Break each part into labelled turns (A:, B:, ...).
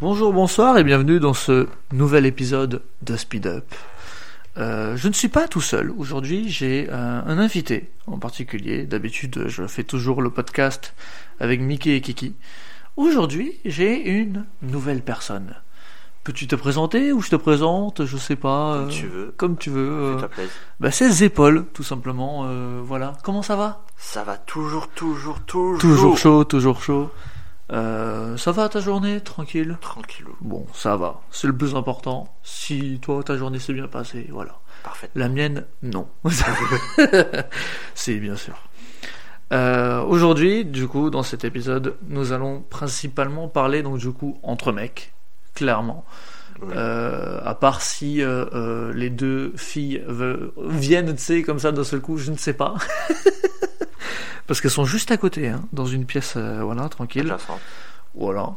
A: Bonjour, bonsoir et bienvenue dans ce nouvel épisode de Speed Up. Euh, je ne suis pas tout seul. Aujourd'hui, j'ai euh, un invité en particulier. D'habitude, je fais toujours le podcast avec Mickey et Kiki. Aujourd'hui, j'ai une nouvelle personne. Peux-tu te présenter ou je te présente Je sais pas.
B: Comme
A: euh,
B: tu veux.
A: Comme tu veux. euh,
B: Fais-toi plaisir.
A: bah, c'est épaules, tout simplement. euh, voilà. Comment ça va
B: Ça va toujours, toujours, toujours.
A: Toujours chaud, toujours chaud. Euh, ça va ta journée Tranquille
B: Tranquillou.
A: Bon, ça va. C'est le plus important. Si toi, ta journée s'est bien passée, voilà.
B: Parfait.
A: La mienne, non. C'est bien sûr. Euh, Aujourd'hui, du coup, dans cet épisode, nous allons principalement parler, donc, du coup, entre mecs, clairement.
B: Oui.
A: Euh, à part si euh, euh, les deux filles ve- viennent, tu sais, comme ça, d'un seul coup, je ne sais pas. Parce qu'elles sont juste à côté, hein, dans une pièce, euh, voilà, tranquille.
B: Adjacent.
A: Voilà.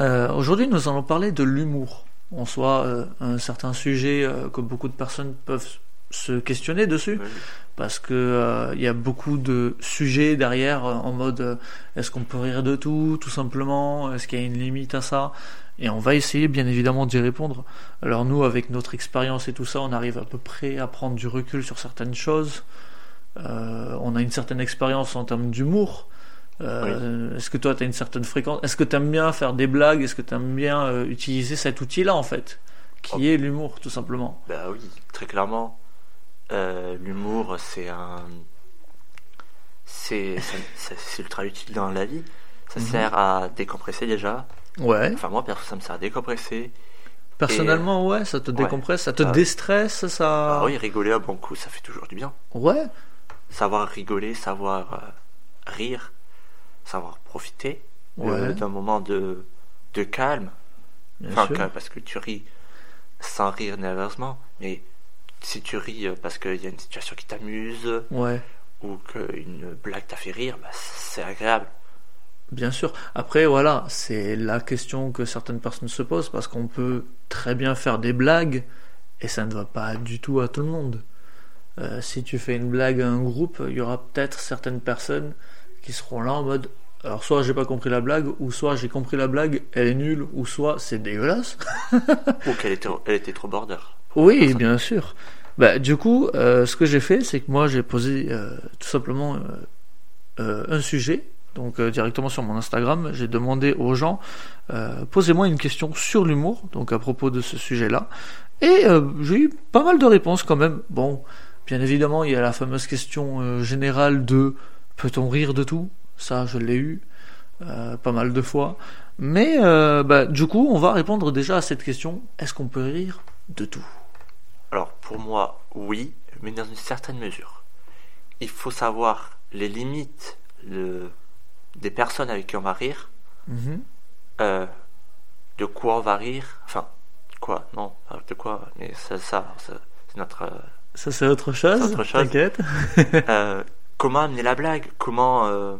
A: Euh, Aujourd'hui, nous allons parler de l'humour. En soi, euh, un certain sujet euh, que beaucoup de personnes peuvent se questionner dessus,
B: Oui.
A: parce que euh, il y a beaucoup de sujets derrière, euh, en mode euh, est-ce qu'on peut rire de tout, tout simplement, est-ce qu'il y a une limite à ça Et on va essayer, bien évidemment, d'y répondre. Alors nous, avec notre expérience et tout ça, on arrive à peu près à prendre du recul sur certaines choses. Euh, on a une certaine expérience en termes d'humour. Euh, Est-ce que toi, tu as une certaine fréquence Est-ce que tu aimes bien faire des blagues Est-ce que tu aimes bien euh, utiliser cet outil-là, en fait Qui
B: Oh.
A: est l'humour, tout simplement.
B: Bah oui, très clairement. Euh, L'humour, c'est un. C'est ça- ça- c'est ultra utile dans la vie. Ça
A: Mhm.
B: sert à décompresser déjà.
A: Ouais.
B: Enfin, moi, perso, ça me sert à décompresser.
A: Personnellement, ouais, ça te décompresse, ça te
B: Ah.
A: déstresse, ça...
B: Ah oui, rigoler à bon coup, ça fait toujours du bien.
A: Ouais,
B: Savoir rigoler, savoir euh, rire, savoir profiter
A: ouais,
B: euh, d'un moment de, de calme.
A: bien
B: Enfin,
A: sûr.
B: quand- parce que tu ris sans rire nerveusement, mais si tu ris euh, parce qu'il y a une situation qui t'amuse
A: Ouais,
B: ou qu'une blague t'a fait rire, bah, c'est agréable.
A: bien sûr. Après, voilà, c'est la question que certaines personnes se posent, parce qu'on peut très bien faire des blagues, et ça ne va pas du tout à tout le monde. Euh, si tu fais une blague à un groupe, il y aura peut-être certaines personnes qui seront là en mode... Alors soit j'ai pas compris la blague, ou soit j'ai compris la blague, elle est nulle, ou soit c'est dégueulasse.
B: Ou qu'elle était, elle était trop border.
A: Oui,
B: Personne.
A: bien sûr. Bah, du coup, euh, ce que j'ai fait, c'est que moi, j'ai posé euh, tout simplement euh, euh, un sujet. Donc, euh, directement sur mon Instagram, j'ai demandé aux gens euh, posez-moi une question sur l'humour, donc à propos de ce sujet-là. Et euh, j'ai eu pas mal de réponses quand même. Bon, bien évidemment, il y a la fameuse question euh, générale de peut-on rire de tout Ça, je l'ai eu euh, pas mal de fois. Mais euh, bah, du coup, on va répondre déjà à cette question est-ce qu'on peut rire de tout
B: Alors pour moi, oui, mais dans une certaine mesure. Il faut savoir les limites le- des personnes avec qui on va rire,
A: Mhm.
B: euh, de quoi on va rire, enfin, quoi, non, euh, de quoi, mais ça, ça, ça- c'est notre... euh,
A: Ça, c'est autre chose.
B: C'est autre chose.
A: T'inquiète.
B: Euh, comment amener la blague Comment euh,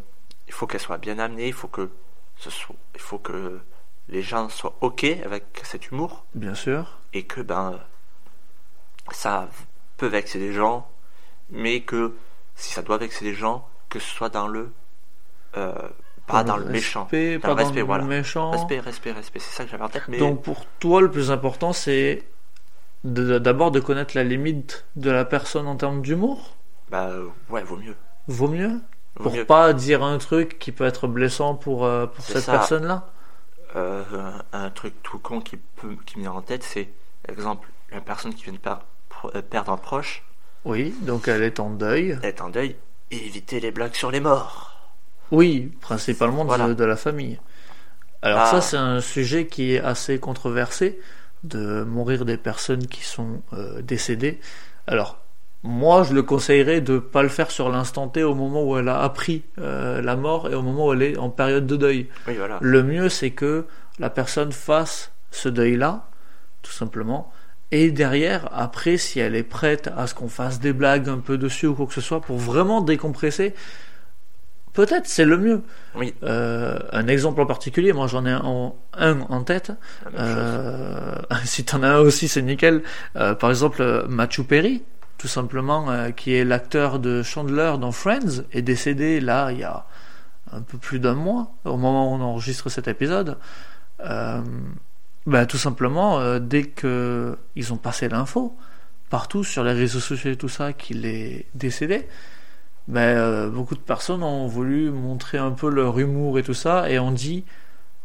B: il faut qu'elle soit bien amenée Il faut que ce soit, il faut que les gens soient ok avec cet humour
A: Bien sûr.
B: et que ben euh, ça peut vexer des gens, mais que si ça doit vexer des gens, que ce soit dans le euh, pas dans le méchant.
A: Mmh, Respect,
B: Dans
A: pas
B: le
A: dans
B: respect,
A: le
B: voilà.
A: méchant.
B: Respect, respect, respect. C'est ça que j'avais en tête, mais
A: Donc, pour toi, le plus important, c'est de- d'abord de connaître la limite de la personne en termes d'humour.
B: bah euh, ouais, vaut mieux.
A: Vaut mieux.
B: Vaut
A: pour
B: mieux.
A: pas dire un truc qui peut être blessant pour, euh, pour
B: C'est
A: cette
B: ça.
A: personne-là.
B: Euh, un, un truc tout con qui peut qui me vient en tête, c'est exemple une personne qui vient de per- pro- euh, perdre un proche.
A: Oui, donc elle est en deuil.
B: est en deuil, éviter les blagues sur les morts.
A: Oui, principalement de,
B: Voilà.
A: de la famille. Alors
B: Ah.
A: ça, c'est un sujet qui est assez controversé, de mourir des personnes qui sont euh, décédées. Alors, moi, je le conseillerais de pas le faire sur l'instant T au moment où elle a appris euh, la mort et au moment où elle est en période de deuil.
B: Oui, voilà.
A: Le mieux, c'est que la personne fasse ce deuil-là, tout simplement. Et derrière, après, si elle est prête à ce qu'on fasse des blagues un peu dessus ou quoi que ce soit, pour vraiment décompresser, peut-être c'est le mieux.
B: Oui,
A: Euh, un exemple en particulier, moi j'en ai un, en- un en tête.
B: la même chose.
A: Euh, si t'en as un aussi, c'est nickel. Euh, par exemple, euh, Matthew Perry, tout simplement, euh, qui est l'acteur de Chandler dans Friends, est décédé là il y a un peu plus d'un mois, au moment où on enregistre cet épisode. Euh, bah, tout simplement, euh, dès que ils ont passé l'info, partout sur les réseaux sociaux et tout ça, qu'il est décédé, bah, euh, beaucoup de personnes ont voulu montrer un peu leur humour et tout ça, et on dit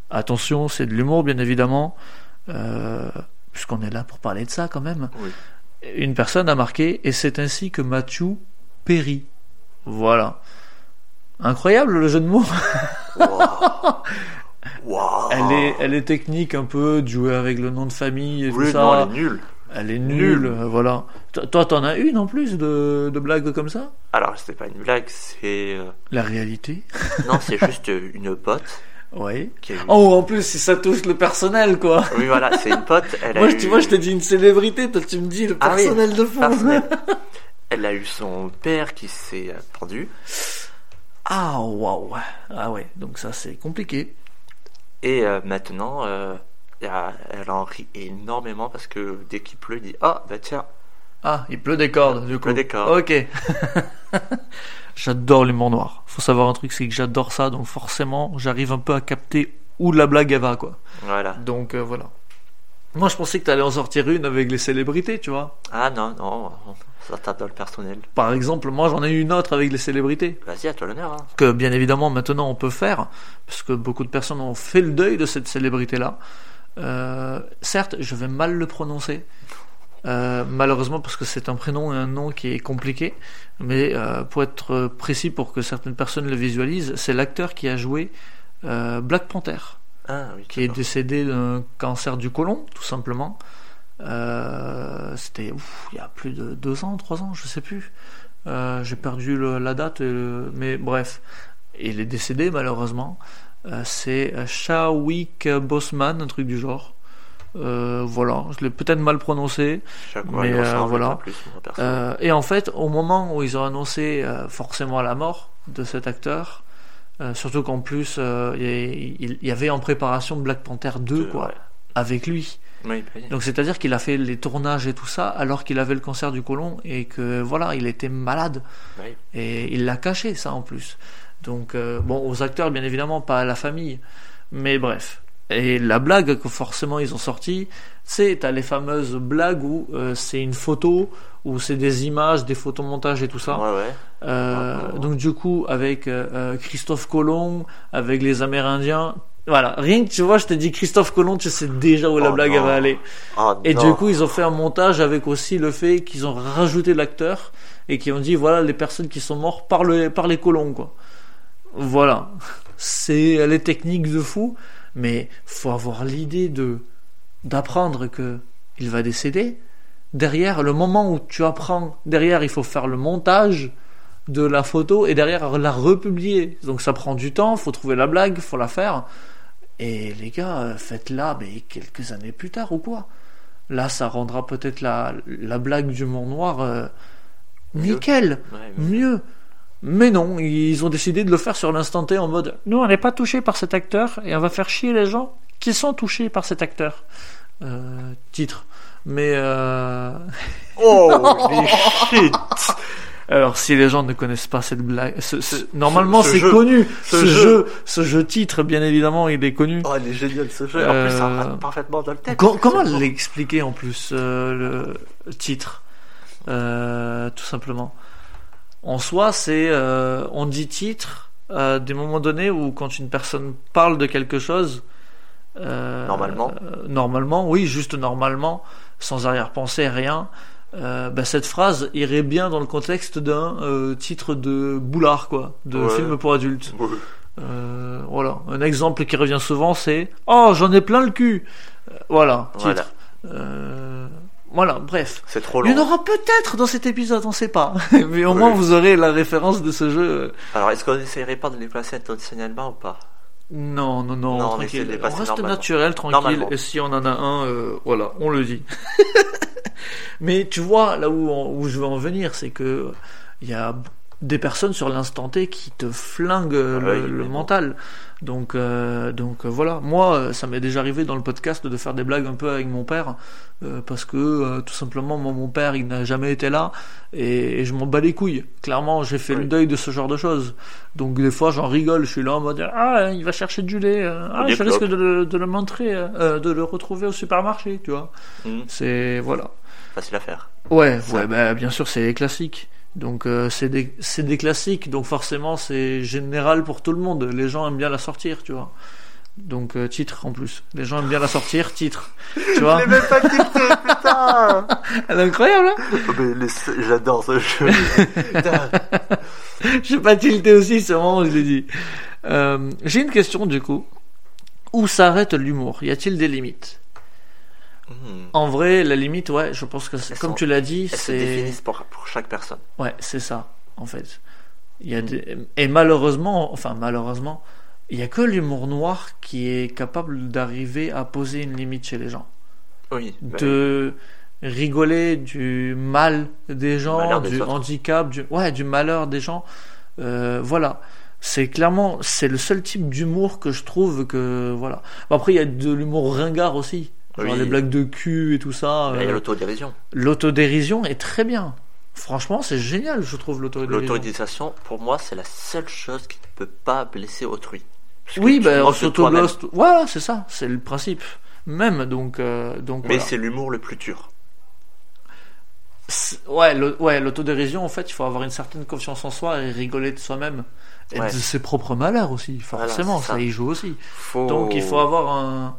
A: attention, c'est de l'humour bien évidemment, euh, puisqu'on est là pour parler de ça quand même.
B: Oui.
A: Une personne a marqué et c'est ainsi que Mathieu périt. Voilà. Incroyable le jeu de mots.
B: Waouh. Waouh.
A: Elle est, elle est technique un peu, de jouer avec le nom de famille et
B: Oui,
A: tout ça.
B: non, elle est nulle.
A: Elle est nulle,
B: Nulle.
A: euh, voilà. Toi- Toi, t'en as une en plus de, de blagues comme ça
B: Alors, c'était pas une blague, c'est. euh,
A: La réalité
B: Non, c'est juste euh, une pote
A: Oui.
B: qui a eu.
A: Oh, en plus, si ça touche le personnel, quoi.
B: Oui, voilà, c'est une pote. Elle
A: Moi,
B: a
A: je- tu
B: eu-
A: vois, je te dis une célébrité, toi, tu me dis le
B: Ah oui,
A: personnel de fond.
B: personnel. Elle a eu son père qui s'est euh, pendu.
A: Ah, waouh. Ah ouais, donc ça, c'est compliqué.
B: Et euh, maintenant, euh, elle a- elle en rit énormément parce que dès qu'il pleut, il dit Ah, bah tiens,
A: Ah, il pleut des cordes, du
B: Il
A: coup.
B: pleut des cordes.
A: Ok. j'adore l'humour noir. Faut savoir un truc, c'est que j'adore ça, donc forcément, j'arrive un peu à capter où la blague, elle va, quoi.
B: voilà.
A: Donc, euh, voilà. Moi, je pensais que t'allais en sortir une avec les célébrités, tu vois.
B: Ah non, non, ça tape dans le personnel.
A: Par exemple, moi j'en ai une autre avec les célébrités,
B: Vas-y, à toi l'honneur. hein.
A: que bien évidemment maintenant on peut faire, parce que beaucoup de personnes ont fait le deuil de cette célébrité-là. Euh, certes, je vais mal le prononcer, euh, malheureusement parce que c'est un prénom et un nom qui est compliqué, mais euh, pour être précis, pour que certaines personnes le visualisent, c'est l'acteur qui a joué euh, Black Panther
B: Ah oui,
A: qui est
B: d'accord.
A: décédé d'un cancer du côlon, tout simplement. Euh, C'était ouf, il y a plus de deux ans, trois ans, je sais plus. Euh, J'ai perdu le- la date, et le- mais bref, il est décédé malheureusement. Euh, C'est euh, Chadwick Boseman, un truc du genre. Euh, voilà, je l'ai peut-être mal prononcé.
B: Chaque fois,
A: mais,
B: il
A: euh,
B: ressemble,
A: voilà.
B: pas plus, moi, personne.
A: Euh, et en fait, au moment où ils ont annoncé euh, forcément la mort de cet acteur, euh, surtout qu'en plus euh, il y- il il y avait en préparation Black Panther 2
B: Euh,
A: quoi,
B: ouais.
A: avec lui.
B: Oui, bah oui.
A: Donc c'est-à-dire qu'il a fait les tournages et tout ça alors qu'il avait le cancer du côlon et que voilà, il était malade
B: Oui.
A: et il l'a caché ça en plus. Donc euh, bon, aux acteurs bien évidemment, pas à la famille, mais bref. Et la blague que forcément ils ont sortie, c'est t'as les fameuses blagues où euh, c'est une photo, où c'est des images, des photomontages et tout ça.
B: Ouais, ouais.
A: Euh,
B: Ouais.
A: donc du coup avec euh, euh, Christophe Colomb, avec les Amérindiens, voilà. Rien que tu vois, je te dis Christophe Colomb, tu sais déjà où la
B: Oh
A: blague elle
B: non.
A: va aller.
B: Ah,
A: Et
B: non.
A: du coup, ils ont fait un montage avec aussi le fait qu'ils ont rajouté l'acteur et qui ont dit voilà les personnes qui sont mortes par, le, par les colons quoi. Voilà, c'est elle est technique de fou, mais faut avoir l'idée de d'apprendre que il va décéder. Derrière, le moment où tu apprends, derrière, il faut faire le montage de la photo et derrière la republier. Donc ça prend du temps, faut trouver la blague, faut la faire. Et les gars, euh, faites-la mais quelques années plus tard ou quoi. Là, ça rendra peut-être la, la blague du Mont Noir euh,
B: Mieux.
A: nickel
B: Ouais, mais-
A: mieux. Mais non, ils ont décidé de le faire sur l'instant T en mode nous on n'est pas touché par cet acteur et on va faire chier les gens qui sont touchés par cet acteur. Euh, titre. Mais euh,
B: Holy shit
A: alors si les gens ne connaissent pas cette blague, ce- ce- normalement
B: ce
A: c'est
B: jeu.
A: connu. Ce,
B: Ce
A: jeu.
B: jeu.
A: ce jeu titre bien évidemment il est connu.
B: Oh, il est génial ce jeu. En plus, ça
A: Euh,
B: rentre parfaitement dans le thème.
A: Com- comment
B: C'est bon.
A: l'expliquer en plus euh, le titre Euh, Tout simplement. En soi, c'est euh, on dit titre à des moments donnés où quand une personne parle de quelque chose. euh,
B: Normalement.
A: euh, normalement, oui, juste normalement, sans arrière-pensée, rien. euh, bah, cette phrase irait bien dans le contexte d'un euh, titre de boulard, quoi, de
B: Ouais.
A: film pour adultes.
B: Ouais.
A: Euh, voilà. Un exemple qui revient souvent, c'est Oh, j'en ai plein le cul. Euh, voilà,
B: Voilà.
A: titre. Euh, voilà, bref.
B: C'est trop
A: Il y en
B: long.
A: aura peut-être dans cet épisode, on sait pas. Mais au moins,
B: Oui.
A: vous aurez la référence de ce jeu. euh,
B: Alors, est-ce qu'on essayerait pas de les placer intentionnellement ou pas
A: Non, non, non,
B: Non, on essaie
A: tranquille.
B: de les
A: On
B: passer
A: reste
B: normalement.
A: naturel, tranquille.
B: Normalement.
A: Et si on en a un, euh, voilà, on le dit. Mais tu vois, là où, on- où je veux en venir, c'est que il y a des personnes sur l'instant T qui te flinguent le,
B: Ah ouais, il
A: le
B: est bon.
A: mental. Donc, euh, donc euh, voilà, moi, euh, ça m'est déjà arrivé dans le podcast de faire des blagues un peu avec mon père, euh, parce que euh, tout simplement, moi, mon père, il n'a jamais été là, et, et je m'en bats les couilles. Clairement, j'ai fait
B: Oui.
A: le deuil de ce genre de choses. Donc des fois, j'en rigole, je suis là en mode, ah, il va chercher du lait, euh, ah,
B: Des
A: je risque
B: clopes.
A: de le, de le montrer, euh, de le retrouver au supermarché, tu vois.
B: Mhm.
A: C'est, voilà.
B: Facile à faire.
A: Ouais,
B: Ça.
A: ouais, bah, bien sûr, c'est des classiques. Donc euh, c'est des c'est des classiques, donc forcément c'est général pour tout le monde. Les gens aiment bien la sortir, tu vois. Donc euh, titre en plus. Les gens aiment bien la sortir, titre. Tu vois,
B: même pas tilté, putain
A: elle est incroyable. Hein
B: J'adore ce jeu. Putain.
A: J'ai pas tilté aussi, c'est vraiment je l'ai dit. Euh, J'ai une question du coup. Où s'arrête l'humour Y a-t-il des limites
B: Mhm.
A: En vrai, la limite, ouais, je pense que c'est
B: Elles
A: comme
B: sont-
A: tu l'as dit,
B: Elles se
A: c'est
B: définissent pour, pour chaque personne.
A: Ouais, c'est ça, en fait. Il y a
B: Mm.
A: des- Et malheureusement, enfin malheureusement, il n'y a que l'humour noir qui est capable d'arriver à poser une limite chez les gens.
B: Oui. bah oui.
A: De rigoler du mal des gens,
B: malheur des
A: du
B: autres.
A: handicap, du... Ouais, du malheur des gens. Euh, voilà. C'est clairement, c'est le seul type d'humour que je trouve que... Voilà. Après, il y a de l'humour ringard aussi. Genre
B: Oui.
A: les blagues de cul et tout ça.
B: Là, Il y a
A: euh,
B: l'autodérision.
A: L'autodérision est très bien. Franchement, c'est génial, je trouve, l'autodérision.
B: L'autorisation, pour moi, c'est la seule chose qui ne peut pas blesser autrui. Parce que
A: Oui,
B: tu
A: ben,
B: te
A: on
B: moques de toi-même.
A: s'autoglosse. Voilà, c'est ça, c'est le principe. Même, donc. euh, donc
B: Mais
A: voilà.
B: c'est l'humour le plus dur.
A: C'est- Ouais, le- ouais, l'autodérision, en fait, il faut avoir une certaine confiance en soi et rigoler de soi-même. Et
B: Ouais.
A: de ses propres malheurs aussi,
B: Voilà,
A: forcément,
B: c'est
A: ça.
B: ça. Oh.
A: y joue aussi.
B: Faut-
A: Donc il faut avoir un,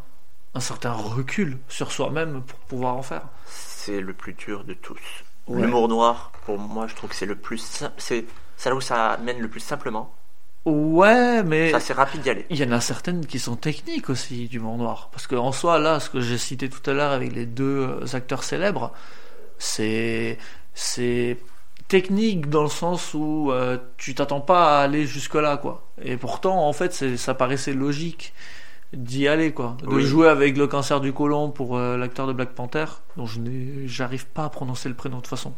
A: un certain recul sur soi-même pour pouvoir en faire.
B: C'est le plus dur de tous.
A: Ouais.
B: L'humour noir, pour moi, je trouve que c'est le plus simple. C'est c'est là où ça mène le plus simplement.
A: Ouais, mais.
B: C'est assez rapide d'y aller.
A: Il y en a certaines qui sont techniques aussi du Mont Noir. Parce qu'en soi, là, ce que j'ai cité tout à l'heure avec les deux euh, acteurs célèbres, c'est. C'est technique dans le sens où euh, tu t'attends pas à aller jusque-là, quoi. Et pourtant, en fait, c'est- ça paraissait logique d'y aller, quoi. De
B: Oui.
A: jouer avec le cancer du côlon pour euh, l'acteur de Black Panther, dont je n'ai- j'arrive pas à prononcer le prénom de toute façon.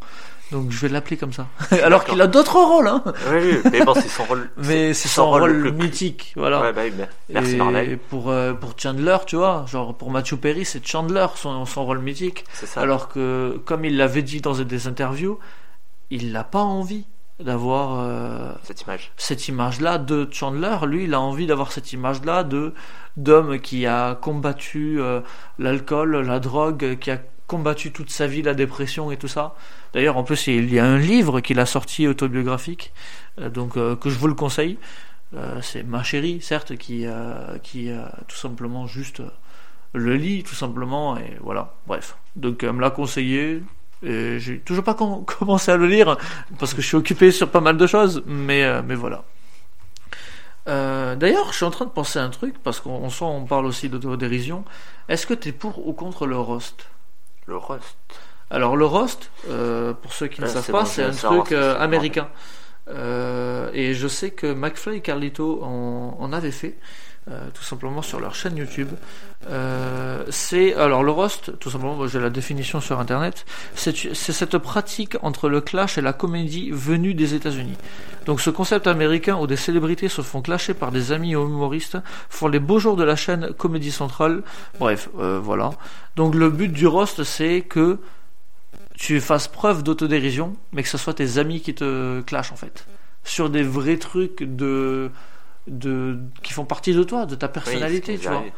A: Donc je vais l'appeler comme ça. Alors qu'il a d'autres rôles, hein.
B: Oui, oui, mais bon, c'est son rôle.
A: Mais c'est son
B: le
A: rôle
B: plus-
A: mythique, voilà.
B: Ouais, bah oui, mais- merci
A: Et
B: Marvel.
A: Pour, euh, pour Chandler, tu vois, genre pour Matthew Perry, c'est Chandler son, son rôle mythique.
B: C'est ça.
A: Alors que, comme il l'avait dit dans des interviews, il n'a pas envie d'avoir euh,
B: cette image.
A: cette image-là de Chandler. Lui, il a envie d'avoir cette image-là de d'homme qui a combattu euh, l'alcool, la drogue, euh, qui a combattu toute sa vie la dépression et tout ça. D'ailleurs, en plus, il y a un livre qu'il a sorti autobiographique, euh, donc euh, que je vous le conseille. Euh, c'est ma chérie, certes, qui euh, qui euh, tout simplement juste euh, le lit, tout simplement, et voilà. Bref, donc elle me l'a conseillé. Et j'ai toujours pas com- commencé à le lire parce que je suis occupé sur pas mal de choses, mais, euh, mais voilà. Euh, D'ailleurs, je suis en train de penser à un truc, parce qu'on on sent, on parle aussi d'autodérision. Est-ce que tu es pour ou contre le roast
B: Le roast.
A: Alors, le roast, euh, pour ceux qui ne
B: Ah,
A: savent
B: c'est
A: pas,
B: bon,
A: c'est
B: je
A: un
B: vais savoir
A: truc
B: ce que
A: euh,
B: c'est.
A: américain. Euh, et je sais que McFly et Carlito en, en avaient fait, euh, tout simplement sur leur chaîne YouTube. Euh, c'est alors le roast, tout simplement, moi, j'ai la définition sur internet. C'est c'est cette pratique entre le clash et la comédie venue des États-Unis. Donc ce concept américain où des célébrités se font clasher par des amis humoristes font les beaux jours de la chaîne Comédie Centrale. Bref, euh, voilà. Donc le but du roast, c'est que tu fasses preuve d'autodérision, mais que ce soit tes amis qui te clashent en fait. Sur des vrais trucs de, de qui font partie de toi, de ta
B: Oui,
A: personnalité,
B: ce qui
A: tu
B: nous
A: vois.
B: arrive.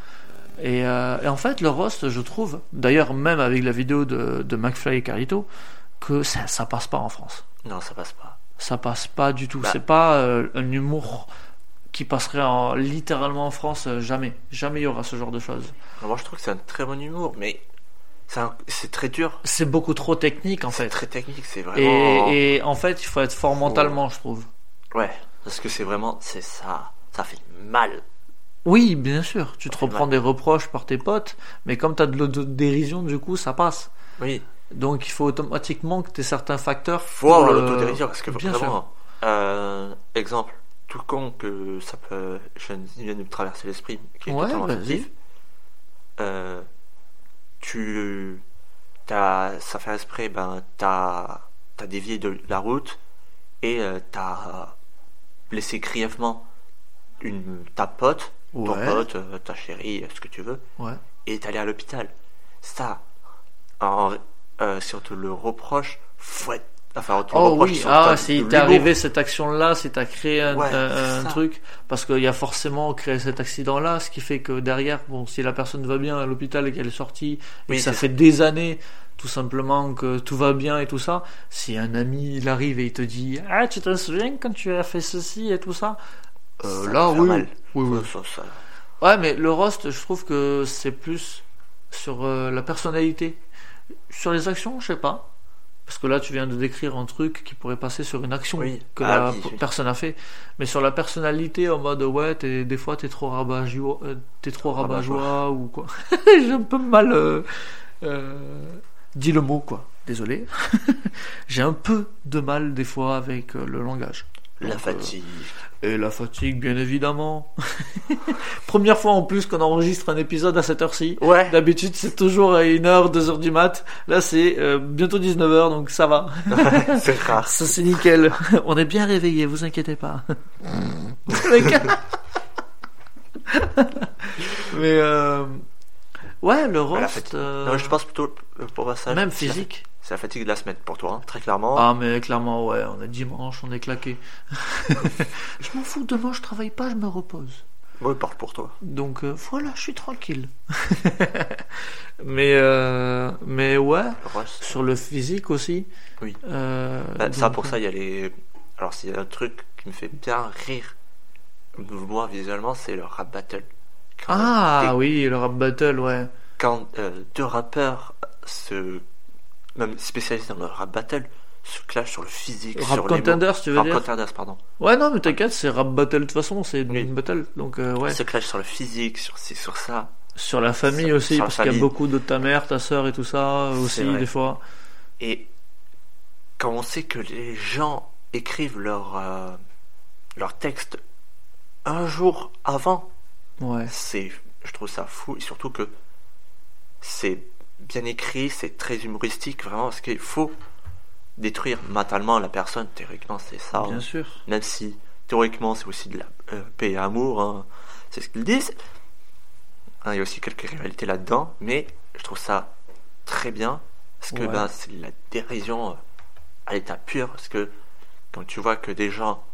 A: Et, euh, et en fait, le roast, je trouve, d'ailleurs, même avec la vidéo de, de McFly et Carlito, que ça, ça passe pas en France.
B: Non, ça passe pas.
A: Ça passe pas du tout.
B: Bah.
A: C'est pas euh, un humour qui passerait en- littéralement en France, euh, jamais. Jamais il y aura ce genre de choses.
B: Alors, moi, je trouve que c'est un très bon humour, mais c'est un- c'est très dur.
A: C'est beaucoup trop technique, en fait.
B: Très Oh. technique, c'est vraiment.
A: Et, et en fait, il faut être fort mentalement, je trouve.
B: Ouais, parce que c'est vraiment. C'est ça. Ça fait mal.
A: Oui, bien sûr, tu te
B: Ça fait
A: reprends des reproches par tes potes, mais comme tu as de l'autodérision, du coup, ça passe.
B: Oui.
A: Donc il faut automatiquement que tu aies certains facteurs.
B: Faut avoir
A: pour, euh,
B: l'autodérision, parce que
A: bien
B: vraiment. euh, exemple, tout con que ça peut. Je il vient de me traverser l'esprit, qui est
A: Ouais,
B: totalement
A: vas-y.
B: fictif. Euh, tu. T'as, ça fait exprès, ben, t'as, t'as dévié de la route, et euh, t'as blessé grièvement une, ta pote, ton
A: Ouais.
B: pote, euh, ta chérie, ce que tu veux,
A: Ouais.
B: et t'es allé à l'hôpital. Ça, en, euh, si on te le reproche, faut être- Enfin, on te le
A: Oh
B: reproche
A: oui,
B: sur
A: ah,
B: ta-
A: si
B: de
A: t'es
B: l'humour.
A: arrivé cette action-là, si t'as créé un,
B: Ouais,
A: un-
B: c'est
A: un
B: ça.
A: truc, parce qu'il y a forcément créé cet accident-là, ce qui fait que derrière, bon, si la personne va bien à l'hôpital et qu'elle est sortie, et
B: Oui,
A: que ça
B: c'est
A: fait des années, tout simplement, que tout va bien et tout ça, si un ami, il arrive et il te dit « Ah, tu te souviens quand tu as fait ceci et tout ça Euh,
B: Ça
A: Là,
B: peut faire
A: oui.
B: mal.
A: oui, oui.
B: Oh, Ça, ça, ça.
A: Ouais, mais le roast, je trouve que c'est plus sur euh, la personnalité. Sur les actions, je sais pas. Parce que là, tu viens de décrire un truc qui pourrait passer sur une action
B: Oui.
A: que
B: Ah
A: la
B: oui,
A: p-
B: oui.
A: personne a fait. Mais sur la personnalité, en mode ouais, t'es- des fois t'es trop rabat-joie, euh, t'es trop
B: Rabat-joie.
A: rabat-joie ou quoi. J'ai un peu mal euh, euh, dit le mot quoi. Désolé. J'ai un peu de mal des fois avec euh, le langage.
B: La
A: Donc, euh,
B: fatigue.
A: et la fatigue, bien évidemment. Première fois en plus qu'on enregistre un épisode à cette heure-ci.
B: Ouais.
A: D'habitude, c'est toujours à 1h, 2h du mat. Là, c'est euh, bientôt 19h, donc ça va.
B: c'est rare.
A: Ça, c'est nickel. On est bien réveillés, vous inquiétez pas. Le gars. Mais, euh, ouais, le
B: la
A: roast,
B: fatigue.
A: euh,
B: Non, je pense plutôt euh, pour moi ça.
A: même
B: c'est la-
A: physique.
B: C'est la fatigue de la semaine pour toi, hein, très clairement.
A: Ah mais clairement ouais, on est dimanche, on est claqué. je m'en fous, demain je travaille pas, je me repose.
B: Moi, il parle pour toi.
A: Donc euh, voilà, je suis tranquille. mais euh, mais ouais,
B: Le reste.
A: sur le physique aussi.
B: Oui.
A: Euh,
B: Bah, ça,
A: donc,
B: pour ça, il y a les. Alors, s'il y a un truc qui me fait bien rire, moi, visuellement, c'est le rap battle. Quand,
A: Ah
B: des-
A: oui, le rap battle, ouais.
B: quand euh, deux rappeurs se. même spécialisés dans le rap battle, se clashent sur le physique,
A: Rap
B: sur les mots.
A: contenders, tu veux
B: Ah,
A: dire
B: contenders, pardon.
A: Ouais, non, mais t'inquiète, c'est rap battle de toute façon, c'est une
B: Oui.
A: battle. Donc euh, ouais.
B: Se clashent sur le physique, sur ci, sur ça.
A: Sur la famille
B: Sur-
A: aussi,
B: sur la
A: parce qu'il y a
B: famille.
A: beaucoup de ta mère, ta sœur et tout ça
B: C'est
A: aussi
B: vrai.
A: des fois.
B: Et quand on sait que les gens écrivent leur, euh, leur texte un jour avant,
A: Ouais.
B: c'est, je trouve ça fou. Et surtout que c'est bien écrit, c'est très humoristique, vraiment, parce qu'il faut détruire mentalement la personne. Théoriquement, c'est ça. hein.
A: Bien sûr.
B: Même si théoriquement, c'est aussi de la euh, paix et amour, hein. c'est ce qu'ils disent. Hein, il y a aussi quelques rivalités là-dedans, mais je trouve ça très bien parce que
A: Ouais.
B: ben, c'est de la dérision euh, à l'état pur. Parce que quand tu vois que des gens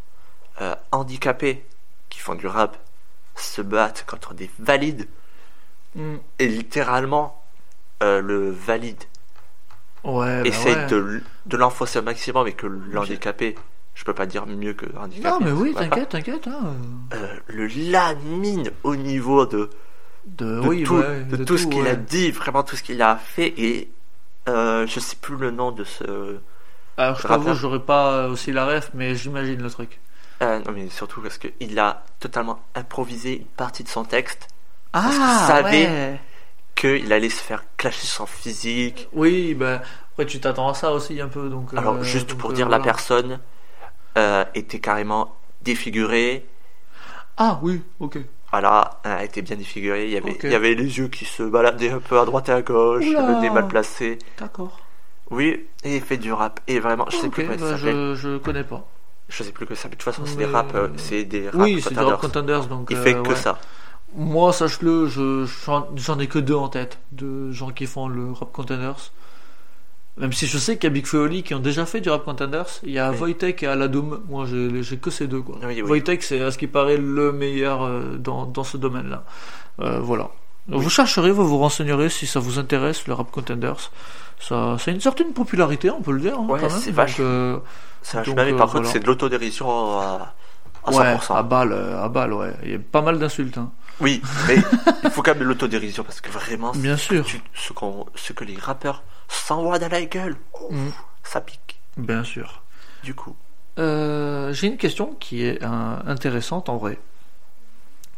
B: euh, handicapés qui font du rap se battent contre des valides
A: Mm.
B: et littéralement euh, le valide
A: Ouais. bah
B: essaye
A: ouais.
B: de, l- de l'enfoncer au maximum et que l'handicapé, je peux pas dire mieux que handicapé.
A: Non, mais
B: ça
A: oui,
B: va pas.
A: t'inquiète, t'inquiète. hein.
B: euh, le lamine au niveau de,
A: De,
B: de
A: oui,
B: tout,
A: ouais,
B: de
A: de
B: tout ce qu'il a
A: ouais.
B: dit, vraiment tout ce qu'il a fait. Et euh, je sais plus le nom de ce. euh,
A: Alors, je
B: Rappeur.
A: t'avoue, j'aurais pas euh, aussi la ref, mais j'imagine le truc.
B: euh, non, mais surtout parce qu'il a totalement improvisé une partie de son texte,
A: Ah,
B: savait-
A: ouais.
B: qu'il allait se faire clasher son physique.
A: Oui, bah, après, tu t'attends à ça aussi un peu, donc.
B: Alors,
A: euh,
B: juste
A: donc,
B: pour
A: euh,
B: dire, la
A: voilà.
B: personne euh, était carrément défigurée.
A: Ah, oui, ok.
B: Voilà, elle était bien défigurée. Il y, avait,
A: Ok.
B: il y avait les yeux qui se baladaient un peu à droite et à gauche,
A: Oula.
B: le nez mal placé.
A: D'accord.
B: Oui, et il fait du rap. Et vraiment, je sais
A: Ok,
B: plus comment il
A: bah,
B: s'appelle.
A: je, je connais pas.
B: Je sais plus que ça, mais de toute façon, c'est des
A: Mais-
B: rap, euh, c'est des rap
A: oui, c'est du rap
B: contenders.
A: contenders, donc.
B: Il
A: euh,
B: fait que
A: ouais.
B: ça.
A: Moi, sache-le, je, j'en, j'en ai que deux en tête, de gens qui font le rap contenders. Même si je sais qu'il y a Big Feoli qui ont déjà fait du rap contenders, il y a
B: Oui.
A: Wojtek et Aladoum. Moi, j'ai, j'ai que ces deux, quoi.
B: Oui, oui.
A: Wojtek, c'est à ce qui paraît le meilleur euh, dans, dans ce domaine-là. Euh, voilà. Vous chercherez, vous vous renseignerez si ça vous intéresse, le rap contenders. Ça, ça a une certaine popularité, on peut le dire. hein,
B: Ouais,
A: quand même.
B: c'est
A: Donc,
B: vache.
A: euh,
B: Ça, je
A: Donc,
B: me mets,
A: euh,
B: par contre,
A: voilà.
B: c'est de l'autodérision à, à
A: ouais,
B: 100%.
A: à balle, euh, à balle, ouais. Il y a pas mal d'insultes, hein.
B: Oui, mais il faut quand même de l'autodérision parce que vraiment,
A: Bien sûr.
B: tu- ce, qu'on- ce que les rappeurs s'envoient dans la gueule, oh,
A: Mm.
B: ça pique.
A: Bien sûr.
B: Du coup,
A: Euh, j'ai une question qui est euh, intéressante en vrai.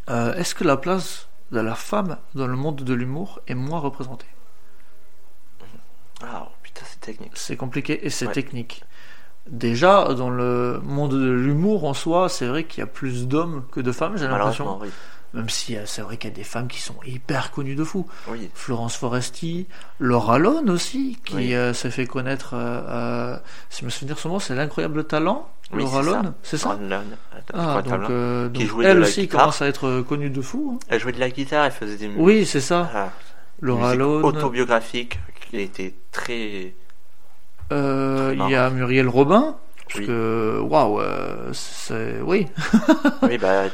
A: Euh, Est-ce que la place de la femme dans le monde de l'humour est moins représentée
B: ah oh, putain, c'est technique.
A: C'est compliqué et c'est
B: Ouais.
A: technique. Déjà, dans le monde de l'humour en soi, c'est vrai qu'il y a plus d'hommes que de femmes, j'ai l'impression.
B: Malheureusement, oui.
A: même si euh, c'est vrai qu'il y a des femmes qui sont hyper connues de fou.
B: Oui.
A: Florence Foresti, Laura Lone aussi, qui
B: Oui.
A: euh, s'est fait connaître, euh, euh, si je me souviens son nom, c'est l'incroyable talent,
B: Oui,
A: Laura
B: c'est ça.
A: Lone, c'est ça
B: Lauren Lone, Oh, attends,
A: Ah,
B: quoi, t'as
A: donc,
B: là
A: euh,
B: hein. qui
A: donc
B: jouait de
A: elle
B: la
A: aussi
B: guitare.
A: commence à être euh, connue de fou. hein.
B: Elle jouait de la guitare, elle faisait des musiques
A: Oui, c'est ça.
B: ah,
A: Laura
B: musiques
A: Lone,
B: autobiographiques qui étaient très.
A: euh,
B: Très
A: il y a Muriel Robin, parce
B: Oui.
A: que, waouh, euh, c'est, oui,
B: oui, bah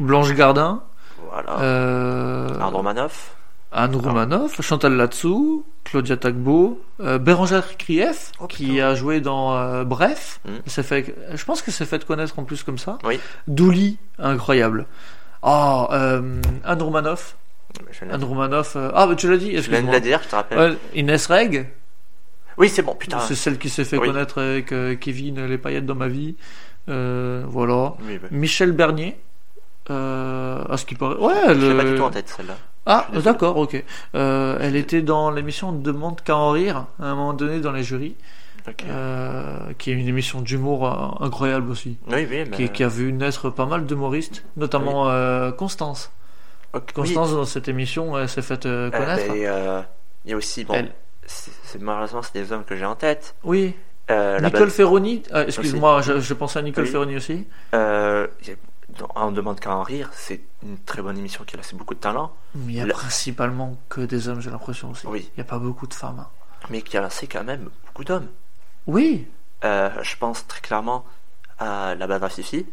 A: Blanche Gardin,
B: voilà.
A: euh,
B: Andromanoff,
A: Anne Roumanoff, Chantal Latsou, Claudia Tagbo, euh, Bérangère Krief,
B: Oh,
A: qui
B: putain.
A: a joué dans euh, Bref.
B: Hmm.
A: Elle s'est fait, je pense qu'elle s'est fait connaître en plus comme ça.
B: Oui.
A: Douli, incroyable. Ah, euh, Anne Roumanoff.
B: je l'ai-
A: Anne Roumanoff, euh, ah, bah, tu l'as dit,
B: je viens de
A: excuse-moi.
B: la dire, je te rappelle.
A: Ouais, Inès Reg,
B: Oui, c'est bon, putain.
A: c'est celle qui s'est fait
B: Ah. Oui.
A: connaître avec euh, Kevin, les paillettes dans ma vie. Euh, voilà.
B: Oui, bah,
A: Michel Bernier. Euh, à ce qui paraît. Ouais,
B: Je l'ai
A: le-
B: pas du tout en tête celle-là.
A: Ah,
B: Je l'ai
A: d'accord, ok. Euh, elle était dans l'émission Demande qu'à en rire, à un moment donné dans les jurys,
B: Ok.
A: euh, qui est une émission d'humour euh, incroyable aussi,
B: oui, oui, bah,
A: qui, qui a vu naître pas mal d'humoristes, notamment euh, Constance.
B: euh, ok, oui.
A: Constance, dans cette émission, elle s'est faite euh,
B: Euh,
A: connaître.
B: bah, et, euh, il y a aussi, bon,
A: Elle-
B: c'est c'est- malheureusement, c'est des hommes que j'ai en tête.
A: Oui,
B: Euh, la
A: Nicole
B: base-
A: Ferroni, ah, excuse-moi, je, je pensais à Nicole
B: Oui.
A: Ferroni aussi.
B: euh, j'ai- dans- on demande qu'à en rire, c'est une très bonne émission qui a assez beaucoup de talent,
A: Mais il y a
B: La-
A: principalement que des hommes, j'ai l'impression aussi.
B: Oui.
A: Il n'y a pas beaucoup de femmes. hein.
B: mais qui a lancé quand même beaucoup d'hommes.
A: Oui,
B: Euh, je pense très clairement à la bande à Fifi.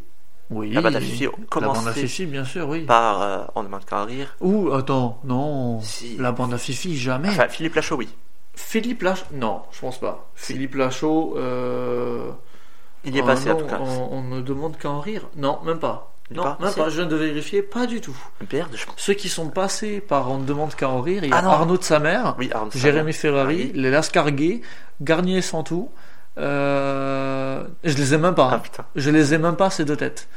A: oui.
B: La bande à Fifi
A: La bande à
B: commençait
A: Fifi, bien sûr, oui.
B: par euh, On demande qu'à en rire.
A: Ou, attends, non.
B: Si.
A: La bande à Fifi, jamais.
B: Enfin, Philippe Lachaud, oui.
A: Philippe Lachaud Non, je pense pas. Philippe Lachaud. euh,
B: Il y est
A: ah
B: passé, en
A: non,
B: tout cas.
A: On, on ne demande qu'à en rire. Non, même pas.
B: Il
A: Non,
B: part,
A: même
B: si.
A: pas. Je viens de vérifier, pas du tout.
B: Merde, je pense.
A: Ceux qui sont passés par On ne demande qu'à en rire, il y a
B: Ah non. Ah
A: Arnaud de sa mère,
B: Oui, Arnaud Sarah.
A: Jérémy Ferrari,
B: Ferrari.
A: les Lascarguet, Garnier sans tout. Euh, je les ai même pas.
B: Ah
A: hein.
B: putain.
A: Je les ai même pas, ces deux têtes.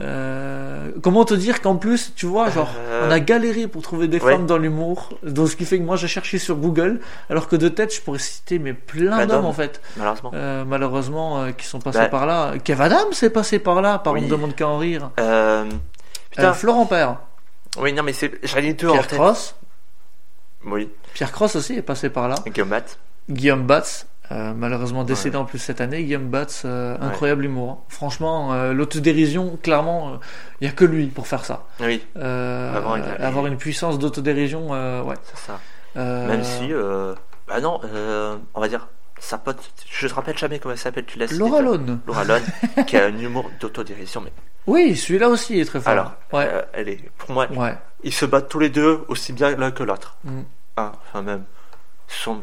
A: Euh, comment te dire qu'en plus, tu vois, Ah, genre,
B: Euh,
A: on a galéré pour trouver des
B: ouais.
A: femmes dans l'humour, donc ce qui fait que moi j'ai cherché sur Google, alors que de tête je pourrais citer mais plein
B: Bah,
A: d'hommes
B: d'hommes.
A: en fait,
B: Malheureusement.
A: euh, malheureusement, euh, qui sont passés
B: Bah.
A: par là. Kev Adams est passé par là, par
B: Oui.
A: on ne demande qu'à en rire.
B: Euh, putain.
A: Euh, Florent Père,
B: Oui, non, mais c'est. J'en ai deux en
A: Pierre
B: tête.
A: Cross,
B: Oui,
A: Pierre Cross aussi est passé par là.
B: Guillaume Bat.
A: Guillaume Batz, euh, malheureusement décédé en plus cette année. Guillaume Batz, euh,
B: Ouais.
A: incroyable humour. hein. Franchement, euh, l'autodérision, clairement, il n'y a que lui pour faire ça.
B: Oui,
A: Euh,
B: Avoir une-
A: avoir une puissance d'autodérision, euh, ouais.
B: c'est ça.
A: Euh,
B: Même si. Euh... Bah non, euh, on va dire. Sa pote. Je te rappelle jamais comment elle s'appelle, tu laisses.
A: Laura Lone.
B: Laura Lone, qui a un humour d'autodérision, mais
A: Oui, celui-là aussi est très fort.
B: alors,
A: ouais.
B: euh, elle est, pour moi,
A: ouais.
B: ils se battent tous les deux aussi bien l'un que l'autre.
A: Mm.
B: Ah, enfin même, son,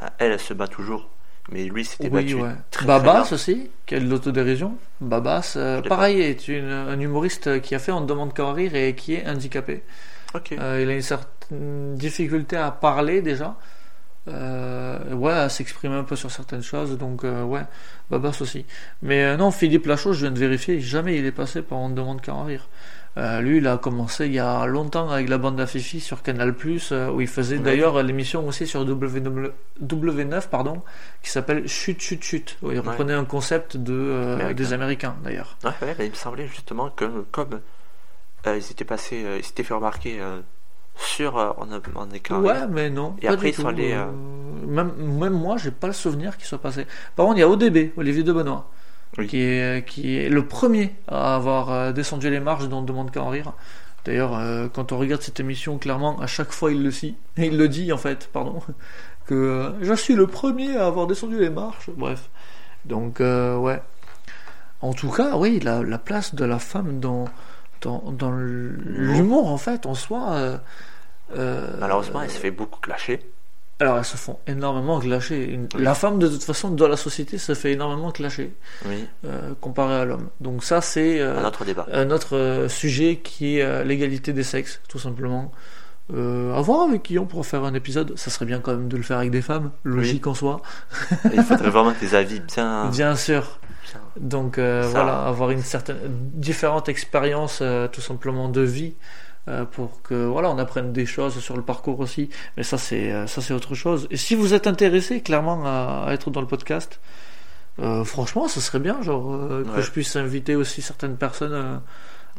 B: enfin, elle, elle se bat toujours, mais lui s'était
A: Oui,
B: battu.
A: ouais.
B: très,
A: Babas
B: très
A: aussi, qui a de l'autodérision. Babas, euh,
B: Je l'ai
A: pareil, est une- un humoriste qui a fait On ne demande qu'à en rire et qui est handicapé.
B: Ok.
A: Euh, il a une certaine difficulté à parler déjà. Euh, ouais, à s'exprimer un peu sur certaines choses. Donc, euh, ouais, Babas aussi. Mais euh, non, Philippe Lachaud, je viens de vérifier, jamais il est passé par On ne demande qu'à en rire. Euh, lui, il a commencé il y a longtemps avec la bande à Fifi sur Canal+, euh, où il faisait
B: Ouais.
A: d'ailleurs euh, l'émission aussi sur W9, W9, pardon, qui s'appelle Chut Chut Chut. où il
B: Ouais.
A: reprenait un concept de, euh,
B: Américain.
A: des Américains, d'ailleurs.
B: Ouais, ouais, bah, il me semblait justement que comme euh, ils étaient passés, euh, ils s'étaient fait remarquer euh, sur euh, en, en écran.
A: Ouais, mais non.
B: Et
A: pas
B: après,
A: du
B: ils
A: tout.
B: sont allés, euh,
A: Même, même moi, j'ai pas le souvenir qu'il soit passé. Par contre, il y a ODB, Olivier de Benoît,
B: Oui.
A: qui, est, qui est le premier à avoir euh, descendu les marges dans Demande qu'à en rire. D'ailleurs, euh, quand on regarde cette émission, clairement, à chaque fois, il le dit. Il le dit, en fait, pardon. Que euh, je suis le premier à avoir descendu les marches. Bref. Donc, euh, ouais. En tout cas, oui, la, la place de la femme dans, dans, dans l'humour, en fait, en soi. euh, euh,
B: Malheureusement, elle se fait beaucoup clasher.
A: alors elles se font énormément clasher. Une-
B: Oui.
A: La femme, de toute façon, dans la société, se fait énormément clasher
B: Oui.
A: euh, comparé à l'homme. Donc ça, c'est euh,
B: Un autre débat.
A: un autre euh, sujet qui est euh, l'égalité des sexes, tout simplement. Euh, à voir avec qui on pourra faire un épisode. Ça serait bien quand même de le faire avec des femmes, logique en soi.
B: il faudrait vraiment des avis bien.
A: Bien sûr.
B: bien-
A: Donc euh,
B: Ça.
A: voilà, avoir une certaine différente expérience euh, tout simplement de vie euh, pour que voilà, on apprenne des choses sur le parcours aussi. Mais ça c'est euh, ça c'est autre chose. Et si vous êtes intéressé clairement à, à être dans le podcast, euh, franchement, ce serait bien genre euh, que
B: Ouais.
A: je puisse inviter aussi certaines personnes euh,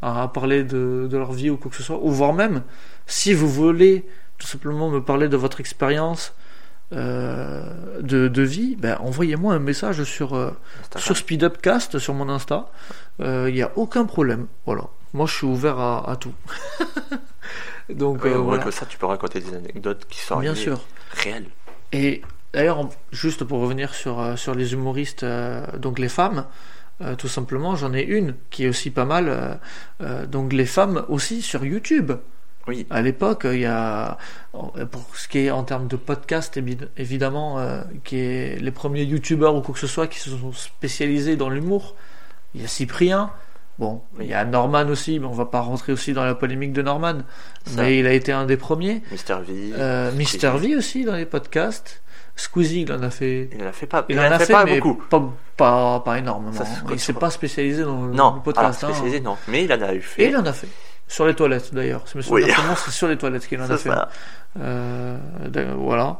A: à, à parler de, de, leur vie ou quoi que ce soit, ou voire même si vous voulez tout simplement me parler de votre expérience euh, de, de, vie, ben, envoyez-moi un message sur, euh, sur SpeedUpcast, sur mon Insta. Il euh, n'y a aucun problème. Voilà. Moi, je suis ouvert à, à tout. euh,
B: Donc, oui, voilà. que ça, tu peux raconter des anecdotes qui sont Bien sûr. réelles.
A: Et d'ailleurs, juste pour revenir sur, euh, sur les humoristes, donc les femmes, euh, tout simplement, j'en ai une qui est aussi pas mal. Euh, euh, donc les femmes aussi sur YouTube.
B: Oui.
A: À l'époque, il y a pour ce qui est en termes de podcast, évidemment, euh, qui est les premiers YouTubeurs ou quoi que ce soit qui se sont spécialisés dans l'humour. Il y a Cyprien. Bon, oui. il y a Norman aussi, mais on va pas rentrer aussi dans la polémique de Norman. Ça. Mais il a été un des premiers.
B: Mister V.
A: Euh, Mister V aussi dans les podcasts. Squeezie, il en a fait.
B: Il en a fait pas. Il, il en, a, a fait, fait, pas mais beaucoup.
A: Pas, pas, pas énormément. Ça, il s'est pas spécialisé dans
B: non,
A: le podcast.
B: Alors, spécialisé, hein. non. Mais il en a eu fait.
A: Et il en a fait. Sur les toilettes, d'ailleurs. C'est oui. c'est sur les toilettes qu'il en a fait. Euh, voilà.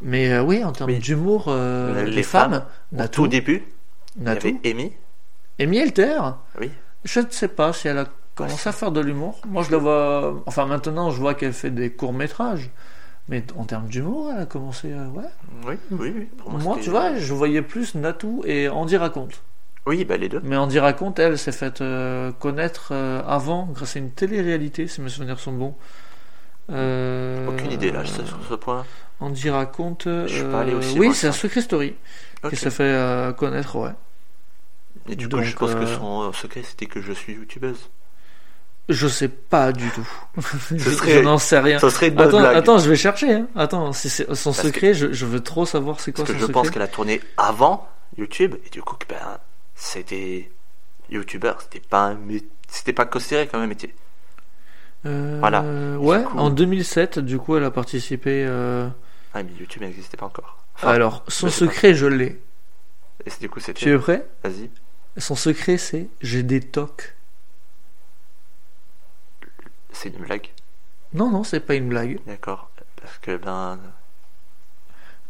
A: Mais euh, oui, en termes d'humour, euh, les, les, femmes.
B: Au tout début, il y avait Amy.
A: Amy Elter
B: Oui.
A: Je ne sais pas si elle a commencé ouais, à faire de l'humour. Moi, je la vois. Enfin, maintenant, je vois qu'elle fait des courts-métrages. Mais en termes d'humour, elle a commencé. Euh, ouais.
B: Oui, oui, oui.
A: Pour moi, moi tu vois, je voyais plus Natou et Andy Raconte.
B: Oui, bah les deux.
A: Mais Andy Raconte, elle s'est faite euh, connaître euh, avant grâce à une télé-réalité, si mes souvenirs sont bons. Euh,
B: Aucune idée, là, je sais sur ce point.
A: Andy Raconte. Je
B: suis pas allé aussi.
A: Oui, c'est un Secret Story okay. qui s'est fait euh, connaître, ouais.
B: Et du coup, Donc, euh, je pense que son secret, c'était que je suis youtubeuse.
A: Je sais pas du tout. je,
B: serait,
A: je n'en sais rien.
B: Ça serait une
A: attends,
B: blague.
A: attends, je vais chercher. Hein. Attends, si c'est son parce secret, que, je, je, veux trop savoir c'est quoi
B: parce
A: son
B: que
A: secret.
B: Je pense qu'elle a tourné avant YouTube et du coup, ben, c'était youtubeur, c'était pas c'était pas considéré comme un métier.
A: Euh,
B: voilà.
A: Ouais. Coup, en 2007, du coup, elle a participé. Euh...
B: Ah mais YouTube n'existait pas encore. Enfin,
A: Alors, son secret, je l'ai.
B: Et du coup, c'était.
A: Tu es prêt
B: Vas-y.
A: Son secret, c'est j'ai des tocs.
B: C'est une blague
A: Non, non, c'est pas une blague.
B: D'accord. Parce que ben.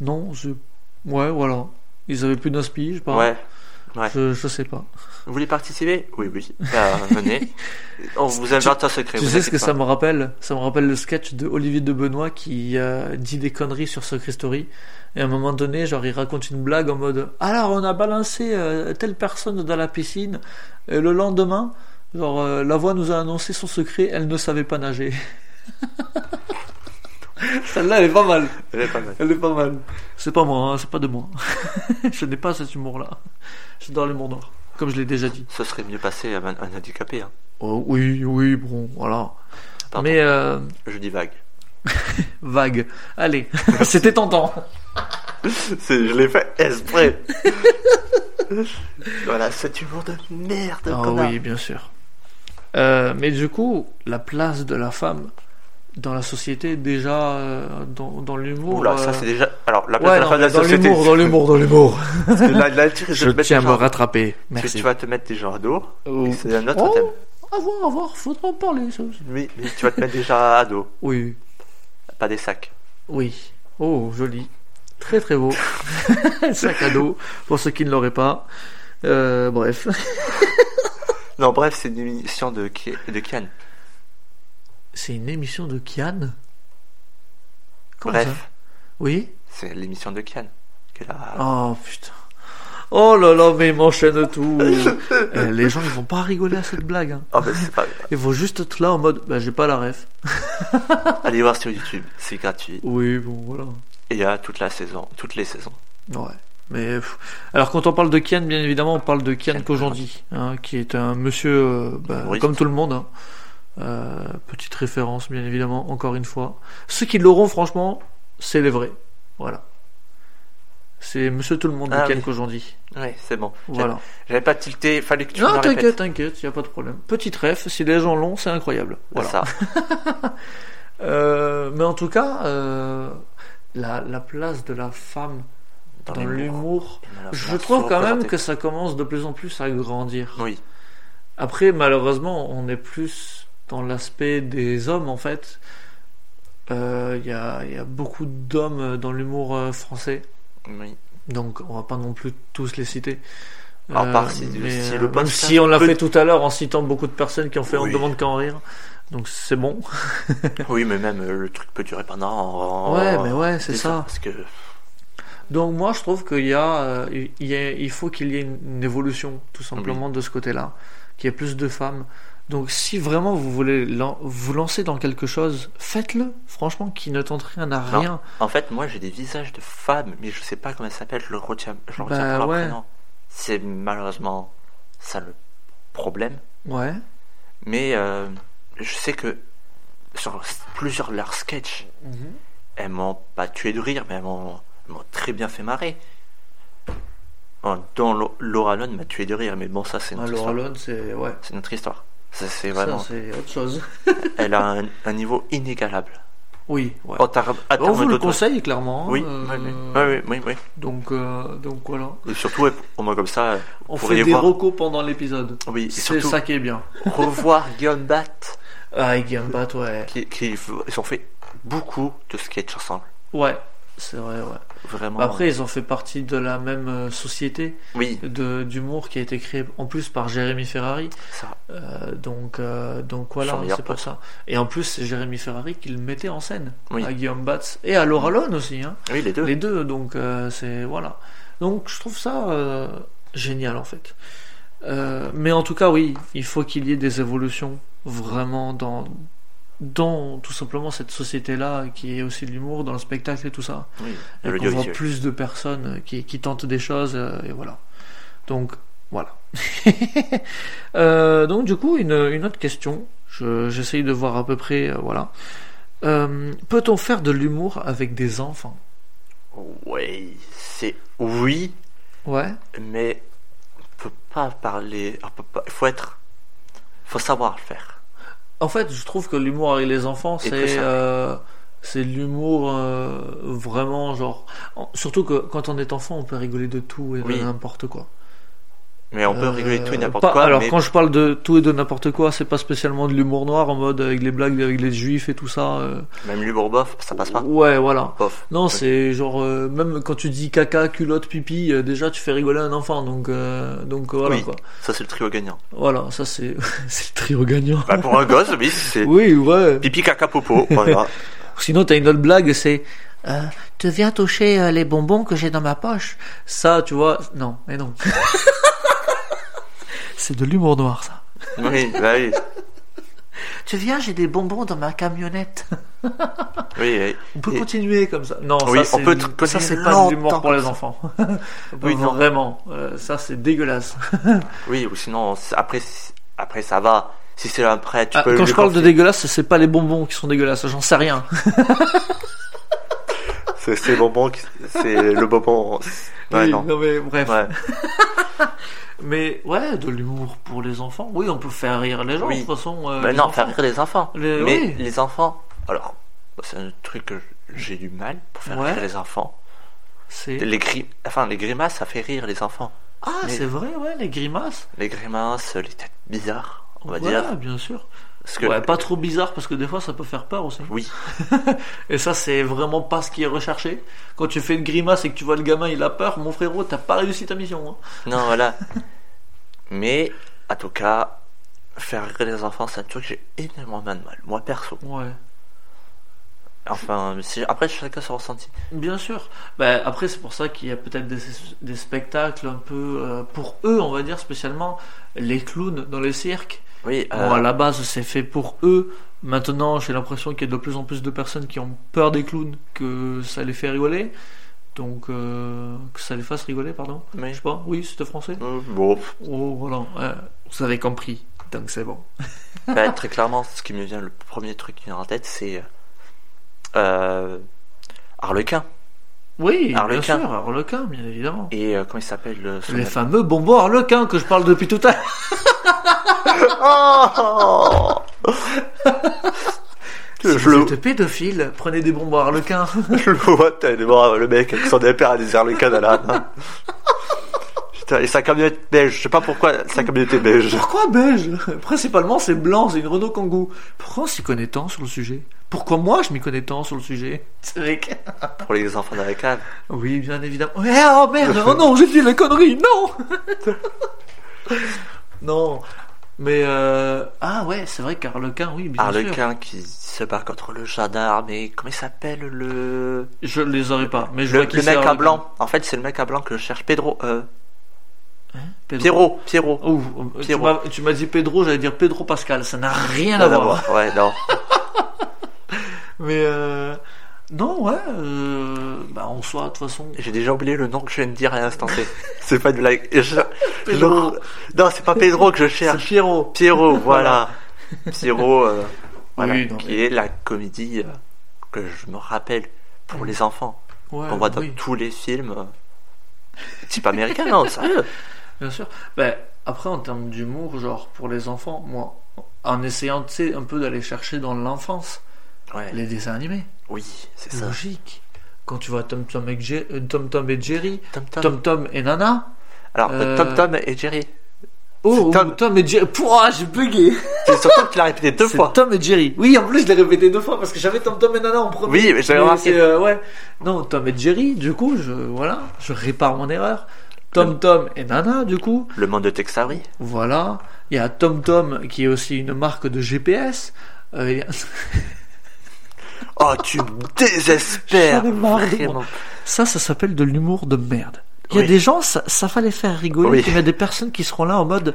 A: Non, je. Ouais, voilà. Ils avaient plus d'inspi, je parle.
B: Ouais. ouais.
A: Je, je, sais pas.
B: Vous voulez participer Oui, oui. Euh, venez. On vous invite un secret.
A: Tu sais ce que pas. ça me rappelle Ça me rappelle le sketch de Olivier de Benoît qui euh, dit des conneries sur Secret Story. Et à un moment donné, genre, il raconte une blague en mode Alors, on a balancé euh, telle personne dans la piscine. Et le lendemain, Genre, euh, la voix nous a annoncé son secret, elle ne savait pas nager. Celle-là, elle est pas mal.
B: Elle est pas mal.
A: Elle est pas mal. C'est pas moi, hein, c'est pas de moi. je n'ai pas cet humour-là. J'adore l'humour noir, comme je l'ai déjà dit.
B: Ce serait mieux passé à un, à un handicapé. Hein.
A: Oh, oui, oui, bon, voilà. Pardon, Mais. Euh...
B: Je dis vague.
A: vague. Allez, c'était tentant.
B: je l'ai fait exprès. voilà, cet humour de merde.
A: Ah oh, oui, bien sûr. Euh, mais du coup, la place de la femme dans la société, déjà euh, dans, dans l'humour.
B: Oula,
A: euh...
B: ça c'est déjà. Alors, la place ouais, de la femme dans,
A: dans
B: la société.
A: Dans l'humour, dans l'humour,
B: dans l'humour. là, là, tu
A: je tiens à me rattraper. Merci.
B: Tu, tu vas te mettre des gens à dos. Oh. C'est un autre oh, thème.
A: À voir, à voir, faut en parler. Ça.
B: Oui, mais tu vas te mettre déjà à dos.
A: Oui.
B: Pas des sacs.
A: Oui. Oh, joli. Très très beau. Sac à dos, pour ceux qui ne l'auraient pas. Euh, bref.
B: non, bref, c'est une émission de, Ki de Kian.
A: C'est une émission de Kian
B: Comment Bref. Ça
A: oui
B: C'est l'émission de Kian. Que la...
A: Oh putain. Oh là là, mais il m'enchaîne tout. euh, les gens, ils vont pas rigoler à cette blague. Hein.
B: Oh, ben, pas...
A: Ils vont juste être là en mode, bah, j'ai pas la ref.
B: Allez voir sur YouTube, c'est gratuit.
A: Oui, bon, voilà.
B: Il y a toute la saison, toutes les saisons.
A: Ouais. Mais alors quand on parle de Kian, bien évidemment, on parle de Kian Kojandi, hein, qui est un monsieur euh, bah, comme tout le monde. Hein. Euh, petite référence, bien évidemment, encore une fois. Ceux qui l'auront, franchement, c'est les vrais. Voilà. C'est Monsieur Tout le Monde
B: ah,
A: de Kian oui. Kojandi.
B: Oui, c'est bon.
A: Voilà.
B: J'avais pas tilté, fallait que tu.
A: Non, Ah, t'inquiète, t'inquiète, y a pas de problème. Petite ref, si les gens l'ont, c'est incroyable. Voilà.
B: Ça.
A: euh, mais en tout cas, euh, la, la, place de la femme dans, dans l'humour, je trouve quand même que ça commence de plus en plus à grandir.
B: Oui.
A: Après, malheureusement, on est plus dans l'aspect des hommes en fait. Il euh, y, a, y, a, beaucoup d'hommes dans l'humour euh, français.
B: Oui.
A: Donc, on va pas non plus tous les citer.
B: À part si-
A: mais,
B: si le
A: euh, même
B: podcast
A: si on l'a
B: peut-
A: fait tout à l'heure en citant beaucoup de personnes qui ont fait
B: Oui.
A: On demande qu'à en rire. Donc c'est bon.
B: Oui, mais même euh, le truc peut durer pendant.
A: Ouais, mais ouais, c'est
B: des
A: ça.
B: heures, Parce que
A: Donc moi je trouve qu'il y a, euh, il, y a- il faut qu'il y ait une, une évolution tout simplement de ce côté-là, qu'il y ait plus de femmes. Donc si vraiment vous voulez lan- vous lancer dans quelque chose, faites-le. Franchement, qui ne tente rien à
B: Non.
A: rien.
B: En fait, moi, j'ai des visages de femmes, mais je sais pas comment elles s'appellent. Je le retiens, je le
A: Bah,
B: retiens pas leur
A: ouais.
B: prénom. C'est malheureusement ça le problème.
A: Ouais.
B: Mais euh, je sais que sur plusieurs de leurs sketchs,
A: Mhm.
B: elles m'ont pas tué de rire, mais elles m'ont elles m'ont très bien fait marrer. Bon, Dont Lo- Laura Lone m'a tué de rire, mais bon, ça, c'est notre
A: Alors
B: histoire.
A: Alone, c'est ouais.
B: C'est notre histoire. Ça, c'est
A: Ça
B: vraiment.
A: c'est autre chose.
B: Elle a un, un niveau inégalable.
A: Oui. Ouais.
B: En tar- à
A: On
B: Oh, terme
A: vous le
B: d'auteur.
A: conseille clairement.
B: Oui,
A: euh,
B: oui, oui, oui, oui, oui.
A: Donc euh, donc voilà.
B: Et surtout, au moins comme ça,
A: On
B: Vous
A: fait
B: pourriez
A: des
B: voir.
A: recos pendant l'épisode.
B: oui, et
A: C'est
B: surtout,
A: ça qui est bien.
B: revoir Guillaume Bat,
A: Ah, et Gambat, ouais.
B: qui, qui- ils ont fait beaucoup de sketchs ensemble.
A: Ouais, c'est vrai, ouais. Bah,
B: Vraiment.
A: Après, ils ont fait partie de la même euh, société
B: oui,
A: de- d'humour qui a été créée en plus par Jérémy Ferrari.
B: ça.
A: Euh, donc, euh, donc
B: Son
A: voilà,
B: meilleur
A: c'est pour
B: pote.
A: ça. Et en plus, c'est Jérémy Ferrari qui le mettait en scène
B: Oui. Mm.
A: à Guillaume Batz et à Laura Lone aussi. Hein.
B: Oui, les deux.
A: Les deux, donc euh, c'est voilà. Donc je trouve ça euh, génial en fait. Euh, mais en tout cas, oui, il faut qu'il y ait des évolutions vraiment dans dans tout simplement cette société là qui est aussi de l'humour dans le spectacle et tout ça.
B: Oui,
A: Et
B: le
A: qu'on voit
B: audiovisuel.
A: plus de personnes euh, qui, qui tentent des choses euh, et voilà. Donc voilà. Euh, donc du coup une, une autre question. Je- J'essaye de voir à peu près euh, voilà. Euh, Peut-on faire de l'humour avec des enfants
B: Oui, c'est oui,
A: Ouais.
B: mais on peut pas parler. on peut pas- Il faut être. faut savoir le faire.
A: En fait, je trouve que l'humour avec les enfants,
B: Et très
A: c'est
B: simple.
A: euh, c'est de l'humour euh, vraiment genre. en- Surtout que quand on est enfant, on peut rigoler de tout et de
B: Oui.
A: n'importe quoi.
B: Mais on peut
A: Euh,
B: rigoler de tout et n'importe
A: pas-
B: quoi.
A: Alors
B: mais
A: quand je parle de tout et de n'importe quoi, c'est pas spécialement de l'humour noir en mode avec les blagues avec les juifs et tout ça. euh.
B: Même l'humour bof, ça passe Ah, pas.
A: Ouais, voilà.
B: Bof.
A: Non,
B: Oui.
A: c'est genre euh, même quand tu dis caca, culotte, pipi, euh, déjà tu fais rigoler un enfant, donc euh, donc voilà
B: Oui.
A: quoi.
B: Ça, c'est le trio gagnant.
A: Voilà, ça c'est c'est le trio gagnant.
B: Bah, pour un gosse, oui, c'est
A: Oui, ouais.
B: pipi, caca, popo. Voilà.
A: Sinon, t'as une autre blague, c'est euh, Te viens toucher euh, les bonbons que j'ai dans ma poche. Ça, tu vois, non, mais non. c'est de l'humour noir, ça.
B: oui, bah oui.
A: Tu viens, j'ai des bonbons dans ma camionnette.
B: Oui, oui.
A: On peut
B: Et-
A: continuer comme ça. Non,
B: Oui,
A: ça,
B: on
A: c'est-
B: peut tr-
A: ça, c'est
B: continuer
A: pas de l'humour
B: longtemps
A: pour les
B: comme ça.
A: enfants.
B: Oui,
A: non,
B: non.
A: vraiment. euh, ça, c'est dégueulasse.
B: Oui, ou sinon, c'est- après, c'est- après ça va. Si c'est un prêt, tu
A: Ah,
B: peux
A: quand
B: lui
A: je parle de
B: confier.
A: dégueulasse, c'est pas les bonbons qui sont dégueulasses, j'en sais rien.
B: C'est c'est le bonbon, qui- c'est le bonbon. Ouais,
A: Oui,
B: non.
A: mais bref.
B: Ouais.
A: Mais ouais, de l'humour pour les enfants. Oui, on peut faire rire les gens,
B: Oui.
A: de toute façon. euh,
B: Mais
A: les
B: non,
A: enfants.
B: faire rire les enfants.
A: Les-
B: Mais
A: oui.
B: les enfants, alors, c'est un truc que j'ai du mal pour faire
A: Ouais.
B: rire les enfants.
A: C'est...
B: Les, gri- enfin, les grimaces, ça fait rire les enfants.
A: Ah,
B: Mais-
A: c'est vrai, ouais, les grimaces.
B: Les grimaces, les têtes bizarres, on va
A: Voilà,
B: dire.
A: bien sûr.
B: Parce que,
A: Ouais, pas trop bizarre parce que des fois ça peut faire peur aussi.
B: Oui,
A: Et ça, c'est vraiment pas ce qui est recherché. Quand tu fais une grimace et que tu vois le gamin, il a peur, mon frérot, t'as pas réussi ta mission. hein.
B: non, voilà. Mais, en tout cas, faire rire les enfants, c'est un truc que j'ai énormément de mal. Moi, perso.
A: Ouais.
B: Enfin, si- après, chacun son ressenti.
A: Bien sûr. Bah, après, c'est pour ça qu'il y a peut-être des, des spectacles un peu euh, pour eux, on va dire spécialement les clowns dans les cirques.
B: Oui, euh,
A: Bon, à la base, c'est fait pour eux. Maintenant, j'ai l'impression qu'il y a de plus en plus de personnes qui ont peur des clowns, que ça les fait rigoler. Donc, euh, que ça les fasse rigoler, pardon.
B: mais
A: Je sais pas, oui, c'était français.
B: Euh, Bon,
A: Oh, voilà. ouais, vous avez compris. Donc, c'est bon.
B: Bah, très clairement, ce qui me vient, le premier truc qui me vient en tête, c'est. Euh, Harlequin.
A: Oui,
B: Harlequin.
A: bien sûr, Harlequin, bien évidemment.
B: Et euh, comment il s'appelle le son-
A: Les fameux bonbons Harlequin que je parle depuis tout à l'heure.
B: Oh
A: Si
B: je,
A: vous
B: le,
A: êtes pédophile, prenez des bonbons Harlequin.
B: je le vois tellement, le mec avec son épée à des harlequins à la main. hein. Putain, Et sa camionnette beige, je sais pas pourquoi sa camionnette est beige.
A: Pourquoi belge Principalement, c'est blanc, c'est une Renault Kangoo. Pourquoi on s'y connaît tant sur le sujet Pourquoi moi, je m'y connais tant sur le sujet C'est vrai que-
B: Pour les enfants dans la cave.
A: Oui, bien évidemment. Ouais, oh merde, oh non, j'ai dit la connerie, non Non, mais... euh, Ah ouais, c'est vrai qu'Arlequin, oui, bien sûr.
B: Harlequin qui se bat contre le gendarme et comment il s'appelle le...
A: Je les aurais pas, mais je
B: Le,
A: vois qui
B: le
A: c'est,
B: mec à
A: Harlequin.
B: blanc. En fait, c'est le mec à blanc que je cherche. Pedro. euh,
A: Pedro.
B: Pierrot. Pierrot.
A: Oh, tu
B: Pierrot.
A: m'as- tu m'as dit Pedro, j'allais dire Pedro Pascal, ça n'a rien
B: Non,
A: à voir.
B: d'abord. Ouais, non.
A: Mais euh, non, ouais, euh, bah en soi, de toute façon.
B: J'ai déjà oublié le nom que je viens de dire à l'instant T. C'est pas une blague. Je- je-
A: Pedro.
B: Non, c'est pas Pedro que je
A: C'est
B: cherche.
A: Pierrot.
B: Pierrot, voilà. Pierrot, euh, voilà,
A: Oui, non,
B: qui
A: mais-
B: est la comédie euh, que je me rappelle pour les enfants.
A: Ouais,
B: qu'on voit dans
A: oui,
B: tous les films. euh, Type américain, hein, non, sérieux.
A: bien sûr. Bah, après, en termes d'humour, genre pour les enfants, moi, en essayant, tu sais, un peu d'aller chercher dans l'enfance
B: Ouais.
A: les dessins animés.
B: Oui, c'est ça.
A: Logique. Quand tu vois Tom Tom et, Jer- euh, Tom Tom et Jerry,
B: Tom Tom.
A: Tom Tom et Nana.
B: Alors, euh,
A: Euh,
B: Tom Tom et Jerry.
A: Oh,
B: C'est Tom-
A: Tom. et Jerry. Pouah, j'ai bugué.
B: C'est surtout qu'il a répété deux
A: C'est
B: fois.
A: Tom et Jerry. Oui, en plus, je l'ai répété deux fois parce que j'avais Tom Tom et Nana en premier.
B: Oui, mais j'avais
A: Mais
B: remarqué.
A: c'est, euh, ouais. Non, Tom et Jerry, du coup, je, voilà, je répare mon erreur. Tom Tom et Nana, du coup,
B: Le monde de Tex Avery.
A: voilà. Il y a Tom Tom qui est aussi une marque de GPS. Euh, il y a-
B: Oh, tu me désespères.
A: J'en ai marre de
B: Vraiment.
A: moi. ça, ça s'appelle de l'humour de merde. Il y a
B: Oui.
A: des gens, ça, ça fallait faire rigoler.
B: Oui.
A: Il y a des personnes qui seront là en mode,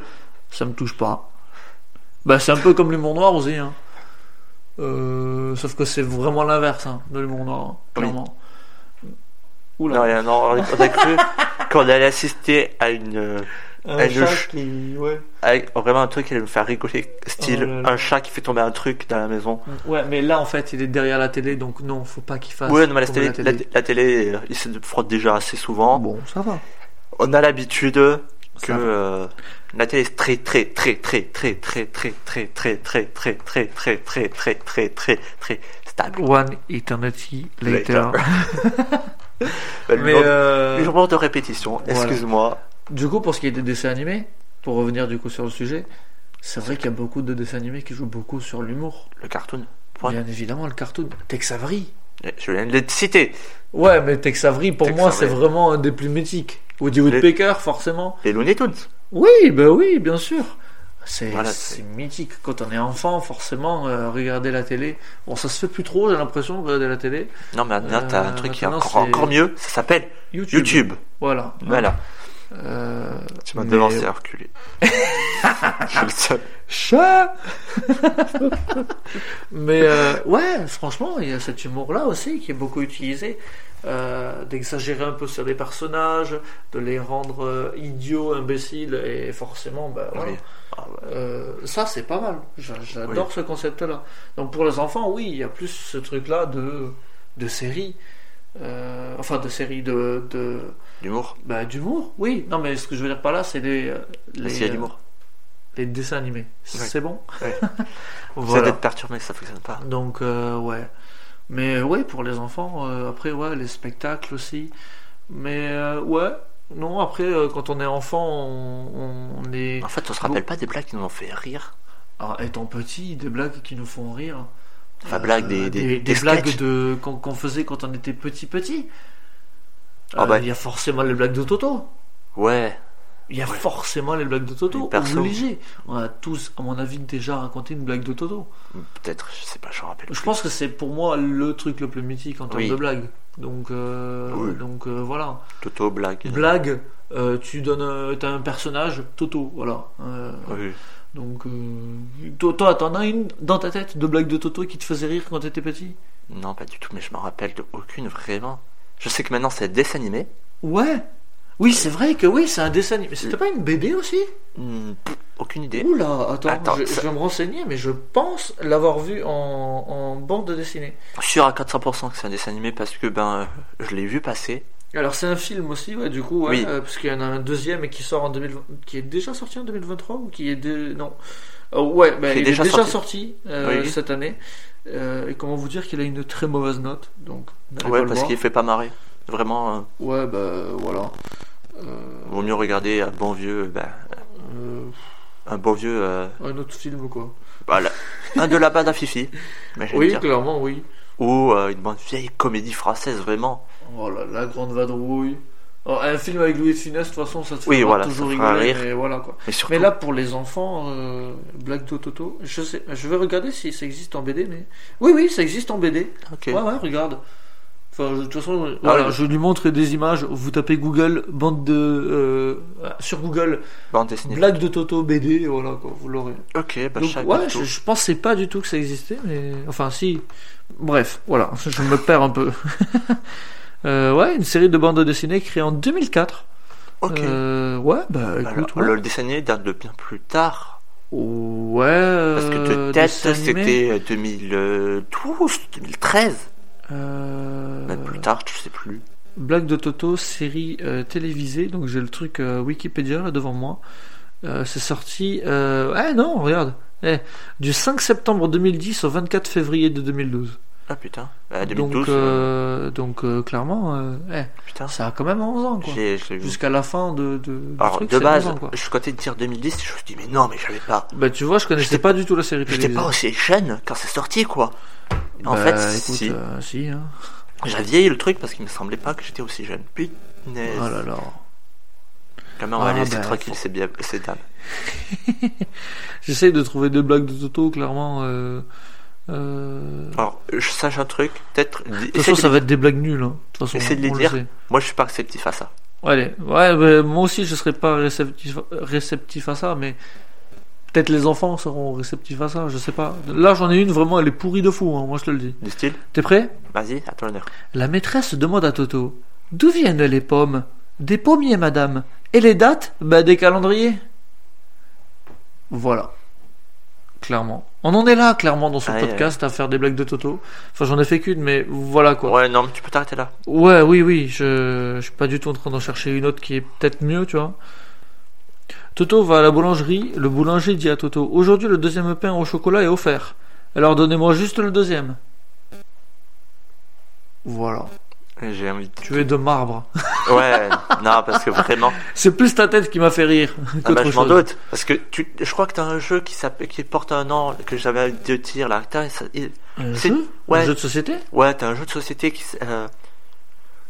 A: ça me touche pas. Bah, c'est un peu comme l'humour noir aussi. Hein. Euh, sauf que c'est vraiment l'inverse hein, de l'humour noir, hein,
B: Oui.
A: clairement. Oula.
B: Non, non, on on a cru qu'on allait assister à une.
A: Un
B: Elle
A: chat
B: le ch-
A: qui- ouais.
B: à oh, vraiment un truc qui allait me faire rigoler. Style,
A: Oh là là.
B: un chat qui fait tomber un truc dans la maison.
A: Ouais, mais là en fait, il est derrière la télé, donc non, faut pas qu'il fasse.
B: ouais, non, mais la
A: tomber
B: télé, la, la télé, euh, il se frotte déjà assez souvent.
A: Bon, ça va.
B: On a l'habitude que
A: Ça va.
B: euh, la télé est très, très, très, très, très, très, très, très, très, très, très, très, très, très, très, très, très, très stable.
A: One eternity later.
B: Le
A: Mais
B: nombre-
A: euh,
B: le nombre de répétitions,
A: voilà.
B: excuse-moi.
A: du coup, pour ce qui est des dessins animés, pour revenir du coup sur le sujet, c'est vrai qu'il y a beaucoup de dessins animés qui jouent beaucoup sur l'humour.
B: Le cartoon. Point.
A: Bien évidemment, le cartoon. Tex Avery.
B: Je viens de le citer.
A: Ouais, mais Tex Avery, pour
B: Tex
A: moi,
B: Avery.
A: c'est vraiment un des plus mythiques. Woody Woodpecker, forcément.
B: Les Looney Tunes.
A: Oui, bah oui, bien sûr. C'est
B: Voilà,
A: c'est mythique. Quand on est enfant, forcément, euh, regarder la télé. Bon, ça se fait plus trop, j'ai l'impression, regarder la télé.
B: Non, mais maintenant, t'as un
A: Euh,
B: truc qui est
A: maintenant,
B: encore,
A: c'est-
B: encore mieux. Ça s'appelle
A: YouTube.
B: YouTube.
A: Voilà.
B: Voilà.
A: Euh,
B: Tu m'as
A: mais-
B: devancé, reculé. Je le sais.
A: Chat Mais euh, ouais, franchement, il y a cet humour-là aussi qui est beaucoup utilisé. euh, d'exagérer un peu sur les personnages, de les rendre euh, idiots, imbéciles, et forcément, bah, voilà.
B: Oui.
A: Euh, ça, c'est pas mal. J'a- J'adore ce concept-là. Donc pour les enfants, oui, il y a plus ce truc-là de, de série. Euh, enfin, de série de, de
B: L'humour.
A: bah, d'humour, oui. Non, mais ce que je veux dire par là, c'est les, euh, les,
B: Merci à l'humour.
A: les dessins animés. C'est bon
B: Ouais. Ça doit
A: Voilà.
B: être perturbé, ça fonctionne pas.
A: Donc, euh, ouais. Mais ouais, pour les enfants, euh, après, ouais, les spectacles aussi. Mais euh, ouais, non, après, euh, quand on est enfant, on, on est.
B: En fait, on se rappelle pas des blagues qui nous ont fait rire.
A: Alors, étant petit, des blagues qui nous font rire.
B: Enfin, blagues, des- des- des
A: Euh, blagues
B: sketchs.
A: de qu'on qu'on faisait quand on était petit petit.
B: Ah
A: Euh,
B: bah.
A: Il y a forcément les blagues de Toto.
B: Ouais.
A: Il y a forcément les blagues de Toto.
B: Les persos.
A: Obligé. On a tous, à mon avis, déjà raconté une blague de Toto.
B: Peut-être, je sais pas, je me rappelle.
A: Je
B: plus.
A: pense que c'est pour moi le truc le plus mythique en termes
B: Oui.
A: de blague. Donc, euh,
B: Oui.
A: donc euh, voilà.
B: Toto, blague.
A: Blague. euh, tu donnes, euh, t'as un personnage, Toto, voilà. Euh,
B: Oui.
A: Donc, euh, toi, toi, t'en as une dans ta tête de blague de Toto qui te faisait rire quand t'étais petit
B: Non, pas du tout, mais je me rappelle de aucune vraiment. Je sais que maintenant c'est dessin animé.
A: Ouais. Oui, c'est vrai que oui, c'est un dessin animé. C'était pas une BD aussi
B: Hmm, pff, aucune idée.
A: Oula, attends,
B: Attends,
A: je,
B: ça-
A: je vais me renseigner, mais je pense l'avoir vu en, en bande dessinée.
B: Sûr à 400% que c'est un dessin animé parce que ben euh, je l'ai vu passer.
A: Alors c'est un film aussi, ouais, du coup, ouais,
B: Oui.
A: euh, parce qu'il y en a un deuxième qui sort en 2020, qui est déjà sorti en 2023 ou qui est dé- non, Euh, ouais, bah,
B: Qui est
A: il
B: déjà
A: est déjà
B: sorti.
A: sorti, euh,
B: Oui.
A: cette année. Euh, et comment vous dire qu'il a une très mauvaise note, donc. n'allez pas
B: Ouais,
A: le
B: parce
A: voir.
B: qu'il fait pas marrer. Vraiment. euh,
A: Ouais, bah voilà. Euh,
B: Ouais, Vaut mieux regarder un bon vieux, ben,
A: Euh,
B: un bon vieux, euh,
A: un autre film ou quoi
B: voilà, un de la bande à Fifi, mais j'allais
A: Oui,
B: dire.
A: clairement, oui.
B: ou euh, une bonne vieille comédie française vraiment.
A: Oh là, la grande vadrouille. Oh, un film avec Louis de Funès, de toute façon, ça te fait
B: Oui, voilà,
A: toujours
B: ça fera
A: rigoler,
B: rire.
A: mais voilà quoi.
B: Mais surtout,
A: Mais là, pour les enfants, euh, Black Toto, je sais, je vais regarder si ça existe en BD, mais oui, oui, ça existe en BD.
B: ok.
A: Ouais, ouais, regarde. Enfin, je- de toute façon, voilà,
B: ouais.
A: Ah, je lui montre des images. Vous tapez Google bande de euh, sur Google
B: bande dessinée.
A: Blague de Toto BD, et voilà quoi, vous l'aurez.
B: Ok, bah,
A: Donc,
B: chaque
A: ouais, je,
B: photo.
A: je pensais pas du tout que ça existait, mais enfin si. Bref, voilà, je me perds un peu. Euh, ouais, une série de bandes dessinées créée en 2004.
B: Ok.
A: Euh, ouais, bah
B: Alors,
A: écoute, ouais.
B: le dessin animé date de bien plus tard.
A: Ouais.
B: Parce que
A: euh,
B: de tête,
A: dessin animé.
B: c'était euh, 2012, 2013.
A: Euh,
B: Même plus tard, je sais plus.
A: Blague de Toto, série euh, télévisée. Donc j'ai le truc euh, Wikipédia là devant moi. Euh, c'est sorti. euh, Ah non, regarde. Eh, du 5 septembre 2010 au 24 février de 2012.
B: Ah putain. Bah, 2012,
A: donc euh, donc euh, clairement, euh, eh,
B: putain.
A: ça a quand même 11 ans quoi.
B: Ah. J'ai- j'ai eu-
A: Jusqu'à la fin de, de, du
B: Alors,
A: truc,
B: de
A: c'est 11
B: base,
A: ans, quoi.
B: je comptais te dire 2010, je me suis dit, mais non, mais j'avais pas.
A: Bah tu vois, je connaissais
B: J'étais-
A: pas du tout la série
B: J'étais
A: télévisée.
B: pas aussi jeune quand c'est sorti, quoi. En
A: Bah,
B: fait,
A: écoute,
B: si.
A: euh, si, hein.
B: J'avais vieilli le truc parce qu'il me semblait pas que j'étais aussi jeune. Punaise.
A: Oh là là.
B: Quand même, on va
A: Ah,
B: laisser
A: bah,
B: tranquille ces, bia- ces dames.
A: J'essaye de trouver des blagues de Toto, clairement. Euh, euh,
B: Alors, je sache un truc, peut-être.
A: De toute
B: Essaye
A: façon,
B: de-
A: ça va être des blagues nulles. hein. De toute façon,
B: Essaie de les
A: on le
B: dire.
A: sait.
B: Moi, je suis pas réceptif à ça.
A: Allez, ouais, bah, moi aussi, je serais pas réceptif, réceptif à ça, mais peut-être les enfants seront réceptifs à ça, je sais pas. Là, j'en ai une vraiment, elle est pourrie de fou, hein, moi je te le dis.
B: Du style
A: T'es prêt
B: Vas-y, à ton honneur.
A: La maîtresse demande à Toto D'où viennent les pommes Des pommiers, madame. Et les dates Bah, des calendriers. Voilà. Clairement. On en est là, clairement, dans ce
B: Ouais,
A: podcast, à faire des blagues de Toto. Enfin, j'en ai fait qu'une, mais voilà quoi.
B: Ouais, non, mais tu peux t'arrêter là.
A: Ouais, oui, oui, je, je suis pas du tout en train d'en chercher une autre qui est peut-être mieux, tu vois. Toto va à la boulangerie, le boulanger dit à Toto Aujourd'hui, le deuxième pain au chocolat est offert. Alors donnez-moi juste le deuxième. Voilà.
B: J'ai envie de...
A: Tu es de marbre.
B: Ouais, non, parce que vraiment.
A: C'est plus ta tête qui m'a fait rire
B: Ah bah,
A: qu'autre
B: je m'en
A: chose.
B: doute. Parce que tu... je crois que t'as un jeu qui, s'appelle- qui porte un nom que j'avais envie de dire là. Putain, ça- il-
A: Un
B: C'est-
A: jeu
B: ouais.
A: Un jeu Euh, de société
B: Ouais, t'as un jeu de société qui, s- euh,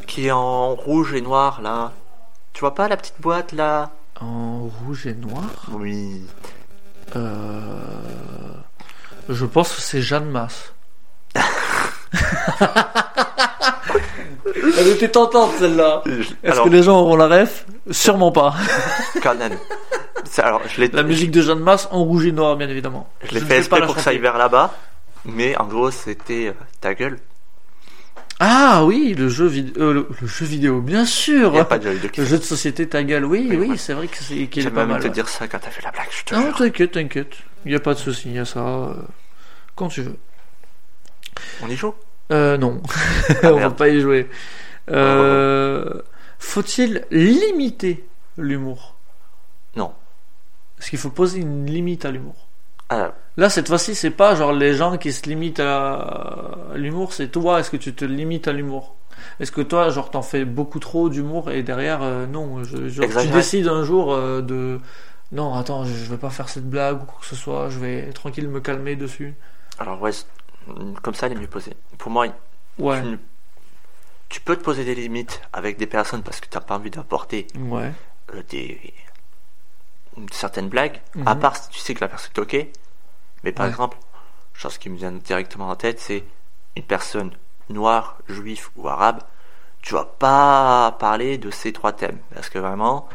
B: qui est en rouge et noir là. Tu vois pas la petite boîte là
A: En rouge et noir
B: Oui.
A: Euh, Je pense que c'est Jeanne Masse. Elle était tentante celle-là. Est-ce
B: Alors,
A: que les gens auront la ref Sûrement pas.
B: Conan. C'est- Alors, je l'ai
A: La musique de Jeanne Masse en rouge et noir, bien évidemment.
B: je l'ai
A: ne
B: fait
A: vais pas
B: exprès
A: la
B: pour que ça
A: chanter.
B: aille vers là-bas. Mais en gros, c'était euh, ta gueule.
A: Ah oui, le jeu, vid- euh, le, le jeu vidéo, bien sûr.
B: Il n'y a pas de gueule de
A: Le
B: qui
A: jeu de société ta gueule, oui,
B: Oui,
A: oui,
B: ouais.
A: c'est vrai que c'est qu'il est
B: J'ai
A: pas
B: même
A: mal.
B: te
A: ouais.
B: dire ça quand t'as fait la blague, je te
A: Non,
B: jure.
A: t'inquiète, t'inquiète. Il n'y a pas de souci, il y a ça. euh, Quand tu veux.
B: On y joue
A: Euh, non. On va
B: merde.
A: pas y jouer. Euh, Faut-il limiter l'humour
B: Non.
A: Parce qu'il faut poser une limite à l'humour.
B: Ah,
A: Là, cette fois-ci, c'est pas genre les gens qui se limitent à à l'humour, c'est toi. Est-ce que tu te limites à l'humour Est-ce que toi, genre, t'en fais beaucoup trop d'humour et derrière, euh, non, je, genre, tu
B: Exagéré.
A: décides un jour euh, de. Non, attends, je, je vais pas faire cette blague ou quoi que ce soit, je vais tranquille me calmer dessus.
B: Alors ouais, c'est- comme ça, elle est mieux posée. Pour moi,
A: Ouais.
B: tu, ne- tu peux te poser des limites avec des personnes parce que t'as pas envie d'apporter
A: Ouais.
B: euh, des certaines blagues,
A: Mhm.
B: à part si tu sais que la personne est ok. Mais par
A: Ouais.
B: exemple, chose qui me vient directement en tête, c'est une personne noire, juif ou arabe, tu vas pas parler de ces trois thèmes parce que vraiment,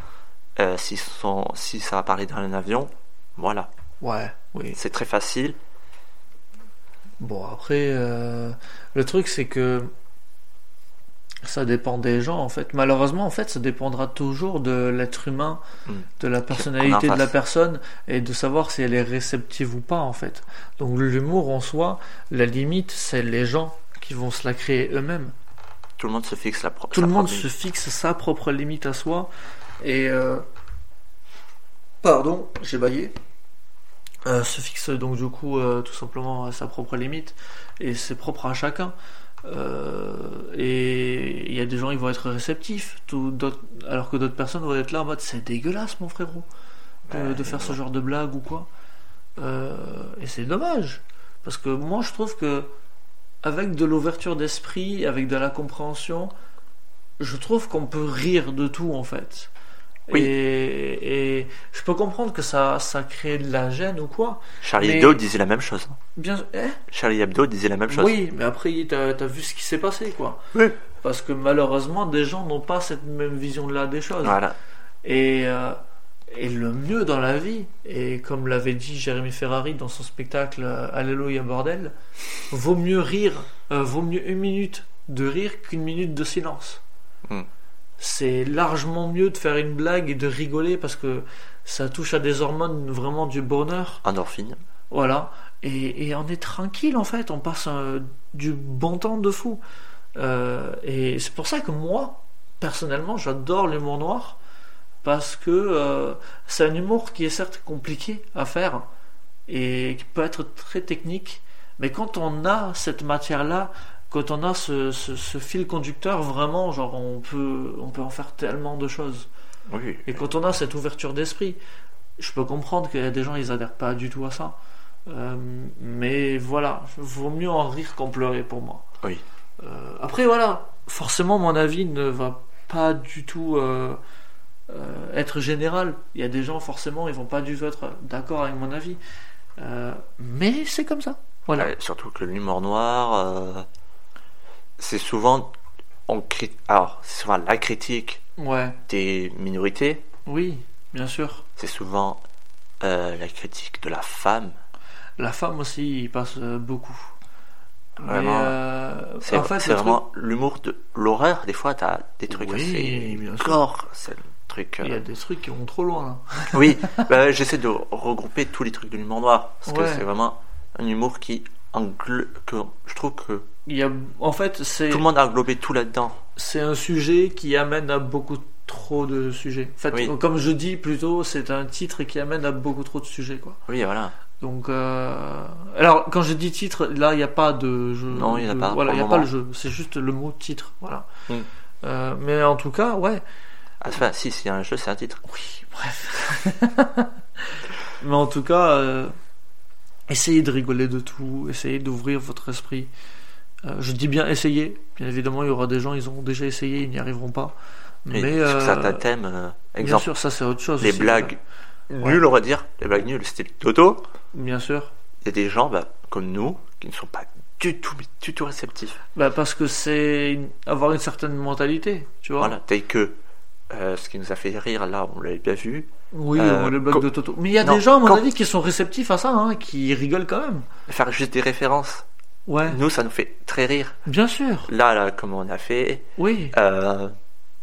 B: euh, si, sont, si ça va parler dans un avion, voilà,
A: Ouais. Oui.
B: c'est très facile.
A: Bon, après, euh, le truc, c'est que ça dépend des gens, en fait. Malheureusement, en fait, ça dépendra toujours de l'être humain,
B: Mm.
A: de la
B: qu'on
A: personnalité
B: en
A: de la
B: fasse.
A: personne, et de savoir si elle est réceptive ou pas, en fait. Donc, l'humour en soi, la limite, c'est les gens qui vont se la créer eux-mêmes.
B: Tout le monde se fixe la pro-
A: Tout
B: sa
A: le monde
B: propre
A: se fixe sa propre limite à soi. Et. euh, Pardon, j'ai baillé. Euh, se fixe donc du coup euh, tout simplement à sa propre limite. Et c'est propre à chacun. Euh, et il y a y a des gens, ils vont être réceptifs, tout, d'autres- alors que d'autres personnes vont être là en mode c'est dégueulasse, mon frérot, de,
B: Ouais,
A: de faire ce
B: ouais.
A: genre de blague ou quoi. Euh, et c'est dommage, parce que moi je trouve que avec de l'ouverture d'esprit, avec de la compréhension, je trouve qu'on peut rire de tout en fait.
B: Oui.
A: Et, et je peux comprendre que ça, ça crée de la gêne ou quoi.
B: Charlie
A: Mais-
B: Hebdo disait la même chose. hein.
A: Bien, eh,
B: Charlie Hebdo disait la même chose.
A: oui, mais après, t'as as vu ce qui s'est passé, quoi.
B: Oui.
A: Parce que malheureusement, des gens n'ont pas cette même vision-là des choses.
B: Voilà.
A: Et, euh, et le mieux dans la vie, et comme l'avait dit Jérémy Ferrari dans son spectacle euh, Alléluia Bordel, vaut mieux rire, euh, vaut mieux une minute de rire qu'une minute de silence.
B: Mm.
A: C'est largement mieux de faire une blague et de rigoler parce que ça touche à des hormones vraiment du bonheur.
B: Endorphine.
A: Voilà. Et, et on est tranquille en fait, on passe euh, du bon temps de fou. Euh, et c'est pour ça que moi, personnellement, j'adore l'humour noir parce que euh, c'est un humour qui est certes compliqué à faire et qui peut être très technique, mais quand on a cette matière-là, quand on a ce, ce- ce fil conducteur, vraiment, genre, on peut, on peut en faire tellement de choses.
B: Oui.
A: Et quand on a cette ouverture d'esprit, je peux comprendre qu'il y a des gens, ils adhèrent pas du tout à ça. Euh, mais voilà, vaut mieux en rire qu'en pleurer pour moi.
B: Oui.
A: Euh, après, voilà, forcément, mon avis ne va pas du tout euh, euh, être général. Il y a des gens, forcément, ils vont pas du tout être d'accord avec mon avis. Euh, mais c'est comme ça. Voilà.
B: Ouais, surtout que l'humour noir, euh, c'est souvent on cri- Alors, c'est souvent la critique
A: Ouais.
B: des minorités.
A: Oui, bien sûr.
B: C'est souvent euh, la critique de la femme.
A: La femme aussi, il passe euh, beaucoup. Mais,
B: Vraiment.
A: euh,
B: C'est
A: en fait,
B: c'est
A: le truc-
B: vraiment l'humour de l'horreur. Des fois, t'as des trucs
A: Oui, bien
B: assez
A: sûr.
B: gore. C'est le truc. euh,
A: Il y a des trucs qui vont trop loin. là.
B: Oui, bah, j'essaie de regrouper tous les trucs de l'humour noir. Parce que
A: Ouais.
B: c'est vraiment un humour qui engle... que Je trouve que
A: Il y a, en fait, c'est
B: tout le monde a englobé tout là-dedans.
A: c'est un sujet qui amène à beaucoup trop de sujets. En fait,
B: Oui.
A: comme je dis plutôt, c'est un titre qui amène à beaucoup trop de sujets, quoi.
B: Oui, voilà.
A: Donc, euh, alors quand je dis titre, là, il n'y a pas de jeu.
B: Non, il y en a
A: de-
B: pas,
A: Voilà,
B: pour
A: il n'y
B: le
A: a pas
B: moment.
A: le jeu. C'est juste le mot titre, voilà.
B: Mm.
A: Euh, mais en tout cas, ouais.
B: Enfin, Ah, si, s'il y a un jeu, c'est un titre.
A: Oui, bref. Mais en tout cas, euh, essayez de rigoler de tout, essayez d'ouvrir votre esprit. Euh, je dis bien essayez. Bien évidemment, il y aura des gens, ils ont déjà essayé, ils n'y arriveront pas.
B: Mais
A: Mais
B: sur
A: euh,
B: certains thèmes, euh,
A: bien
B: exemple,
A: sûr, ça c'est autre chose.
B: les
A: aussi,
B: blagues
A: Ouais.
B: nulles, on va dire, les blagues nulles, c'était le dodo.
A: voilà. Bien sûr.
B: Il y a des gens bah, comme nous qui ne sont pas du tout, mais du tout réceptifs.
A: Bah, parce que c'est une- avoir une certaine mentalité, tu vois.
B: Voilà, tel que euh, ce qui nous a fait rire, là, on l'avait bien vu.
A: Oui,
B: Euh,
A: le
B: co-
A: blog de Toto. Mais il y a
B: Non,
A: des gens, à mon
B: quand-
A: avis, qui sont réceptifs à ça, hein, qui rigolent quand même.
B: Faire juste des références,
A: Ouais,
B: nous, ça nous fait très rire.
A: bien sûr.
B: Là, là, comme on a fait,
A: Oui.
B: Euh,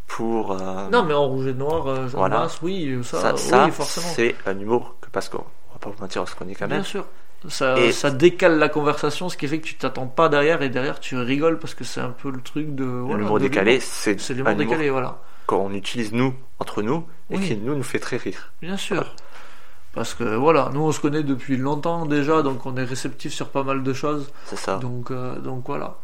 B: pour euh,
A: Non, mais en rouge et noir, euh, Jean
B: Voilà.
A: Masse, oui, ça,
B: ça,
A: oui,
B: ça,
A: forcément.
B: c'est un humour que parce qu'on on va pas vous mentir on se connaît quand même
A: Bien sûr. Ça,
B: Et-
A: ça décale la conversation, ce qui fait que tu t'attends pas derrière et derrière tu rigoles parce que c'est un peu le truc de. voilà,
B: l'humour
A: de
B: décalé
A: l'humour.
B: c'est
A: C'est
B: un
A: l'humour
B: humour
A: décalé, voilà.
B: qu'on utilise nous entre nous et
A: Oui.
B: qui nous nous fait très rire
A: Bien sûr. Parce que voilà, nous on se connaît depuis longtemps déjà, donc on est réceptif sur pas mal de choses.
B: c'est ça
A: Donc, euh, donc voilà.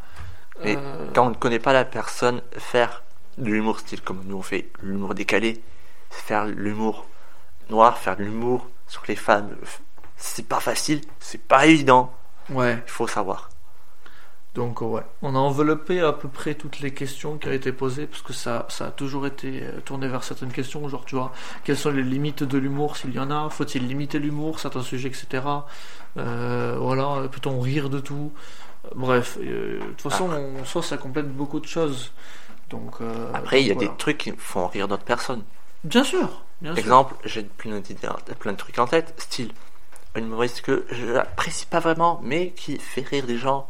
B: Mais
A: Euh,
B: quand on ne connaît pas la personne faire de l'humour style comme nous on fait l'humour décalé faire l'humour noir faire de l'humour sur les femmes f- c'est pas facile c'est pas évident
A: Ouais.
B: il faut savoir
A: Donc euh, ouais, on a enveloppé à peu près toutes les questions qui ont été posées parce que ça, ça a toujours été euh, tourné vers certaines questions, genre tu vois, quelles sont les limites de l'humour s'il y en a, faut-il limiter l'humour, certains sujets, etc. Euh, voilà, euh, peut-on rire de tout Euh, Bref, euh, de toute façon,
B: Ah.
A: on, soit ça complète beaucoup de choses. Donc euh,
B: après il y a
A: donc,
B: des
A: voilà.
B: trucs qui font rire d'autres personnes
A: bien sûr, bien sûr.
B: Exemple, j'ai plein d'idées, plein de trucs en tête, style un humoriste que je n'apprécie pas vraiment, mais qui fait rire des gens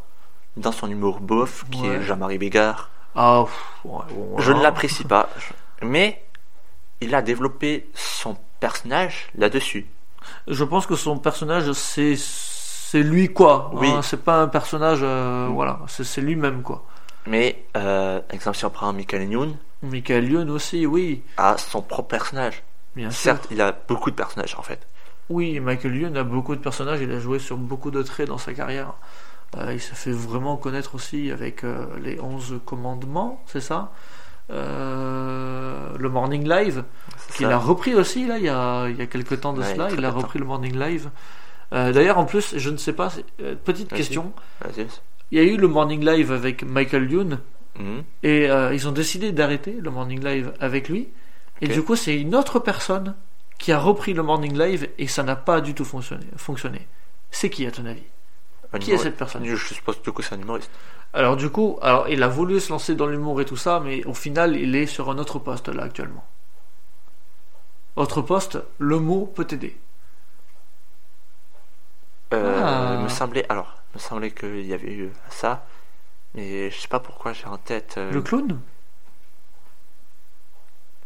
B: dans son humour bof, qui
A: Ouais.
B: est Jean-Marie Bégard.
A: Ah, pff, ouais, bon,
B: Je ne
A: voilà.
B: l'apprécie pas, je- mais il a développé son personnage là-dessus.
A: Je pense que son personnage c'est c'est lui quoi.
B: Oui.
A: hein, c'est pas un personnage, euh,
B: Mm.
A: voilà, c'est c'est lui-même quoi.
B: Mais, euh, exemple, si on prend Michael Youn,
A: Michael Youn aussi, oui,
B: a son propre personnage.
A: bien sûr.
B: Certes, il a beaucoup de personnages en fait.
A: Oui, Michael Youn a beaucoup de personnages, il a joué sur beaucoup de traits dans sa carrière. Euh, il se fait vraiment connaître aussi avec euh, les 11 commandements, c'est ça Euh, Le Morning Live,
B: C'est
A: qu'il
B: ça.
A: a repris aussi, là, il y a, il y a quelques temps de
B: Ouais,
A: cela,
B: très
A: il a
B: peu de
A: repris le Morning Live. Euh, D'ailleurs, en plus, je ne sais pas, c'est- euh, petite
B: Vas-y.
A: question,
B: Vas-y.
A: il y a eu le Morning Live avec Michael Youn,
B: Mhm.
A: et euh, ils ont décidé d'arrêter le Morning Live avec lui, et
B: Ok.
A: du coup, c'est une autre personne qui a repris le Morning Live, et ça n'a pas du tout fonctionné. fonctionné. C'est qui, à ton avis
B: Un
A: Qui est
B: humoriste.
A: cette personne
B: Je suppose du coup c'est un humoriste.
A: Alors du coup, alors il a voulu se lancer dans l'humour et tout ça, mais au final, il est sur un autre poste là actuellement. Autre poste, le mot peut t'aider.
B: Euh,
A: Ah.
B: Me semblait alors, me semblait qu'il y avait eu ça, mais je sais pas pourquoi j'ai en tête. euh,
A: Le clown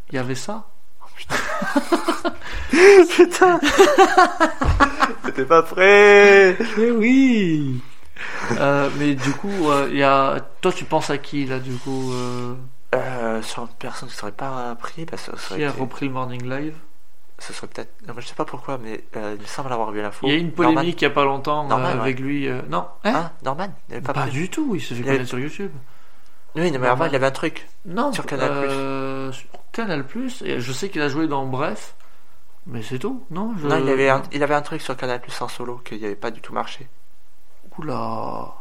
A: Il y avait ça
B: Putain C'était pas prêt
A: Mais Eh oui Mais du coup, euh, il y a... toi tu penses à qui là du coup euh,
B: euh, Sur une personne qui serait pas pris, parce que ça
A: Qui
B: serait,
A: a
B: été-
A: repris le morning live
B: ça serait peut-être. non, mais Je sais pas pourquoi, mais euh, il me semble avoir vu l'info.
A: Il y a eu une
B: Norman.
A: polémique il y a pas longtemps euh,
B: Normal, ouais.
A: avec lui. euh, Non Hein
B: Hein Norman Il avait
A: Pas,
B: pas pris.
A: du tout, il s'est fait
B: Il y a eu-
A: connaître sur YouTube.
B: Oui, non, mais avant il avait un truc.
A: Non.
B: Sur Canal+.
A: euh, sur Canal Plus. Et je sais qu'il a joué dans Bref, mais c'est tout. Non. je-
B: Euh, Non, il avait, un, il avait un truc sur Canal Plus en solo qu'il avait pas du tout marché.
A: Oula.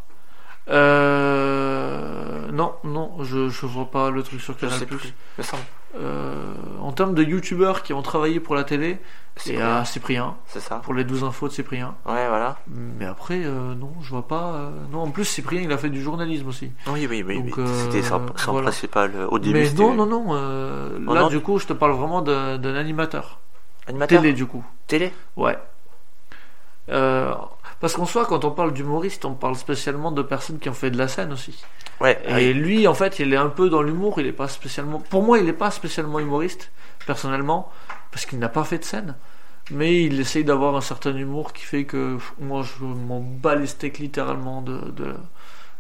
A: Euh... Non, non, je je vois pas le truc sur
B: Je
A: Canal
B: sais plus. Me semble.
A: Euh, en termes de youtubeurs qui ont travaillé pour la télé,
B: C'est
A: il y
B: quoi
A: a Cyprien,
B: C'est ça.
A: pour les 12 infos de Cyprien.
B: Ouais, voilà.
A: Mais après, euh, non, je vois pas. euh, Non, en plus, Cyprien, il a fait du journalisme aussi.
B: Oui, oui, oui.
A: Donc,
B: oui.
A: euh,
B: C'était son, son
A: voilà.
B: principal euh, au début.
A: Mais
B: c'était
A: non, non, non. euh,
B: Oh,
A: là,
B: non.
A: du coup, je te parle vraiment d'un d'un animateur.
B: Animateur.
A: Télé, du coup.
B: Télé.
A: Ouais. Euh, parce qu'en soi, quand on parle d'humoriste, on parle spécialement de personnes qui ont fait de la scène aussi.
B: Ouais.
A: Et
B: ah oui.
A: lui, en fait, il est un peu dans l'humour. Il est pas spécialement. Pour moi, il n'est pas spécialement humoriste personnellement, parce qu'il n'a pas fait de scène. Mais il essaye d'avoir un certain humour qui fait que pff, moi, je m'en bats les steaks littéralement de. de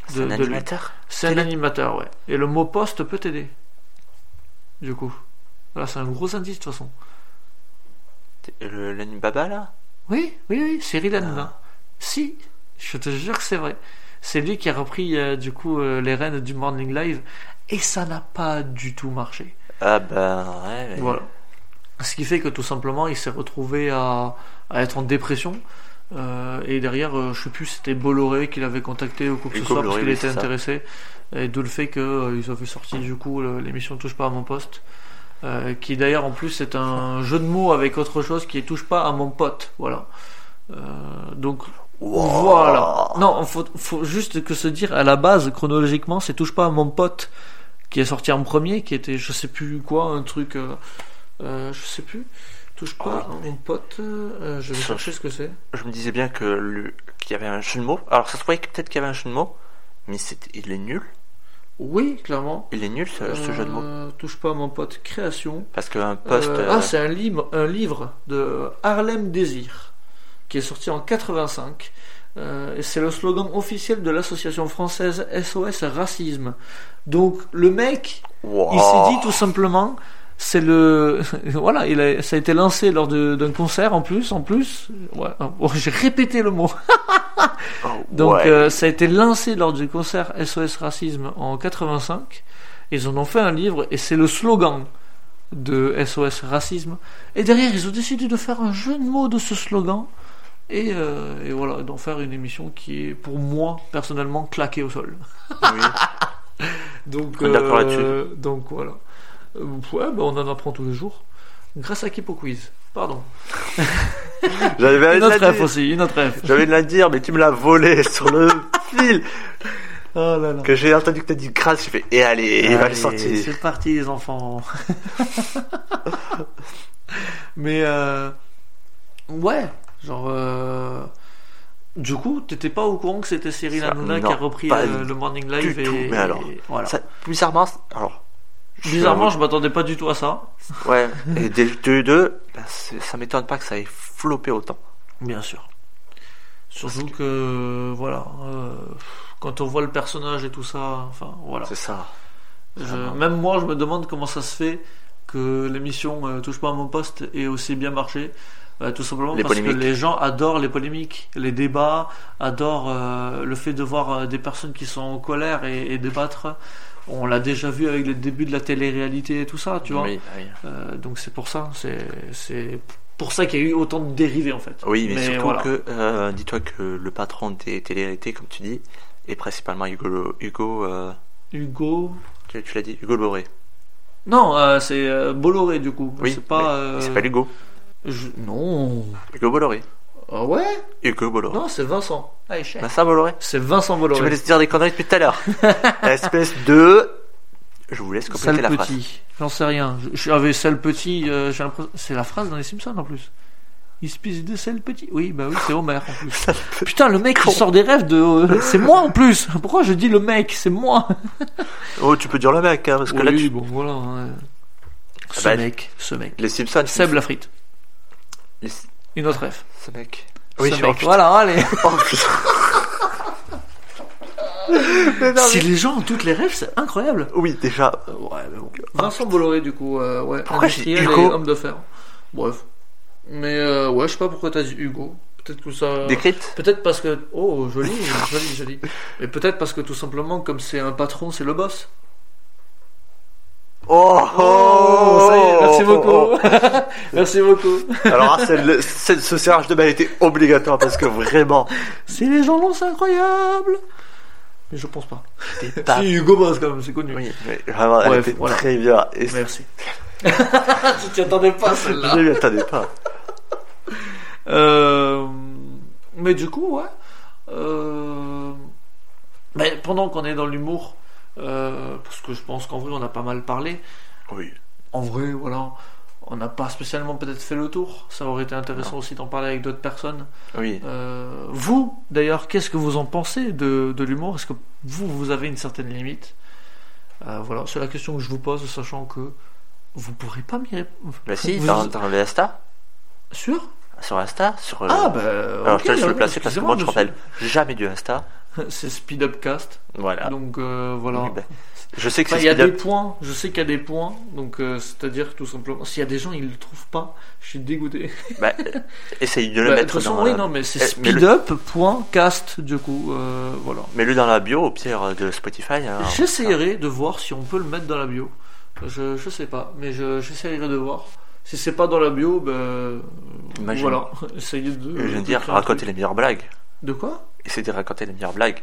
B: C'est
A: de-
B: un
A: de lui.
B: animateur.
A: C'est un
B: Télé.
A: animateur, ouais. Et le mot poste peut t'aider. Du coup, voilà, c'est un gros indice de toute façon.
B: euh, Le l'animababa là.
A: Oui, oui, oui, Cyril Hanouna.
B: Ah.
A: Si, je te jure que c'est vrai. C'est lui qui a repris euh, du coup euh, les rênes du Morning Live et ça n'a pas du tout marché.
B: Ah bah ouais. mais-
A: Voilà. Ce qui fait que tout simplement il s'est retrouvé à, à être en dépression. euh, et derrière, euh, je sais plus, c'était Bolloré qui l'avait contacté ou quoi que
B: Hugo
A: ce soit parce
B: Bolloré,
A: qu'il
B: oui,
A: était
B: c'est ça.
A: intéressé. Et d'où le fait qu'ils avaient sorti du coup le- l'émission Touche pas à mon poste. euh, qui d'ailleurs en plus est un jeu de mots avec autre chose qui est touche pas à mon pote. Voilà. Euh, donc
B: Wow.
A: voilà. Non, faut, faut juste que se dire à la base, chronologiquement, c'est touche pas à mon pote qui est sorti en premier, qui était je sais plus quoi, un truc, euh, euh, je sais plus. Touche pas
B: Oh,
A: à mon pote. euh, je vais
B: Ça-
A: chercher ce que c'est.
B: Je me disais bien que le- qu'il y avait un jeu de mots. Alors ça se voyait que peut-être qu'il y avait un jeu de mots, mais c'était- il est nul.
A: Oui, clairement.
B: Il est nul ce, ce jeu de mots.
A: Euh, touche pas à mon pote. Création.
B: Parce qu'un poste.
A: Euh,
B: euh,
A: Ah, c'est un livre, un livre de Harlem Désir qui est sorti en 85. Euh, et c'est le slogan officiel de l'association française SOS Racisme. Donc le mec,
B: wow.
A: il s'est dit tout simplement, c'est le, voilà, il a- ça a été lancé lors de- d'un concert en plus, en plus. Ouais, oh, j'ai répété le mot.
B: Oh,
A: Donc
B: ouais.
A: euh, ça a été lancé lors du concert SOS Racisme en 85. Ils en ont fait un livre et c'est le slogan de SOS Racisme. Et derrière, ils ont décidé de faire un jeu de mots de ce slogan et, euh, et voilà, d'en faire une émission qui est pour moi personnellement claquée au sol.
B: Oui.
A: Donc,
B: On est Ah, d'accord
A: euh, donc voilà. Euh, ouais, bah, on en apprend tous les jours. Grâce à Kipo Quiz. Pardon.
B: J'avais
A: Une
B: envie de
A: autre
B: la
A: F
B: dire.
A: aussi, une autre F.
B: J'avais envie de la dire, mais tu me l'as volé sur le fil.
A: Oh là là.
B: Que j'ai entendu que t'as dit grâce, j'ai fait et allez, il va le
A: Allez,
B: sortir.
A: C'est parti les enfants. Mais euh, ouais, genre euh, du coup, t'étais pas au courant que c'était Cyril
B: Ça,
A: Hanouna
B: non,
A: qui a repris
B: pas
A: euh, le Morning Live
B: du
A: et,
B: tout, mais alors,
A: et voilà.
B: Ça, bizarrement, c- alors. je-
A: Bizarrement, je m'attendais pas du tout à ça.
B: Ouais, et des deux, deux ben, c'est- ça m'étonne pas que ça ait floppé autant.
A: Bien sûr. Surtout que, voilà, euh, quand on voit le personnage et tout ça, enfin voilà.
B: C'est ça.
A: Je-
B: Vraiment.
A: même moi, je me demande comment ça se fait que l'émission euh, Touche pas à mon poste ait aussi bien marché. Euh, tout simplement
B: Les
A: parce que
B: polémiques.
A: les gens adorent les polémiques, les débats, adorent euh, le fait de voir euh, des personnes qui sont en colère et, et débattre. On l'a déjà vu avec les débuts de la télé-réalité et tout ça, tu vois.
B: Oui, oui.
A: Euh, donc c'est pour ça, c'est c'est pour ça qu'il y a eu autant de dérivés en fait.
B: Oui, mais,
A: Mais
B: surtout
A: voilà.
B: que, euh, dis-toi que le patron des télé comme tu dis, est principalement Hugo. Hugo euh,
A: Hugo.
B: tu tu l'as dit Hugo Loré.
A: Non, euh, c'est euh, Bolloré du coup.
B: Oui,
A: c'est pas.
B: Il
A: euh,
B: s'appelle Hugo.
A: je- Non.
B: Hugo Bolloré.
A: Ah ouais
B: Hugo Bolloré.
A: Non, c'est Vincent. Ah, échec.
B: Vincent Bolloré.
A: C'est Vincent
B: Oh. Bah. Tu me
A: Bolloré.
B: laisses dire des conneries depuis tout à l'heure. Espèce de. Je vous laisse compléter
A: Sale
B: la phrase.
A: petit. J'en sais rien. Je- J'avais sale petit. euh, j'ai l'impression- c'est la phrase dans les Simpsons en plus. Il se pisse de sale petit. Oui, bah oui, c'est Homer en plus. Putain, le mec
B: con.
A: il sort des rêves de. euh, c'est moi en plus. Pourquoi je dis le mec C'est moi.
B: Oh, tu peux dire le mec, hein, parce que
A: oui,
B: là, tu...
A: bon voilà. ouais. Ce
B: bah,
A: mec, ce mec.
B: les Simpsons.
A: Seb la frite.
B: Les...
A: Une autre rêve.
B: Ce mec. Oui,
A: Ce
B: je
A: mec. Voilà, allez. si
B: Si-
A: les gens ont toutes les rêves, c'est incroyable.
B: Oui, déjà.
A: Euh, ouais, mais bon. Vincent Bolloré, du coup, euh, ouais,
B: Pourquoi j'ai dit
A: industriel
B: Hugo
A: et homme de fer. Bref. Mais euh, ouais, je sais pas pourquoi t'as dit Hugo. Peut-être que ça.
B: Décrite
A: Peut-être parce que. Oh, joli, joli, joli. Et peut-être parce que tout simplement, comme c'est un patron, c'est le boss.
B: Oh,
A: ça y est, merci
B: oh,
A: beaucoup.
B: oh,
A: merci beaucoup.
B: oh. Alors, ah, celle- celle- ce serrage de balle était obligatoire parce que vraiment,
A: Si les gens l'ont, c'est incroyable. Mais je pense pas.
B: t'es pas.
A: Si Hugo Boss, quand même, c'est connu.
B: Oui, mais vraiment, elle
A: Bref,
B: était
A: voilà.
B: très bien. Et
A: Merci. tu t'y attendais pas, celle-là.
B: je ne attendais pas.
A: Euh, mais du coup, ouais. Euh, mais pendant qu'on est dans l'humour, euh, parce que je pense qu'en vrai, on a pas mal parlé.
B: Oui.
A: En vrai, voilà. On n'a pas spécialement peut-être fait le tour. Ça aurait été intéressant aussi d'en parler avec d'autres personnes.
B: Oui.
A: Euh, vous, d'ailleurs, qu'est-ce que vous en pensez de, de l'humour Est-ce que vous, vous avez une certaine limite Euh, Voilà, c'est la question que je vous pose, sachant que vous pourrez pas m'y répondre.
B: Bah si,
A: Vous-
B: dans, dans le Insta.
A: Sûr
B: Sur Insta, sur. euh,
A: Ah, bah.
B: Alors,
A: ok,
B: je te laisse
A: ouais,
B: le placer parce que
A: excusez-moi,
B: moi, je ne
A: monsieur.
B: rappelle jamais du Insta.
A: C'est Speed Upcast.
B: Voilà.
A: Donc euh, voilà.
B: Oui, bah, Je sais que
A: Enfin,
B: c'est
A: il y a
B: Speed
A: des
B: Up.
A: points, je sais qu'il y a des points, donc euh, c'est-à-dire tout simplement, s'il y a des gens, ils le trouvent pas, je suis dégoûté.
B: Bah, euh, essaye de le
A: Bah, de toute
B: mettre
A: façon,
B: dans
A: oui,
B: la-
A: non, mais c'est
B: Eh, mais le-
A: speedup.cast, du coup, euh, voilà.
B: Mets-le dans la bio, au pire, euh, de Spotify. hein.
A: J'essayerai de voir si on peut le mettre dans la bio. Je, je sais pas, mais je- j'essayerai de voir. Si c'est pas dans la bio, ben. euh,
B: Imagine.
A: Voilà, essayez de.
B: Je
A: de
B: veux dire,
A: créer un
B: raconter
A: truc.
B: les meilleures blagues.
A: De quoi
B: Essaye de raconter les meilleures blagues.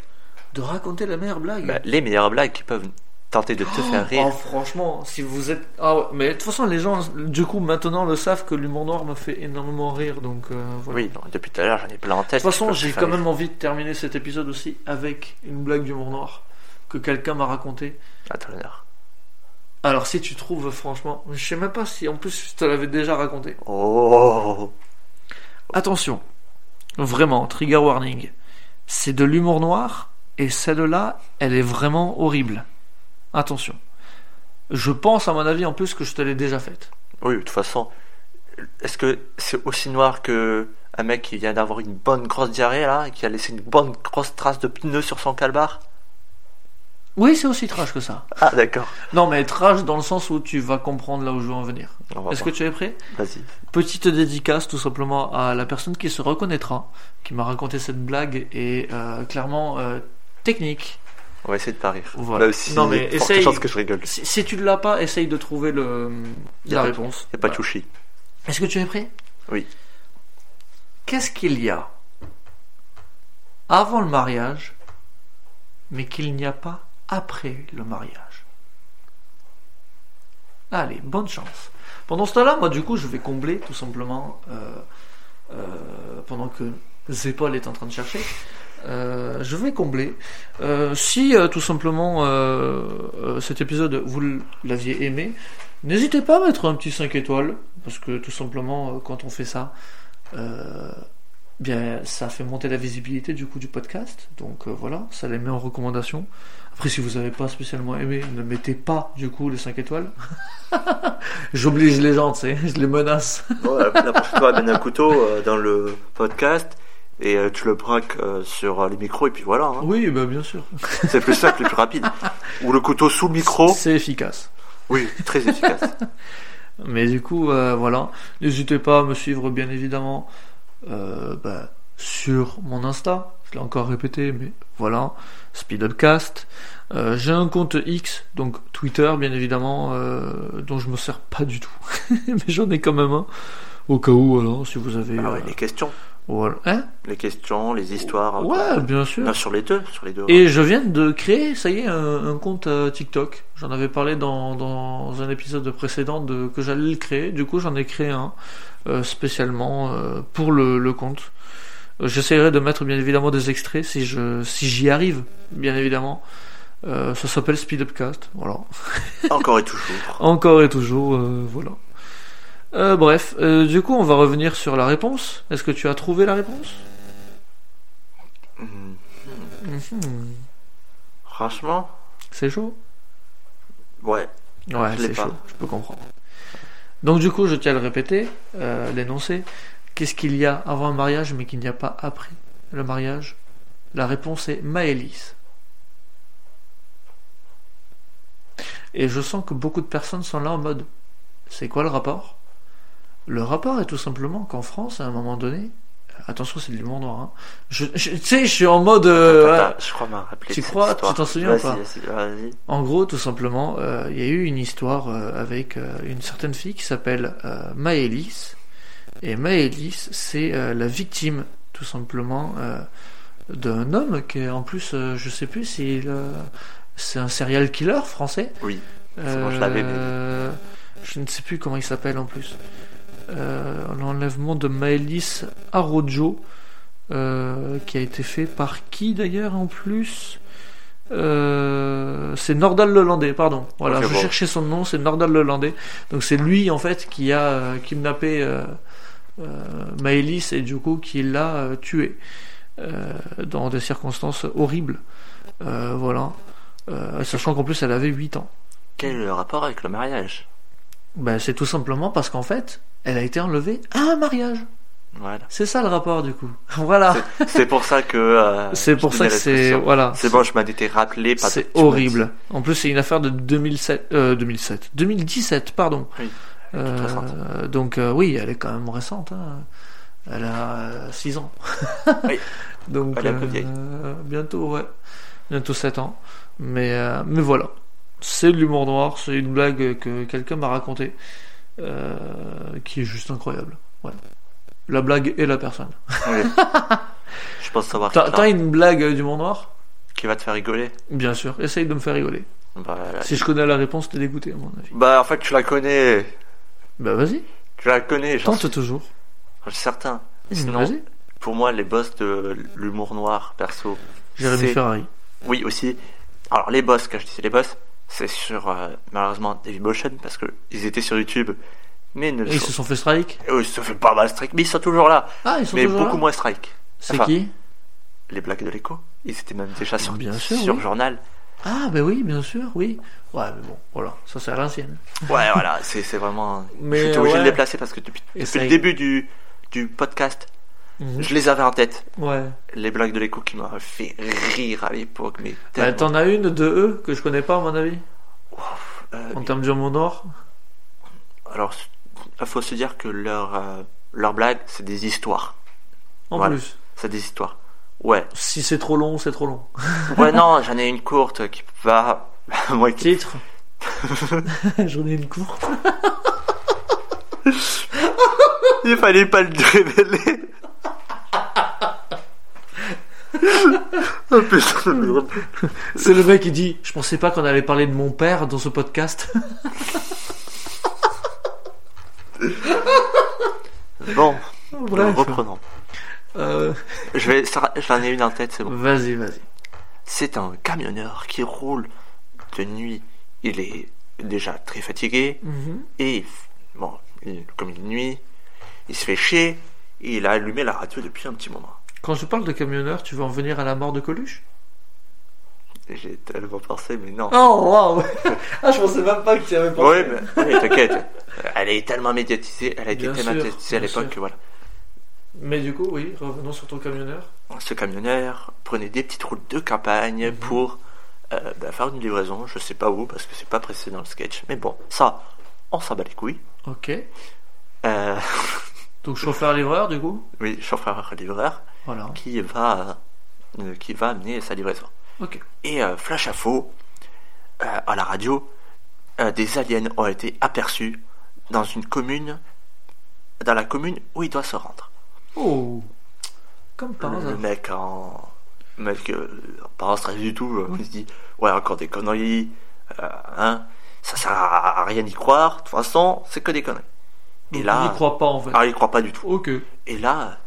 A: De raconter la meilleure blague.
B: Bah, les meilleures blagues qui peuvent tenter de te faire
A: Mm. Oh,
B: rire.
A: franchement, si vous êtes. Ah ouais, mais de toute façon, les gens, du coup, maintenant le savent que l'humour noir me fait énormément rire, donc euh, voilà.
B: Oui, non, depuis tout à l'heure, j'en ai plein en
A: de
B: tête.
A: toute façon,
B: qui peuvent
A: j'ai
B: te faire
A: quand
B: rire.
A: même envie de terminer cet épisode aussi avec une blague d'humour noir que quelqu'un m'a racontée.
B: À ton honneur.
A: Alors, si tu trouves, franchement, je sais même pas si. En plus, je te l'avais déjà raconté.
B: Oh
A: Attention, vraiment, trigger warning. C'est de l'humour noir et celle-là, elle est vraiment horrible. Attention. Je pense, à mon avis, en plus, que je te l'ai déjà faite.
B: Oui, de toute façon, est-ce que c'est aussi noir que un mec qui vient d'avoir une bonne grosse diarrhée là, et qui a laissé une bonne grosse trace de pneu sur son calbar
A: Oui, c'est aussi trash que ça.
B: Ah, d'accord.
A: Non, mais trash dans le sens où tu vas comprendre là où je veux en venir.
B: On va
A: Est-ce que
B: voir.
A: tu es prêt
B: Vas-y.
A: Petite dédicace tout simplement à la personne qui se reconnaîtra, qui m'a raconté cette blague et euh, clairement euh, technique.
B: On va essayer de pas rire.
A: Voilà.
B: Là aussi,
A: Non, mais
B: forte
A: essaye.
B: chance que je rigole.
A: Si, si tu ne l'as pas, essaye de trouver le,
B: Y a
A: la
B: pas-
A: réponse.
B: Y a pas de
A: Voilà.
B: touchy.
A: Est-ce que tu es prêt
B: Oui.
A: Qu'est-ce qu'il y a avant le mariage, mais qu'il n'y a pas après le mariage Allez, bonne chance. Pendant ce temps-là, moi, du coup, je vais combler, tout simplement, euh, euh, pendant que Zépol est en train de chercher. euh, je vais combler. Euh, si euh, tout simplement euh, euh, cet épisode vous l'aviez aimé, N'hésitez pas à mettre un petit 5 étoiles, parce que tout simplement, euh, quand on fait ça, euh, bien, ça fait monter la visibilité du coup du podcast. Donc euh, voilà, ça les met en recommandation. Après, si vous n'avez pas spécialement aimé, ne mettez pas du coup les 5 étoiles. J'oblige les gens, tu sais, je les menace.
B: Bon, bah, la la prochaine fois, amène un couteau euh, dans le podcast et euh, tu le braques euh, sur euh, les micros et puis voilà. hein.
A: Oui, bah, bien sûr.
B: C'est plus simple et plus rapide. Ou le couteau sous le micro.
A: C'est efficace.
B: Oui, très efficace.
A: Mais du coup, euh, voilà. N'hésitez pas à me suivre, bien évidemment, euh, bah, sur mon Insta. Je l'ai encore répété, mais voilà. Speedupcast. Euh, J'ai un compte X, donc Twitter, bien évidemment, euh, dont je me sers pas du tout. mais j'en ai quand même un. Au cas où, alors, si vous avez.
B: Ah ouais,
A: euh,
B: les questions.
A: voilà. Hein
B: Les questions, les histoires.
A: ouais, bien sûr.
B: Non, sur les deux. Sur les deux.
A: Et je viens de créer, ça y est, un, un compte euh, TikTok. J'en avais parlé dans, dans un épisode précédent de, que j'allais le créer. Du coup, j'en ai créé un euh, spécialement euh, pour le, le compte. Euh, J'essaierai de mettre bien évidemment des extraits si je si j'y arrive, bien évidemment. Euh, ça s'appelle Speed Upcast, voilà.
B: Encore et toujours.
A: Encore et toujours, euh, voilà. Euh, bref, euh, du coup, on va revenir sur la réponse. Est-ce que tu as trouvé la réponse
B: Hmm.
A: Mhm.
B: Franchement,
A: C'est chaud.
B: ouais.
A: Ouais,
B: Je l'ai
A: c'est
B: pas.
A: chaud, je peux comprendre. Donc du coup, je tiens à le répéter, euh, l'énoncer. Qu'est-ce qu'il y a avant le mariage mais qu'il n'y a pas après le mariage La réponse est Maëlys. Et je sens que beaucoup de personnes sont là en mode c'est quoi le rapport Le rapport est tout simplement qu'en France, à un moment donné, euh, attention, c'est de l'humour noir. hein. Je, je- tu sais, je suis en mode euh, ouais.
B: Attends, attends, je crois m'en rappeler.
A: Tu
B: cette
A: crois Tu
B: histoire.
A: t'en souviens ou
B: Vas-y,
A: pas
B: Vas-y, vas-y.
A: en gros, tout simplement, euh, il y a eu une histoire euh, avec euh, une certaine fille qui s'appelle euh, Maëlys. Et Maëlys, c'est euh, la victime, tout simplement, euh, d'un homme qui est en plus, euh, je sais plus si c'est un serial killer français.
B: Oui. C'est bon, je l'avais, mais-
A: Euh, je ne sais plus comment il s'appelle en plus. Euh, L'enlèvement de Maëlys Arojo, euh, qui a été fait par qui d'ailleurs en plus Euh, C'est Nordal Lelandais, pardon. Voilà,
B: Ok,
A: je
B: bon.
A: cherchais son nom, c'est Nordal Lelandais. Donc c'est lui en fait qui a euh, kidnappé euh, euh, Maëlys et du coup qui l'a euh, tué euh, dans des circonstances horribles. Euh, voilà. Euh, sachant qu'en plus elle avait 8 ans.
B: Quel est le rapport avec le mariage
A: Ben, c'est tout simplement parce qu'en fait, elle a été enlevée à un mariage.
B: Voilà.
A: C'est ça le rapport du coup. Voilà.
B: C'est- C'est pour ça que. euh,
A: C'est
B: je
A: pour ça
B: donnais
A: que c'est
B: l'expression.
A: voilà.
B: C'est bon, je m'en étais rappelé. pas de-
A: C'est
B: tu m'as dit.
A: horrible. En plus, c'est une affaire de 2007, euh, 2007, 2017, pardon.
B: Oui,
A: Euh,
B: récente.
A: donc euh, oui, elle est quand même récente. hein. Elle a 6 ans.
B: Oui.
A: Donc
B: Elle est un peu vieille.
A: euh, bientôt, ouais, bientôt 7 ans. Mais euh, mais voilà, c'est de l'humour noir, c'est une blague que quelqu'un m'a racontée, euh, qui est juste incroyable. Ouais. La blague et la personne.
B: Oui. je pense savoir qui,
A: T'as
B: va-
A: t'as une blague euh, d'humour noir
B: qui va te faire rigoler. Bah,
A: Bien sûr. Essaye de me faire rigoler.
B: Voilà.
A: Si je connais la réponse, t'es dégoûté à mon avis.
B: Bah, en fait, tu la connais.
A: Bah vas-y,
B: Tu la connais, j'en suis
A: tente toujours.
B: j'en suis certain. Sinon-
A: Vas-y.
B: Pour moi, les boss de l'humour noir, perso.
A: Jérémy
B: c'est-
A: Ferrari.
B: Oui, aussi. Alors, les boss, quand je disais les boss, c'est sur, euh, malheureusement, Dailymotion, parce que ils étaient sur YouTube. Mais ils ne le
A: Et ils
B: sont-
A: se sont fait strike.
B: Eux, ils se fait pas mal strike, mais ils sont toujours là.
A: Ah, ils sont
B: mais
A: toujours
B: beaucoup
A: là.
B: moins strike.
A: C'est
B: enfin,
A: qui
B: Les blagues de l'écho. Ils étaient même déjà sur,
A: Bien sûr,
B: sur
A: oui.
B: journal.
A: Ah, bah oui, bien sûr, oui. Ouais, mais bon, voilà, ça c'est à l'ancienne.
B: Ouais, voilà, c'est c'est vraiment.
A: Mais,
B: J'étais obligé
A: ouais.
B: de les placer parce que depuis,
A: Et
B: depuis
A: ça
B: le
A: y-
B: début du, du podcast,
A: Hmm.
B: je les avais en tête.
A: Mhm. Ouais.
B: Les blagues de l'écho qui m'ont fait rire à l'époque. Mais
A: Bah,
B: tellement.
A: t'en as une de eux que je connais pas, à mon avis,
B: Euh,
A: en termes d'humour noir.
B: alors, il faut se dire que leur, euh, leurs blagues, c'est des histoires.
A: En
B: Voilà.
A: plus,
B: C'est des histoires. Ouais.
A: si c'est trop long, c'est trop long.
B: Ouais, non, j'en ai une courte qui va. Moi qui.
A: Titre J'en ai une courte.
B: Il fallait pas le révéler. oh putain, de merde.
A: C'est le mec qui dit Je pensais pas qu'on allait parler de mon père dans ce podcast.
B: Bon,
A: Bref.
B: reprenons.
A: Euh,
B: Je vais, ça- j'en ai une en tête, c'est bon.
A: Vas-y, vas-y.
B: C'est un camionneur qui roule de nuit. Il est déjà très fatigué
A: Mhm.
B: et il- bon, il- comme il nuit, il se fait chier. Et il a allumé la radio depuis un petit moment.
A: Quand je parle de camionneur, tu veux en venir à la mort de Coluche
B: J'ai tellement pensé, mais non.
A: Oh waouh Ah je pensais même pas que tu avais pensé.
B: Oui, mais ouais, t'inquiète. Elle est tellement médiatisée, elle a été
A: Bien
B: tellement
A: sûr,
B: médiatisée à
A: bien
B: l'époque
A: sûr.
B: que voilà.
A: Mais du coup, oui, revenons sur ton camionneur.
B: Ce camionneur prenait des petites routes de campagne
A: Mhm.
B: pour euh, bah, faire une livraison, je sais pas où, parce que c'est pas précisé dans le sketch, mais bon, ça, on s'en bat les couilles.
A: Ok.
B: Euh,
A: Donc chauffeur-livreur du coup
B: oui, chauffeur-livreur
A: Voilà.
B: qui va, euh, qui va amener sa livraison.
A: Ok.
B: Et euh, flash info, euh, à la radio, euh, des aliens ont été aperçus dans une commune, dans la commune où il doit se rendre.
A: Oh Comme par
B: le
A: hasard.
B: mec en. le Mec, euh, pas en stress du tout, euh, il se dit Ouais, encore des conneries, euh, hein, ça sert à rien d'y croire, de toute façon, c'est que des conneries.
A: Donc,
B: et là-
A: On n'y croit pas en fait.
B: Ah, il croit pas du tout.
A: Ok.
B: Et là,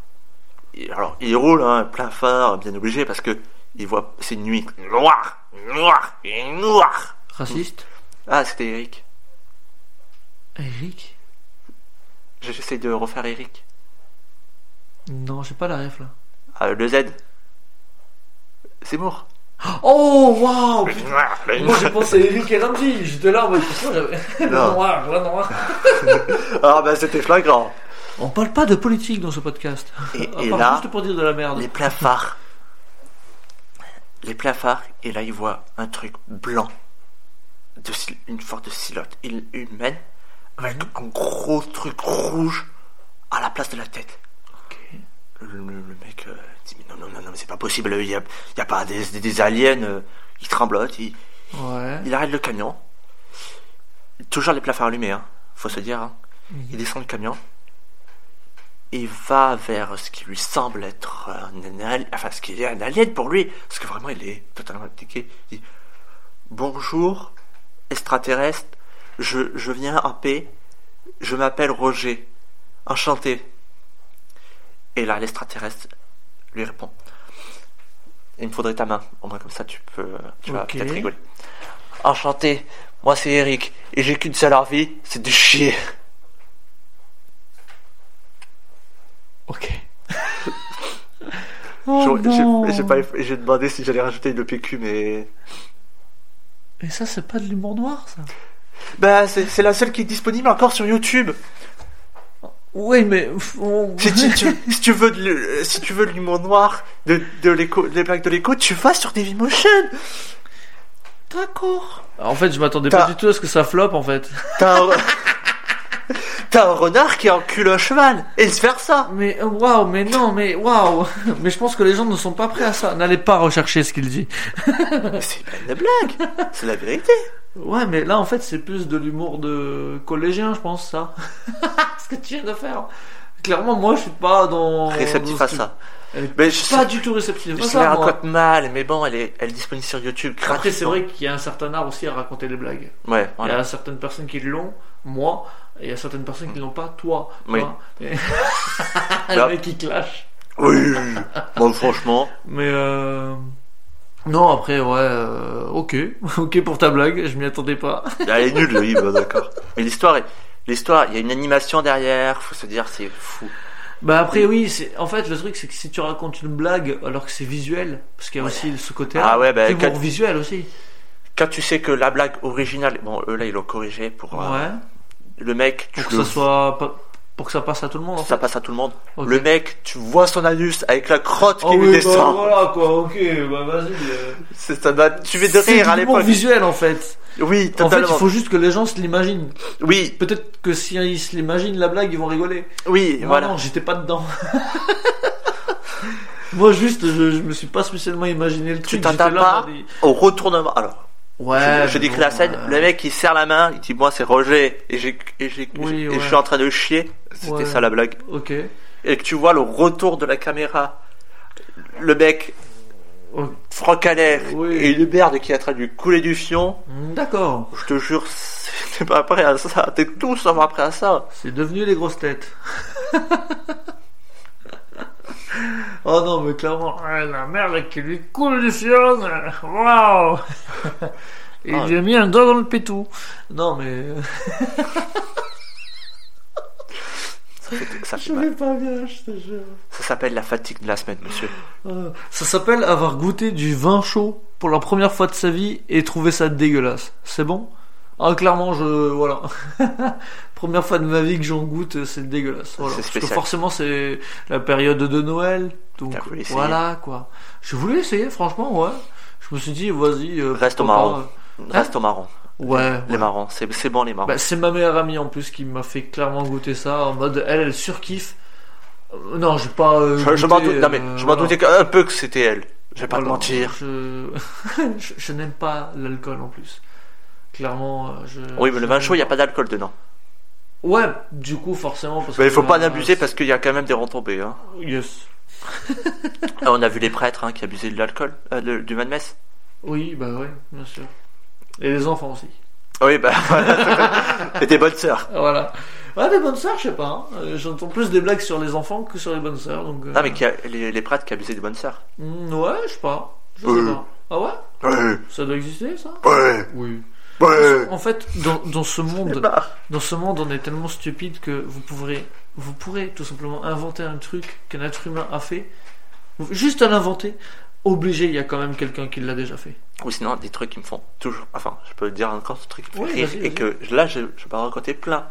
B: il- alors, il roule, hein, plein phare, bien obligé, parce que il voit, c'est une nuit noire, noire, et noire.
A: Raciste
B: Ah, c'était Eric.
A: Mmh. Eric
B: J'essaie de refaire Eric.
A: Non, j'ai pas la ref là.
B: Ah, le Z. C'est mort.
A: Oh waouh
B: Le noir, le
A: Moi
B: noir.
A: j'ai pensé Eric et Ramsey, j'étais là en mode putain, j'avais. Le
B: Non.
A: noir, le noir.
B: Ah, ben c'était flagrant.
A: On parle pas de politique dans ce podcast.
B: Et-
A: À
B: et
A: part
B: là-
A: juste pour dire de la merde.
B: Les plafards. Les plafards, et là il voit un truc blanc, de sil- une forte silhouette il- humaine, avec un gros truc rouge à la place de la tête.
A: Ok.
B: Le, le- le mec euh, dit mais non, non, non, non, mais c'est pas possible, il n'y a, il y a pas des, des- des aliens, euh, il tremblote, il,
A: Ouais.
B: il arrête le camion. Toujours les plafards allumés, hein, faut se dire. hein. Il descend le camion et va vers ce qui lui semble être un alien, enfin ce qui est un alien pour lui, parce que vraiment il est totalement indiqué. Il dit Bonjour, extraterrestre, je, je viens en paix, je m'appelle Roger, enchanté. Et là, l'extraterrestre lui répond Il me faudrait ta main, au moins comme ça tu peux, tu vas
A: Ok.
B: peut-être rigoler. Enchanté, moi c'est Eric, et j'ai qu'une seule envie, c'est de chier.
A: Ok.
B: J'aurais- j'ai-
A: non.
B: j'ai pas- j'ai demandé si j'allais rajouter le PQ, mais.
A: Mais ça, c'est pas de l'humour noir, ça.
B: Bah, c'est c'est la seule qui est disponible encore sur YouTube.
A: Oui, mais. pff, on-
B: Si tu, tu- si tu veux de l'hu- euh, si tu veux de l'humour noir, de, de l'écho, les blagues de l'écho, tu vas sur Dailymotion. D'accord.
A: Ah, En fait, je m'attendais pas
B: T'as-
A: du tout à ce que ça floppe, en fait.
B: T'as un... T'as un renard qui encule un cheval, et se faire ça.
A: Mais euh, waouh, mais non, mais waouh. Mais je pense que les gens ne sont pas prêts à ça. N'allez pas rechercher ce qu'il dit.
B: Mais c'est pas une blague, c'est la vérité.
A: Ouais, mais là, en fait, c'est plus de l'humour de collégien, je pense, ça. ce que tu viens de faire. Clairement, moi, je suis pas dans.
B: Réceptif
A: dans
B: à
A: ce-
B: ça.
A: Elle est
B: Mais je sais,
A: Euh, Pas du tout réceptif
B: je
A: à
B: sais, la
A: ça. moi.
B: raconte mal, mais bon, elle est, elle est disponible sur YouTube.
A: Après, c'est
B: gratuitement.
A: vrai qu'il y a un certain art aussi à raconter des blagues.
B: Ouais, voilà.
A: Il y a certaines personnes qui l'ont, moi, et il y a certaines personnes qui l'ont pas, toi. tu
B: Oui. Bah.
A: vois. Et-
B: Là.
A: Le mec qui clash.
B: Oui, bon, franchement.
A: Mais euh... non, après, ouais, euh, ok, ok pour ta blague, je m'y attendais pas.
B: Elle est nulle, oui, bah, d'accord. Mais l'histoire, est- l'histoire, il y a une animation derrière, faut se dire, c'est fou.
A: Bah après, oui, c'est en fait le truc, c'est que si tu racontes une blague alors que c'est visuel, parce qu'il y a
B: Ouais.
A: aussi ce côté
B: Ah ouais, bah,
A: humour
B: quand-
A: visuel aussi.
B: Quand tu sais que la blague originale, bon, eux là, ils l'ont corrigé pour
A: Ouais.
B: euh, le mec, tu
A: Pour que
B: le-
A: ça soit, pas- pour que ça passe à tout le monde. En fait.
B: ça passe à tout le monde.
A: Ok.
B: Le mec, tu vois son anus avec la crotte
A: Oh
B: qui lui
A: oui,
B: descend.
A: bah voilà quoi, ok, bah vas-y. euh.
B: C'est- Ça m'a tué de
A: C'est
B: rire à
A: du humour
B: l'époque.
A: visuel en fait.
B: Oui,
A: En fait, il
B: totalement.
A: faut juste que les gens se l'imaginent.
B: Oui,
A: Peut-être que s'ils se l'imaginent la blague, ils vont rigoler.
B: oui,
A: Non,
B: voilà.
A: non, j'étais pas dedans. Moi, juste, je, je me suis pas spécialement imaginé le truc.
B: t'attends
A: j'étais là,
B: pas
A: mais-
B: Au retournement, alors,
A: Ouais.
B: je, je
A: mais
B: décris
A: bon,
B: la scène,
A: euh,
B: le mec, il serre la main, il dit, moi, c'est Roger, et j'ai, et j'ai,
A: Oui,
B: et
A: ouais.
B: je suis en train de chier. C'était
A: Ouais.
B: ça la blague.
A: Ok.
B: et que tu vois le retour de la caméra, le mec
A: Oh,
B: Franck Allaire
A: Oui.
B: et une merde qui est en train de lui couler du fion,
A: Hmm, D'accord.
B: je te jure, t'es pas prêt à ça, t'es tout sauf après à ça.
A: C'est devenu les grosses têtes. oh non, mais clairement, ah, la merde qui lui coule du fion. Waouh. Il
B: Ah.
A: lui a mis un doigt dans le pétou. Non, mais. euh,
B: Ça, fait- ça fait
A: Je
B: mal.
A: vais pas bien, je te jure.
B: Ça s'appelle la fatigue de la semaine, monsieur.
A: Euh, Ça s'appelle avoir goûté du vin chaud pour la première fois de sa vie et trouver ça dégueulasse. C'est bon Ah clairement, je voilà. première fois de ma vie que j'en goûte, c'est dégueulasse. Voilà.
B: C'est
A: Parce que
B: spécial.
A: forcément, c'est la période de Noël, donc
B: T'as voulu essayer.
A: voilà quoi. Je voulais essayer, franchement, ouais. Je me suis dit, vas-y. euh,
B: Reste au
A: pourquoi
B: marron.
A: pas. euh,
B: Reste au marron.
A: Ouais.
B: Les marrons, c'est c'est bon les marrons.
A: Bah, c'est ma meilleure amie en plus qui m'a fait clairement goûter ça en mode elle, elle surkiffe. Euh, Non, j'ai pas. euh,
B: je je
A: goûté,
B: m'en doute- non, mais
A: euh,
B: je m'en
A: voilà.
B: doutais un peu que c'était elle. Je vais pas te
A: Voilà,
B: mentir.
A: Je, je, je n'aime pas l'alcool en plus. Clairement, euh, je.
B: Oui, mais le vin chaud, il n'y a pas d'alcool dedans.
A: Ouais, du coup, forcément. Parce
B: Mais il faut
A: que,
B: pas en
A: euh,
B: abuser parce qu'il y a quand même des retombées. Hein.
A: Yes.
B: Ah, on a vu les prêtres hein, qui abusaient de l'alcool, euh, de- du madmess.
A: Oui, bah ouais, bien sûr. Et les enfants aussi.
B: Oui, bah voilà. Et des bonnes sœurs.
A: Voilà. Ouais, les bonnes sœurs, je sais pas. hein. Euh, J'entends plus des blagues sur les enfants que sur les bonnes sœurs. Donc, euh,
B: Non, Ah, mais qui a- les, les prêtres qui abusaient des bonnes sœurs.
A: mm, Ouais, je sais pas. Je sais
B: Euh.
A: pas. Ah ouais
B: Ouais,
A: Ça doit exister, ça
B: ouais,
A: Oui.
B: ouais.
A: En fait, dans, dans ce monde,
B: Bah,
A: dans ce monde, on est tellement stupide que vous pourrez, vous pourrez tout simplement inventer un truc qu'un être humain a fait, juste à l'inventer. Obligé, il y a quand même quelqu'un qui l'a déjà fait.
B: Ou sinon, des trucs qui me font toujours. Enfin, je peux dire encore ce truc qui me
A: Oui,
B: fait rire.
A: vas-y,
B: Et
A: vas-y.
B: que là, je, je vais en raconter plein.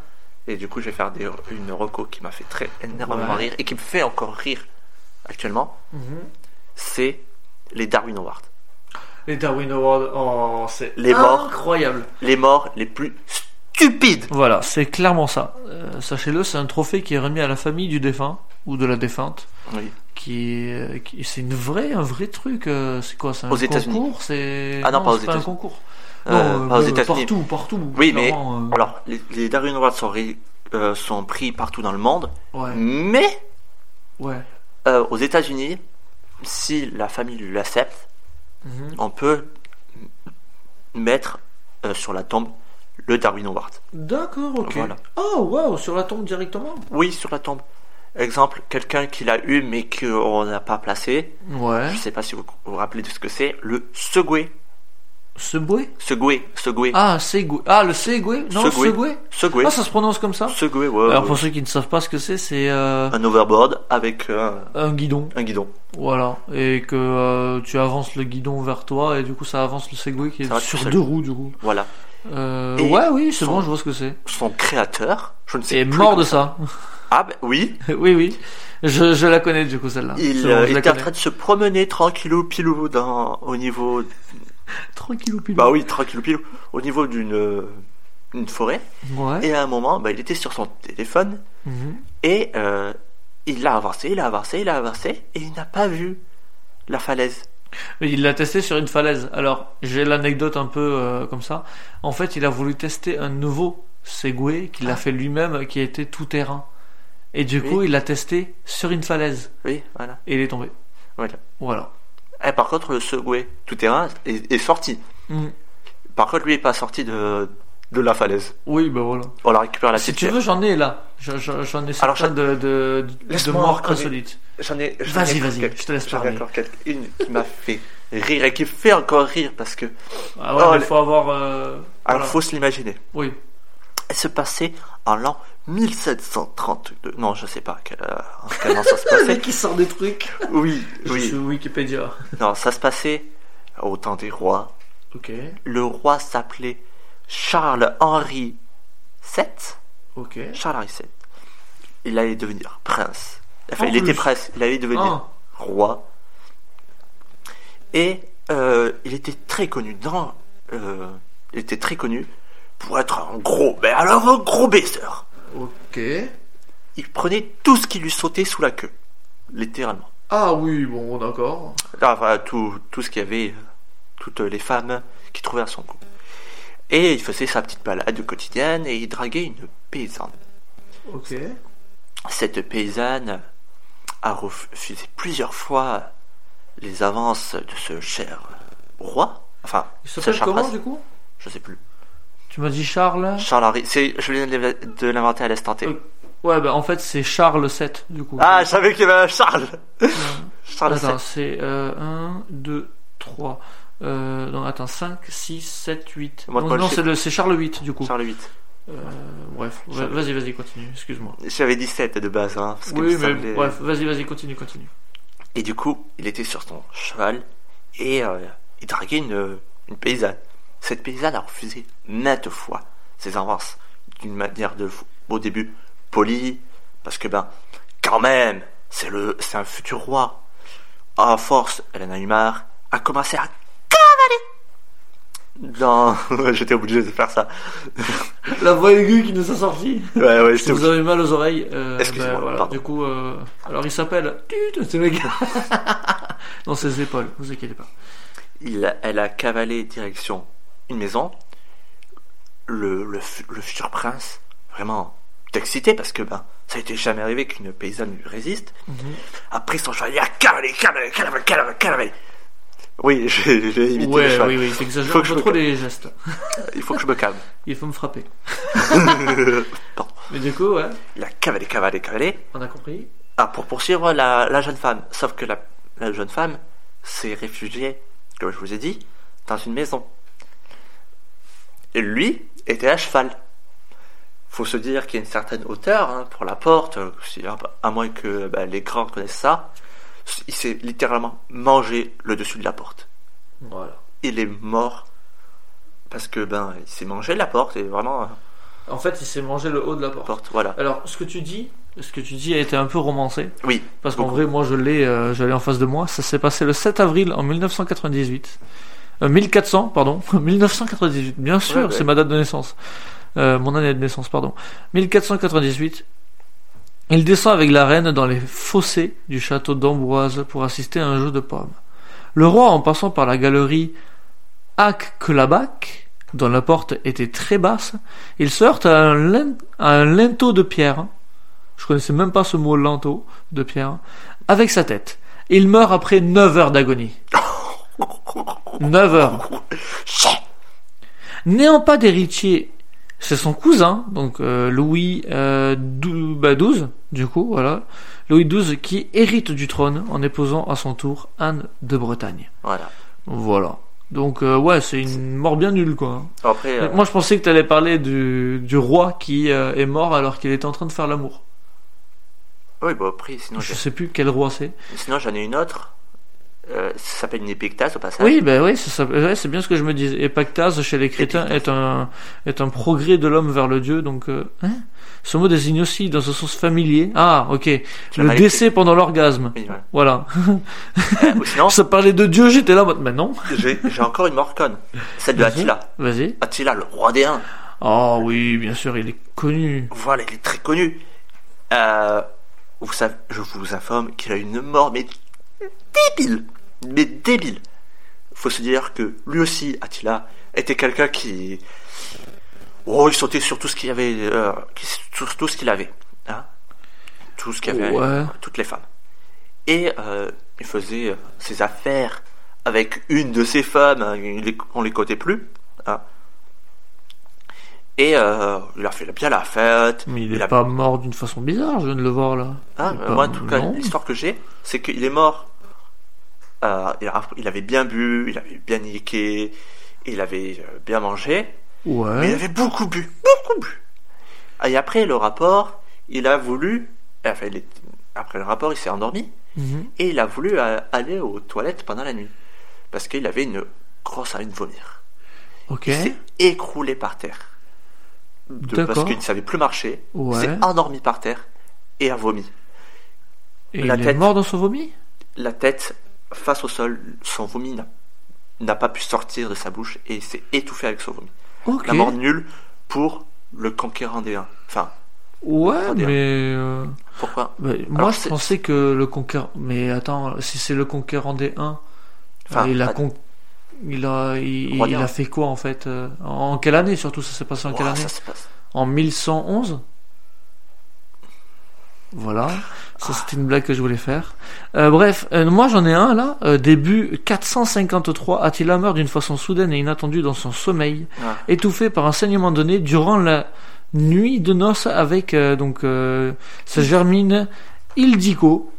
B: Et du coup, je vais faire des, une reco qui m'a fait très énormément
A: Ouais.
B: rire et qui me fait encore rire actuellement.
A: Mhm.
B: C'est les Darwin Awards.
A: Les Darwin Awards, oh, c'est
B: Les morts.
A: incroyable.
B: Les morts les plus stupides.
A: Voilà, c'est clairement ça. Euh, Sachez-le, c'est un trophée qui est remis à la famille du défunt ou de la défunte.
B: Oui.
A: Qui, est- qui- c'est une vraie, un vrai truc. euh, C'est quoi C'est un
B: Aux États-Unis.
A: concours C'est
B: Ah non, pas aux
A: c'est pas un
B: États-Unis.
A: concours.
B: Euh,
A: non,
B: pas aux
A: euh,
B: États-Unis.
A: partout, partout.
B: Oui, mais-
A: clairement, euh,
B: Alors, les, les Darwin Awards sont, ré- euh, sont pris partout dans le monde,
A: euh, ouais,
B: mais
A: ouais.
B: euh, aux États-Unis, si la famille l'accepte,
A: Mhm.
B: on peut mettre euh, sur la tombe le Darwin Award.
A: D'accord, ok.
B: Voilà.
A: Oh, waouh, sur la tombe directement
B: Oui, sur la tombe. Exemple, quelqu'un qui l'a eu mais qu'on n'a pas placé,
A: Ouais.
B: je ne sais pas si vous vous rappelez de ce que c'est, le Segway.
A: Segway
B: Segway, Segway,
A: Ah, Segway. Ah, le Segway Non,
B: Segway. Euh,
A: Segway
B: Segway.
A: Ah, ça se prononce comme ça
B: Segway, ouais,
A: Alors,
B: ouais.
A: pour ceux qui ne savent pas ce que c'est, c'est euh,
B: Un overboard avec euh,
A: un guidon.
B: un guidon.
A: Voilà. Et que euh, tu avances le guidon vers toi et du coup, ça avance le Segway qui
B: Ça va
A: est
B: tout
A: sur
B: seul.
A: deux roues, du coup.
B: Voilà.
A: Euh,
B: Et
A: ouais, oui, c'est
B: son-
A: bon, je vois ce que c'est.
B: Son créateur, je ne sais
A: C'est
B: plus
A: mort
B: comment-
A: de ça.
B: Ah, bah, oui.
A: oui, oui. Je, je la connais, du coup, celle-là.
B: Il
A: C'est bon,
B: euh,
A: Ah, je la
B: était en
A: connais.
B: train de se promener tranquillou pilou dans, au niveau
A: Tranquille ou
B: bah oui tranquillou pilou au niveau d'une euh, une forêt
A: Ouais.
B: et à un moment bah, il était sur son téléphone
A: Mhm.
B: et euh, il a avancé il a avancé il a avancé et il n'a pas vu la falaise
A: Mais Il l'a testé sur une falaise. Alors, j'ai l'anecdote un peu euh, comme ça. En fait, il a voulu tester un nouveau Segway qu'il a fait lui-même, qui était tout terrain. Et du
B: Ah. Oui.
A: coup, il l'a testé sur une falaise.
B: oui voilà
A: Et il est tombé.
B: Voilà.
A: Voilà.
B: et par contre le Segway tout terrain est, est sorti
A: Mm.
B: par contre lui est pas sorti de de la falaise
A: Oui, ben voilà.
B: on la récupère la
A: si
B: petite
A: tu
B: pierre.
A: veux, j'en ai là. Je- je- J'en ai
B: Ah, Alors,
A: certains de, de, de
B: Laisse-moi
A: morts
B: raconter.
A: insolites.
B: J'en ai. j'en
A: Vas-y,
B: ai
A: vas-y,
B: quelques-
A: je te laisse
B: j'en ai
A: parler.
B: encore quelques- une qui m'a fait rire et qui fait encore rire parce que.
A: Ah ouais,
B: Oh,
A: mais
B: les-
A: faut avoir. euh,
B: Alors,
A: voilà.
B: faut se l'imaginer.
A: Oui.
B: Elle se passait en l'an 1732. Non, je sais pas quel, euh, en quel an ça se passait.
A: qui sort des trucs.
B: Oui,
A: Je suis
B: oui.
A: Wikipédia.
B: Non, ça se passait au temps des rois.
A: Ok.
B: Le roi s'appelait Charles-Henri VII.
A: Ok.
B: Charles-Henri VII. Il allait devenir prince. Enfin,
A: En
B: il était
A: plus.
B: prince. Il allait devenir
A: Ah,
B: roi. Et euh, il était très connu dans. euh, il était très connu pour être un gros. Mais alors, un gros baisseur.
A: ok.
B: il prenait tout ce qui lui sautait sous la queue, littéralement.
A: Ah oui, bon, d'accord.
B: Ah, Enfin, tout, tout ce qu'il y avait, euh, toutes les femmes qui trouvaient à son goût. Et il faisait sa petite balade quotidienne et il draguait une paysanne.
A: Ok.
B: Cette paysanne a refusé plusieurs fois les avances de ce cher roi. Enfin,
A: Il
B: ce
A: s'appelle
B: cher
A: comment
B: prince,
A: du coup
B: je sais plus.
A: Tu m'as dit Charles
B: Charles Henri, c'est, je viens de l'inv- de l'inventer à l'instant T.
A: Ok. Ouais, bah en fait c'est Charles 7 du coup.
B: Ah, je savais qu'il y avait un Charles Charles
A: Attends,
B: VII.
A: Ah, c'est euh, 1, 2, 3. Euh, non, attends, 5, 6, 7, 8.
B: Moi,
A: non,
B: Paul,
A: non,
B: je-
A: c'est le- c'est Charles 8 du coup.
B: Charles VIII.
A: Euh, bref, va-
B: Charles-
A: vas-y, vas-y, continue, excuse-moi.
B: J'avais 17 de base, hein, parce que
A: Oui,
B: il me
A: mais
B: semblait-
A: bref, vas-y, vas-y, continue, continue.
B: Et du coup, il était sur son cheval et euh, il draguait une, une paysanne. Cette paysanne a refusé maintes fois ses avances d'une manière de fou. Au début, polie, parce que ben, quand même, c'est le, c'est un futur roi. À force, elle en a eu marre, a commencé à cavaler. Non, j'étais obligé de faire ça.
A: La voix aiguë qui nous a sorti.
B: Ouais, ouais,
A: Si
B: j'étais
A: vous
B: obligé.
A: avez mal aux oreilles, euh,
B: Excusez-moi,
A: ben, voilà.
B: pardon.
A: du coup, euh, alors il s'appelle Tut, ce mec dans ses épaules, vous inquiétez pas.
B: Il a- elle a cavalé direction une maison. Le, le, fu- le futur prince, vraiment, excité parce que ben, ça n'était jamais arrivé qu'une paysanne lui résiste.
A: Mhm.
B: a pris son cheval, il a cavalé, cavalé, cavalé, cavalé, cavalé. Oui, j'ai j'ai imité le
A: Ouais,
B: cheval.
A: oui, oui, t'exagères
B: Faut
A: un
B: que
A: peu
B: je me
A: trop les gestes.
B: Il faut que je me calme.
A: Il faut me frapper.
B: Pardon.
A: Mais du coup, ouais,
B: Il a cavalé, cavalé, cavalé.
A: on a compris.
B: Ah, pour poursuivre la, la jeune femme. Sauf que la, la jeune femme s'est réfugiée, comme je vous ai dit, dans une maison. Et lui était à cheval. Faut se dire qu'il y a une certaine hauteur hein, pour la porte, euh, si- ah bah, à moins que bah, les grands connaissent ça. Il s'est littéralement mangé le dessus de la porte.
A: Voilà.
B: il est mort parce que ben il s'est mangé la porte et vraiment euh,
A: En fait, il s'est mangé le haut de la porte.
B: porte voilà
A: Alors, ce que tu dis, ce que tu dis a été un peu romancé.
B: oui
A: Parce qu'en
B: Beaucoup.
A: vrai, moi, je l'ai, euh, je l'ai en face de moi. Ça s'est passé le 7 avril en 1998. Euh, 1400, pardon. 1998, bien sûr,
B: Ouais, ouais.
A: c'est ma date de naissance. Euh, mon année de naissance, pardon. 1498. Il descend avec la reine dans les fossés du château d'Amboise pour assister à un jeu de pommes. Le roi, en passant par la galerie Hac-Clabac, dont la porte était très basse, il se heurte à un, lin- à un linteau de pierre. Je connaissais même pas ce mot linteau de pierre. Avec sa tête. Il meurt après 9 heures d'agonie. 9 heures. N'ayant pas d'héritier, c'est son cousin, donc euh, Louis euh, dou- bah, XII, du coup, voilà. Louis XII qui hérite du trône en épousant à son tour Anne de Bretagne.
B: voilà
A: Voilà. Donc, euh, ouais, c'est une mort bien nulle, quoi.
B: après euh,
A: Moi, je pensais que t'allais parler du, du roi qui euh, est mort alors qu'il était en train de faire l'amour.
B: oui bah après sinon
A: Je
B: j'ai-
A: sais plus quel roi c'est.
B: sinon j'en ai une autre Euh, ça s'appelle une épictase au passage
A: Oui, ben oui, c'est ça- ouais, c'est bien ce que je me disais. Et Pactase, chez les crétins, est un, est un progrès de l'homme vers le Dieu. Donc, euh, hein ce mot désigne aussi, dans ce sens familier, ah, ok,
B: Tu
A: le
B: l'as mal
A: décès pendant l'orgasme.
B: écrit. Oui, voilà.
A: Voilà.
B: Euh, ou sinon
A: Ça parlait de Dieu, j'étais là, en mode, mais non,
B: j'ai j'ai encore une morcone celle de Attila
A: vas-y.
B: Attila le roi des Huns
A: Oh oui, bien sûr, il est connu.
B: voilà il est très connu Euh, vous savez je vous informe qu'il a une mort mais débile mais débile faut se dire que lui aussi Attila était quelqu'un qui oh il sautait sur tout ce qu'il y avait euh, qui- sur tout ce qu'il avait hein. tout ce qu'il y avait
A: Ouais.
B: toutes les femmes et euh, il faisait euh, ses affaires avec une de ses femmes hein, il les- on les cotait plus hein. et euh, il a fait bien la fête
A: Mais il
B: il
A: est
B: a
A: pas mort d'une façon bizarre, je viens de le voir là.
B: ah,
A: Il est
B: euh,
A: pas-
B: moi, en tout cas,
A: non.
B: l'histoire que j'ai, c'est qu'il est mort. Euh, il, a- il avait bien bu, il avait bien niqué, il avait euh, bien mangé, mais il
A: Ouais.
B: avait beaucoup bu, beaucoup bu. Ah, Et après le rapport, il a voulu, enfin, il est- après le rapport, il s'est endormi
A: Mhm.
B: et il a voulu euh, aller aux toilettes pendant la nuit parce qu'il avait une grosse envie de vomir.
A: Ok.
B: Il s'est écroulé par terre De- parce
A: D'accord.
B: qu'il ne savait plus marcher. Il
A: Ouais.
B: s'est endormi par terre et a vomi.
A: Et
B: la
A: il est
B: tête.
A: mort dans son vomi
B: la tête face au sol, son vomi n'a- n'a pas pu sortir de sa bouche et il s'est étouffé avec son vomi.
A: Ok.
B: La mort nulle pour le conquérant des Huns. Enfin,
A: Ouais,
B: Faut dire.
A: mais. euh,
B: pourquoi
A: bah, moi, je
B: c'est-
A: pensais que le conquérant. Mais attends, si c'est le conquérant des 1,
B: Enfin,
A: il, a
B: pas-
A: con- il, a, il,
B: Roi des
A: il a
B: Huns.
A: fait quoi en fait euh, En en quelle année surtout Ça s'est passé en quelle
B: Ouah,
A: année
B: ça se passe.
A: En 1111 Voilà, ça c'était une blague que je voulais faire. Euh, bref, euh, moi j'en ai un là, euh, début 453, Attila meurt d'une façon soudaine et inattendue dans son sommeil,
B: Ah.
A: étouffé par un saignement donné durant la nuit de noces avec euh, donc euh, sa germine Ildico,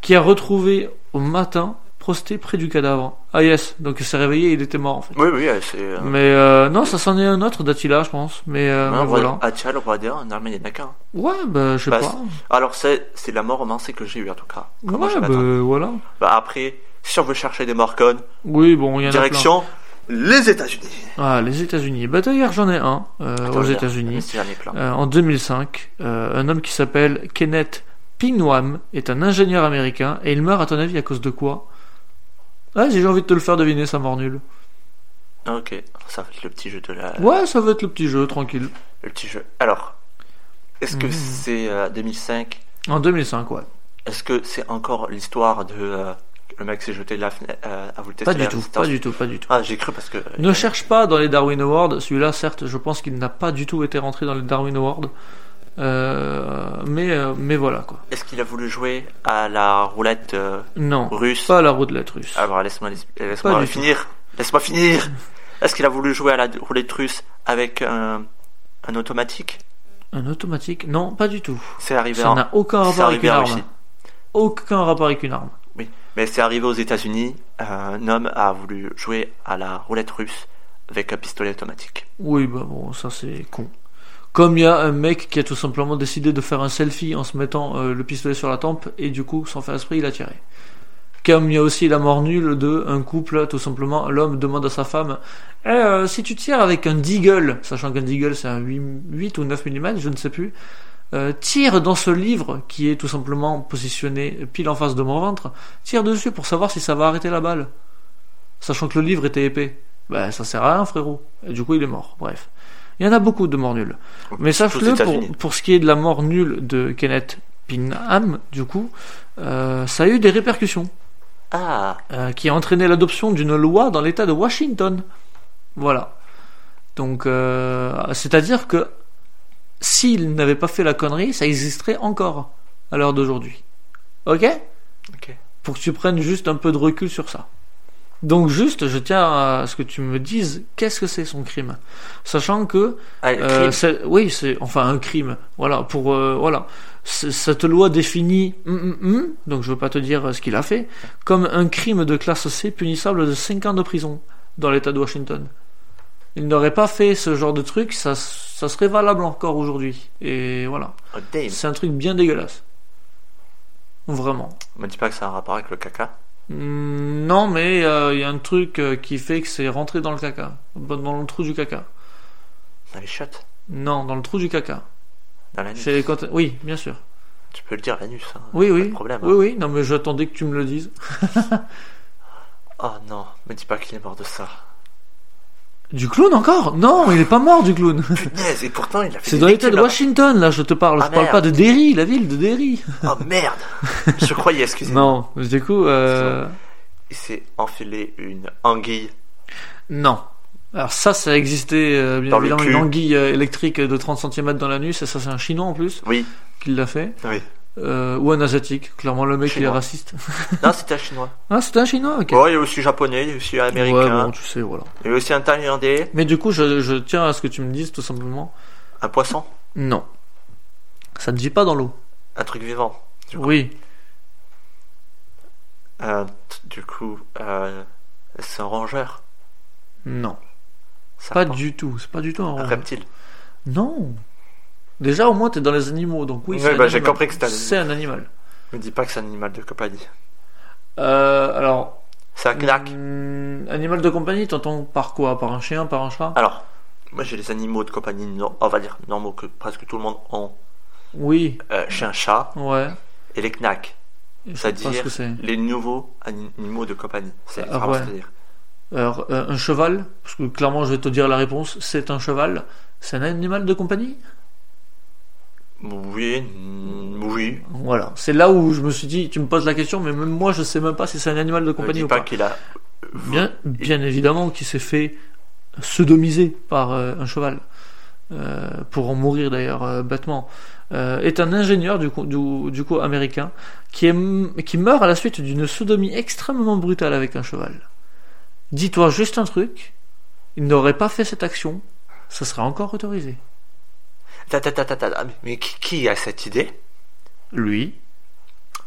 A: qui a retrouvé au matin prostré près du cadavre. Ah yes, donc il s'est réveillé, il était mort en fait.
B: Oui, oui, euh, c'est. euh,
A: Mais euh, non, ça s'en est un autre d'Attila, je pense. Mais, euh,
B: un
A: mais
B: roi-
A: voilà.
B: Attila, le roi des Huns, Narmen et Naka.
A: Ouais, bah, je sais
B: Bah,
A: pas.
B: Alors, c'est c'est la mort romancée que j'ai eue en tout cas. Comment
A: Ouais,
B: je
A: bah,
B: m'attends
A: voilà.
B: Bah, après, si on veut chercher des morcones,
A: Oui, bon, il y en a
B: direction les États-Unis.
A: plein. Ah, les États-Unis. Bah, d'ailleurs, j'en ai un euh,
B: Attends,
A: aux
B: regarde,
A: États-Unis.
B: si j'en ai plein.
A: Euh, en 2005, euh, un homme qui s'appelle Kenneth Pinwam est un ingénieur américain et il meurt, à ton avis, à cause de quoi Ah, j'ai envie de te le faire deviner, ça mort nul.
B: Ah, Ok, ça va être le petit jeu de la.
A: Ouais, ça va être le petit jeu, tranquille.
B: Le petit jeu. Alors, est-ce que
A: Mhm.
B: c'est euh, 2005
A: En 2005, ouais.
B: Est-ce que c'est encore l'histoire de euh, le mec s'est jeté de la fenêtre euh, à vous le tester
A: Pas du
B: la
A: tout,
B: résistance
A: pas du tout, pas du tout.
B: Ah, j'ai cru parce que.
A: Ne cherche pas dans les Darwin Awards. Celui-là, certes, je pense qu'il n'a pas du tout été rentré dans les Darwin Awards. Euh, mais, euh, mais voilà, quoi.
B: Est-ce qu'il a voulu jouer à la roulette euh,
A: Non,
B: russe
A: pas la roulette russe.
B: Alors laisse-moi laisse
A: Pas du tout.
B: finir. Laisse-moi finir. Est-ce qu'il a voulu jouer à la roulette russe avec un, un automatique
A: Un automatique Non, pas du tout.
B: C'est arrivé
A: Ça
B: en-
A: n'a aucun
B: Eh c'est
A: rapport avec
B: arrivé
A: une
B: en
A: arme.
B: Russie.
A: Aucun rapport avec une arme.
B: Mais c'est arrivé aux États-Unis. Un homme a voulu jouer à la roulette russe avec un pistolet automatique.
A: Oui, bah bon, ça c'est con. Comme il y a un mec qui a tout simplement décidé de faire un selfie en se mettant euh, le pistolet sur la tempe et du coup, sans faire esprit, il a tiré. Comme il y a aussi la mort nulle de un couple, tout simplement, l'homme demande à sa femme Eh, euh, si tu tires avec un deagle, sachant qu'un deagle c'est un 8, 8 ou 9 mm, je ne sais plus, euh, tire dans ce livre qui est tout simplement positionné pile en face de mon ventre, tire dessus pour savoir si ça va arrêter la balle. Sachant que le livre était épais. Bah, ça sert à rien, frérot. Et du coup, il est mort. Bref. Il y en a beaucoup de morts nulles. Mais
B: aux
A: sache-le,
B: États-Unis.
A: pour, pour ce qui est de la mort nulle de Kenneth Pinham, du coup, euh, ça a eu des répercussions,
B: Ah,
A: euh, qui a entraîné l'adoption d'une loi dans l'État de Washington. Voilà. Donc, euh, c'est-à-dire que s'il n'avait pas fait la connerie, ça existerait encore à l'heure d'aujourd'hui. Ok
B: ok.
A: pour que tu prennes juste un peu de recul sur ça. Donc juste, je tiens à ce que tu me dises, qu'est-ce que c'est son crime Sachant que...
B: Allez,
A: euh,
B: crime.
A: c'est- oui, c'est enfin un crime. Voilà, pour... euh, voilà. C- Cette loi définit... hum, hum, hum, donc je ne veux pas te dire euh, ce qu'il a fait, comme un crime de classe C punissable de 5 ans de prison dans l'État de Washington. Il n'aurait pas fait ce genre de truc, ça, ça serait valable encore aujourd'hui. Et voilà.
B: Oh, damn.
A: C'est un truc bien dégueulasse. Vraiment.
B: Me dis pas que ça a un rapport avec le caca.
A: Hmm, Non, mais il y a un truc euh, qui fait que c'est rentré dans le caca. Dans le trou du caca.
B: Dans les shots.
A: Non, dans le trou du caca.
B: Dans l'anus.
A: C'est quand... Oui, bien sûr.
B: Tu peux le dire, l'anus. Hein.
A: Oui,
B: Pas
A: oui.
B: de problème.
A: Oui, oui. Non, mais j'attendais que tu me le dises.
B: Oh non, me dis pas qu'il est mort de ça.
A: Du clown encore Non, il est pas mort du clown.
B: Punaise, et pourtant il a fait
A: C'est
B: des
A: dans l'état de
B: victimes,
A: Washington, là, je te parle.
B: hein. Ah,
A: je parle pas de Derry, la ville de Derry.
B: là-bas. Oh merde Je croyais, excusez-moi.
A: Non, du coup, euh,
B: Il s'est enfilé une anguille.
A: non. Alors ça, ça existait euh, bien
B: Dans le
A: évidemment
B: cul.
A: une anguille euh, électrique de 30 cm dans l'anus, et ça c'est un chinois en plus
B: Oui,
A: qui l'a fait.
B: oui.
A: Euh, ou un asiatique, clairement le mec il est
B: Chinois.
A: raciste.
B: Non, c'était un chinois.
A: Ah, c'était un chinois, ok.
B: Ouais, il y a aussi japonais, il y a aussi
A: Ouais,
B: américain,
A: bon, tu sais, voilà.
B: il y a aussi un thaïlandais,
A: Mais du coup, je, je tiens à ce que tu me dises tout simplement.
B: un poisson,
A: Non. Ça ne vit pas dans l'eau.
B: un truc vivant.
A: Oui.
B: Euh, t- du coup, euh, c'est un rongeur.
A: Non.
B: Ça
A: Pas
B: prend.
A: du tout. C'est pas du tout un
B: Un
A: rongeur.
B: reptile.
A: Non. Déjà, au moins, t'es dans les animaux, donc oui.
B: Oui,
A: c'est un
B: bah, j'ai
A: animal.
B: compris que c'était un animal.
A: C'est un animal.
B: Me dis pas que c'est un animal de compagnie.
A: Euh, alors.
B: C'est un knack.
A: mm, animal de compagnie, t'entends par quoi Par un chien, par un chat
B: Alors, moi j'ai les animaux de compagnie, no- on va dire normaux que presque tout le monde ont.
A: Oui.
B: Euh, chien, chat
A: Ouais.
B: et les knacks.
A: Je sais pas ce
B: C'est-à-dire
A: que c'est.
B: les nouveaux animaux de compagnie. C'est
A: Ah,
B: vraiment
A: ouais.
B: ce que je veux dire.
A: Alors, euh, un cheval, parce que clairement, je vais te dire la réponse. C'est un cheval. C'est un animal de compagnie
B: Oui, mm, oui.
A: Voilà, c'est là où je me suis dit, tu me poses la question, mais même moi je sais même pas si c'est un animal de
B: Ne
A: compagnie
B: dis
A: ou
B: pas
A: pas.
B: qu'il a.
A: Bien, bien évidemment, qui s'est fait sodomiser par euh, un cheval, euh, pour en mourir d'ailleurs euh, bêtement, euh, est un ingénieur du coup, du, du coup américain qui, est, m- qui meurt à la suite d'une sodomie extrêmement brutale avec un cheval. Dis-toi juste un truc, il n'aurait pas fait cette action, ça serait encore autorisé.
B: Ta, ta, ta, ta, ta, ta. Mais- Mais qui, qui a cette idée
A: Lui.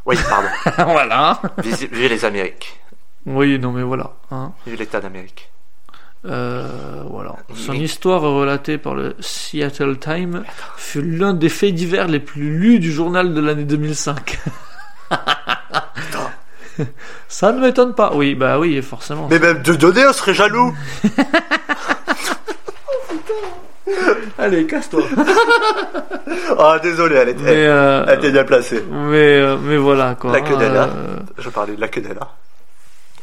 B: Oui, pardon.
A: voilà.
B: Vive vive les Amériques.
A: Oui, non mais voilà. Hein.
B: Vive l'État d'Amérique.
A: Euh, voilà. Son
B: Mais-
A: histoire relatée par le Seattle Times fut l'un des faits divers les plus lus du journal de l'année 2005. Ça ne m'étonne pas. Oui, bah oui, forcément.
B: Mais même de donner, on serait jaloux.
A: Allez, casse-toi.
B: Ah, désolé, elle était,
A: mais, euh,
B: elle était bien placée.
A: mais, euh, mais voilà quoi.
B: La queue d'Anna.
A: Euh,
B: Je parlais de la quenelle.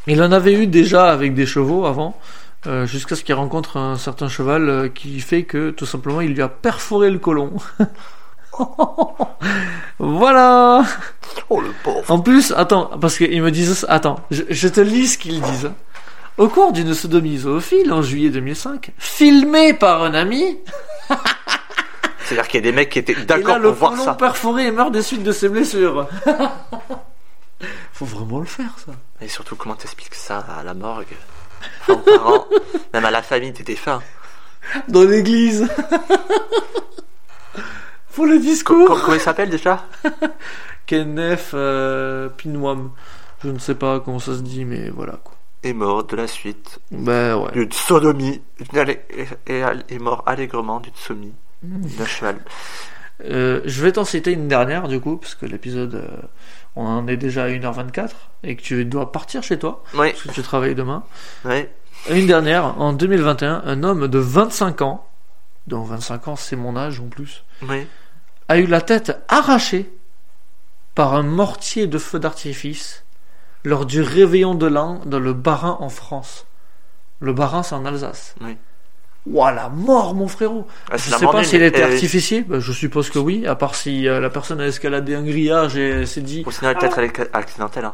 A: il en avait eu déjà avec des chevaux avant. euh, jusqu'à ce qu'il rencontre un certain cheval euh, qui fait que tout simplement il lui a perforé le colon. voilà.
B: Oh le pauvre.
A: En plus, attends, parce qu'ils me disent, attends, je, je te lis ce qu'ils disent. Au cours d'une sodomie zoophile en juillet 2005, filmée par un ami,
B: C'est-à-dire qu'il y a des mecs qui étaient
A: et là
B: d'accord
A: le
B: pour voir
A: colon
B: ça.
A: perforé et meurt des suites de ses blessures. Faut vraiment le faire ça.
B: Et surtout, comment t'expliques ça à la morgue Enfin, aux parents, même à la famille, t'étais fin.
A: Dans l'église. Faut le
B: Co-
A: discours.
B: co- Comment il s'appelle déjà
A: Kenneth euh, Pinwam. Je ne sais pas comment ça se dit, mais voilà quoi.
B: Est mort de la suite
A: Ben ouais.
B: d'une sodomie. D'une allé- Et et- est mort allègrement d'une sodomie d'un cheval.
A: Euh, je vais t'en citer une dernière du coup, parce que l'épisode, euh, on en est déjà à 1h24 et que tu dois partir chez toi,
B: Oui,
A: parce que tu travailles demain.
B: oui.
A: Une dernière, en 2021, un homme de 25 ans, dont 25 ans c'est mon âge en plus,
B: Oui.
A: a eu la tête arrachée par un mortier de feu d'artifice lors du réveillon de l'an dans le Barin en France. Le Barin, c'est en Alsace.
B: Oui.
A: Ouah, la mort, mon frérot
B: Ah, c'est
A: Je
B: la
A: sais
B: mort
A: pas
B: d'une-
A: s'il était
B: euh,
A: artificier, bah, je suppose que oui, à part si euh, la personne a escaladé un grillage et s'est dit...
B: Ou sinon, elle est peut-être allé- accidentelle. hein.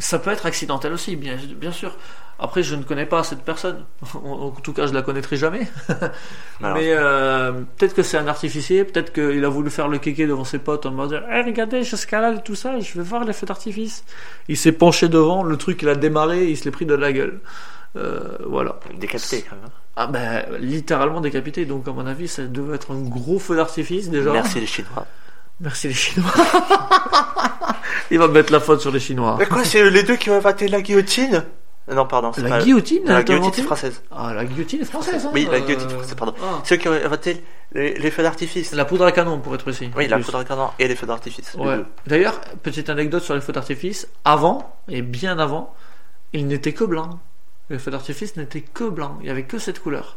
A: Ça peut être accidentel aussi, bien, bien sûr. Après, je ne connais pas cette personne. En en tout cas, je la connaîtrai jamais.
B: Mais alors,
A: Mais euh, peut-être que c'est un artificier, peut-être qu'il a voulu faire le kéké devant ses potes en mode Eh, regardez, j'escalade tout ça, je vais voir les feux d'artifice. Il s'est penché devant, le truc il a démarré, il se l'est pris de la gueule. Euh, voilà.
B: Décapité quand même. hein.
A: Ah ben, littéralement décapité, donc à mon avis, ça devait être un gros feu d'artifice déjà.
B: Merci les Chinois.
A: Merci les Chinois. il va mettre la faute sur les Chinois.
B: quoi, c'est les deux qui ont inventé la guillotine Non, pardon, c'est
A: La
B: pas-
A: guillotine,
B: Non,
A: elle
B: la
A: a été
B: guillotine
A: inventée
B: française.
A: Ah, la guillotine est française, hein,
B: Oui, la
A: euh,
B: guillotine française, pardon.
A: ah.
B: Ceux qui ont inventé les, les feux d'artifice.
A: C'est la poudre à canon pour être précis.
B: Oui, la
A: Plus.
B: poudre à canon et les feux d'artifice. les
A: Ouais.
B: deux.
A: D'ailleurs, petite anecdote sur les feux d'artifice. Avant, et bien avant, ils n'étaient que blancs. Les feux d'artifice n'étaient que blancs. Il n'y avait que cette couleur.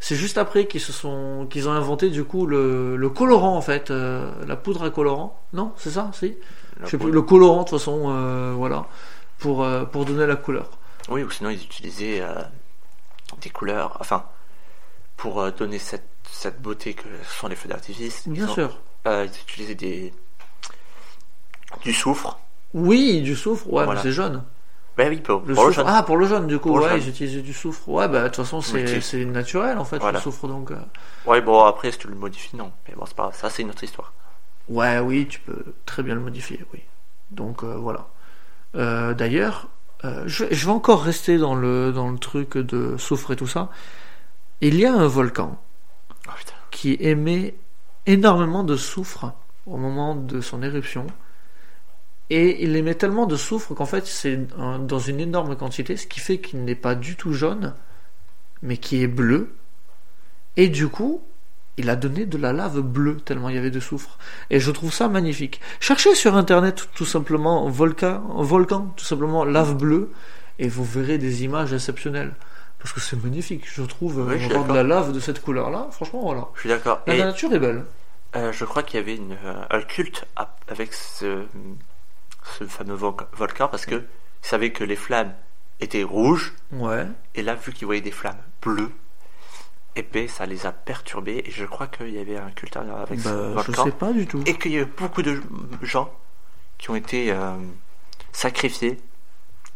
A: C'est juste après qu'ils se sont, qu'ils ont inventé du coup le, le colorant en fait, euh, la poudre à colorant. Non, c'est ça, si.
B: La
A: Je sais plus,
B: poudre.
A: le colorant de toute façon, euh, voilà, pour euh, pour donner la couleur.
B: Oui, ou sinon ils utilisaient euh, des couleurs, enfin, pour euh, donner cette, cette beauté que sont les feux d'artifice. Ils
A: Bien
B: ont-
A: sûr.
B: euh, ils utilisaient des, du soufre.
A: Oui, du soufre. Ouais,
B: Voilà.
A: mais c'est jaune.
B: Ben oui, pour,
A: Le
B: pour le
A: soufre-
B: jaune.
A: Ah, pour le jaune, du coup,
B: Pour le
A: ouais,
B: jaune.
A: ils utilisaient du soufre. Ouais, bah, de toute façon, c'est
B: Multi.
A: c'est naturel, en fait,
B: Voilà.
A: le soufre, donc. euh,
B: Ouais, bon, après, si tu le modifies, non. Mais bon, c'est pas grave, ça, c'est une autre histoire.
A: Ouais, oui, tu peux très bien le modifier, oui. Donc, euh, voilà. Euh, D'ailleurs, euh, je, je vais encore rester dans le, dans le truc de soufre et tout ça. Il y a un volcan Ah,
B: Oh putain.
A: qui émet énormément de soufre au moment de son éruption. Et il émet tellement de soufre qu'en fait c'est un- dans une énorme quantité, ce qui fait qu'il n'est pas du tout jaune, mais qui est bleu. Et du coup, il a donné de la lave bleue tellement il y avait de soufre. Et je trouve ça magnifique. Cherchez sur internet tout simplement volcan, volcan tout simplement lave bleue, et vous verrez des images exceptionnelles. Parce que c'est magnifique, je trouve,
B: Oui, je suis
A: voir de la lave de cette couleur-là, franchement voilà.
B: Je suis d'accord.
A: La
B: Et
A: nature est belle.
B: euh, je crois qu'il y avait une, euh, un culte à- avec ce, ce fameux vo- volcan parce que ils savaient que les flammes étaient rouges
A: Ouais.
B: Et là, vu qu'ils voyaient des flammes bleues, épais, ça les a perturbés. Et je crois qu'il y avait un culte avec ce
A: Bah, je
B: volcan.
A: sais pas du tout.
B: Et qu'il y a eu beaucoup de gens qui ont été euh, sacrifiés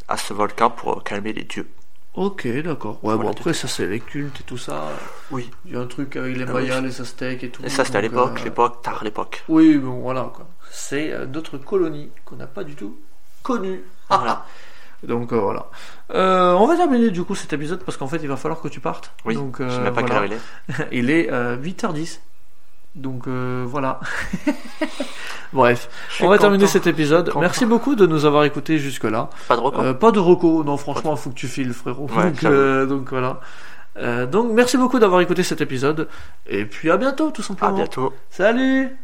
B: à ce volcan pour calmer les dieux.
A: Ok, d'accord. Ouais, bon,
B: Voilà, tout
A: après, ça, c'est les cultes et tout ça.
B: Oui.
A: Il y a un truc avec les
B: Ah
A: Mayas,
B: oui.
A: les Aztèques et tout.
B: Et ça, c'était à
A: donc,
B: l'époque,
A: euh,
B: l'époque, tard l'époque.
A: Oui, bon, voilà, quoi. C'est euh, d'autres colonies qu'on n'a pas du tout connues. Ah,
B: Voilà.
A: ah. Donc, euh, voilà. Euh, on va terminer, du coup, cet épisode, parce qu'en fait, il va falloir que tu partes.
B: Oui,
A: Donc,
B: je
A: euh,
B: ne sais pas
A: voilà.
B: quelle heure il est.
A: Il est euh, 8h10. Donc euh, voilà. Bref,
B: Je suis
A: on va
B: content.
A: terminer cet épisode.
B: content.
A: Merci beaucoup de nous avoir écoutés jusque-là.
B: Pas de repas.
A: Euh, pas de reco, non, franchement, faut que tu files, frérot.
B: Ouais,
A: donc, euh, donc voilà. Euh, donc merci beaucoup d'avoir écouté cet épisode. Et puis à bientôt, tout
B: à
A: simplement.
B: bientôt.
A: Salut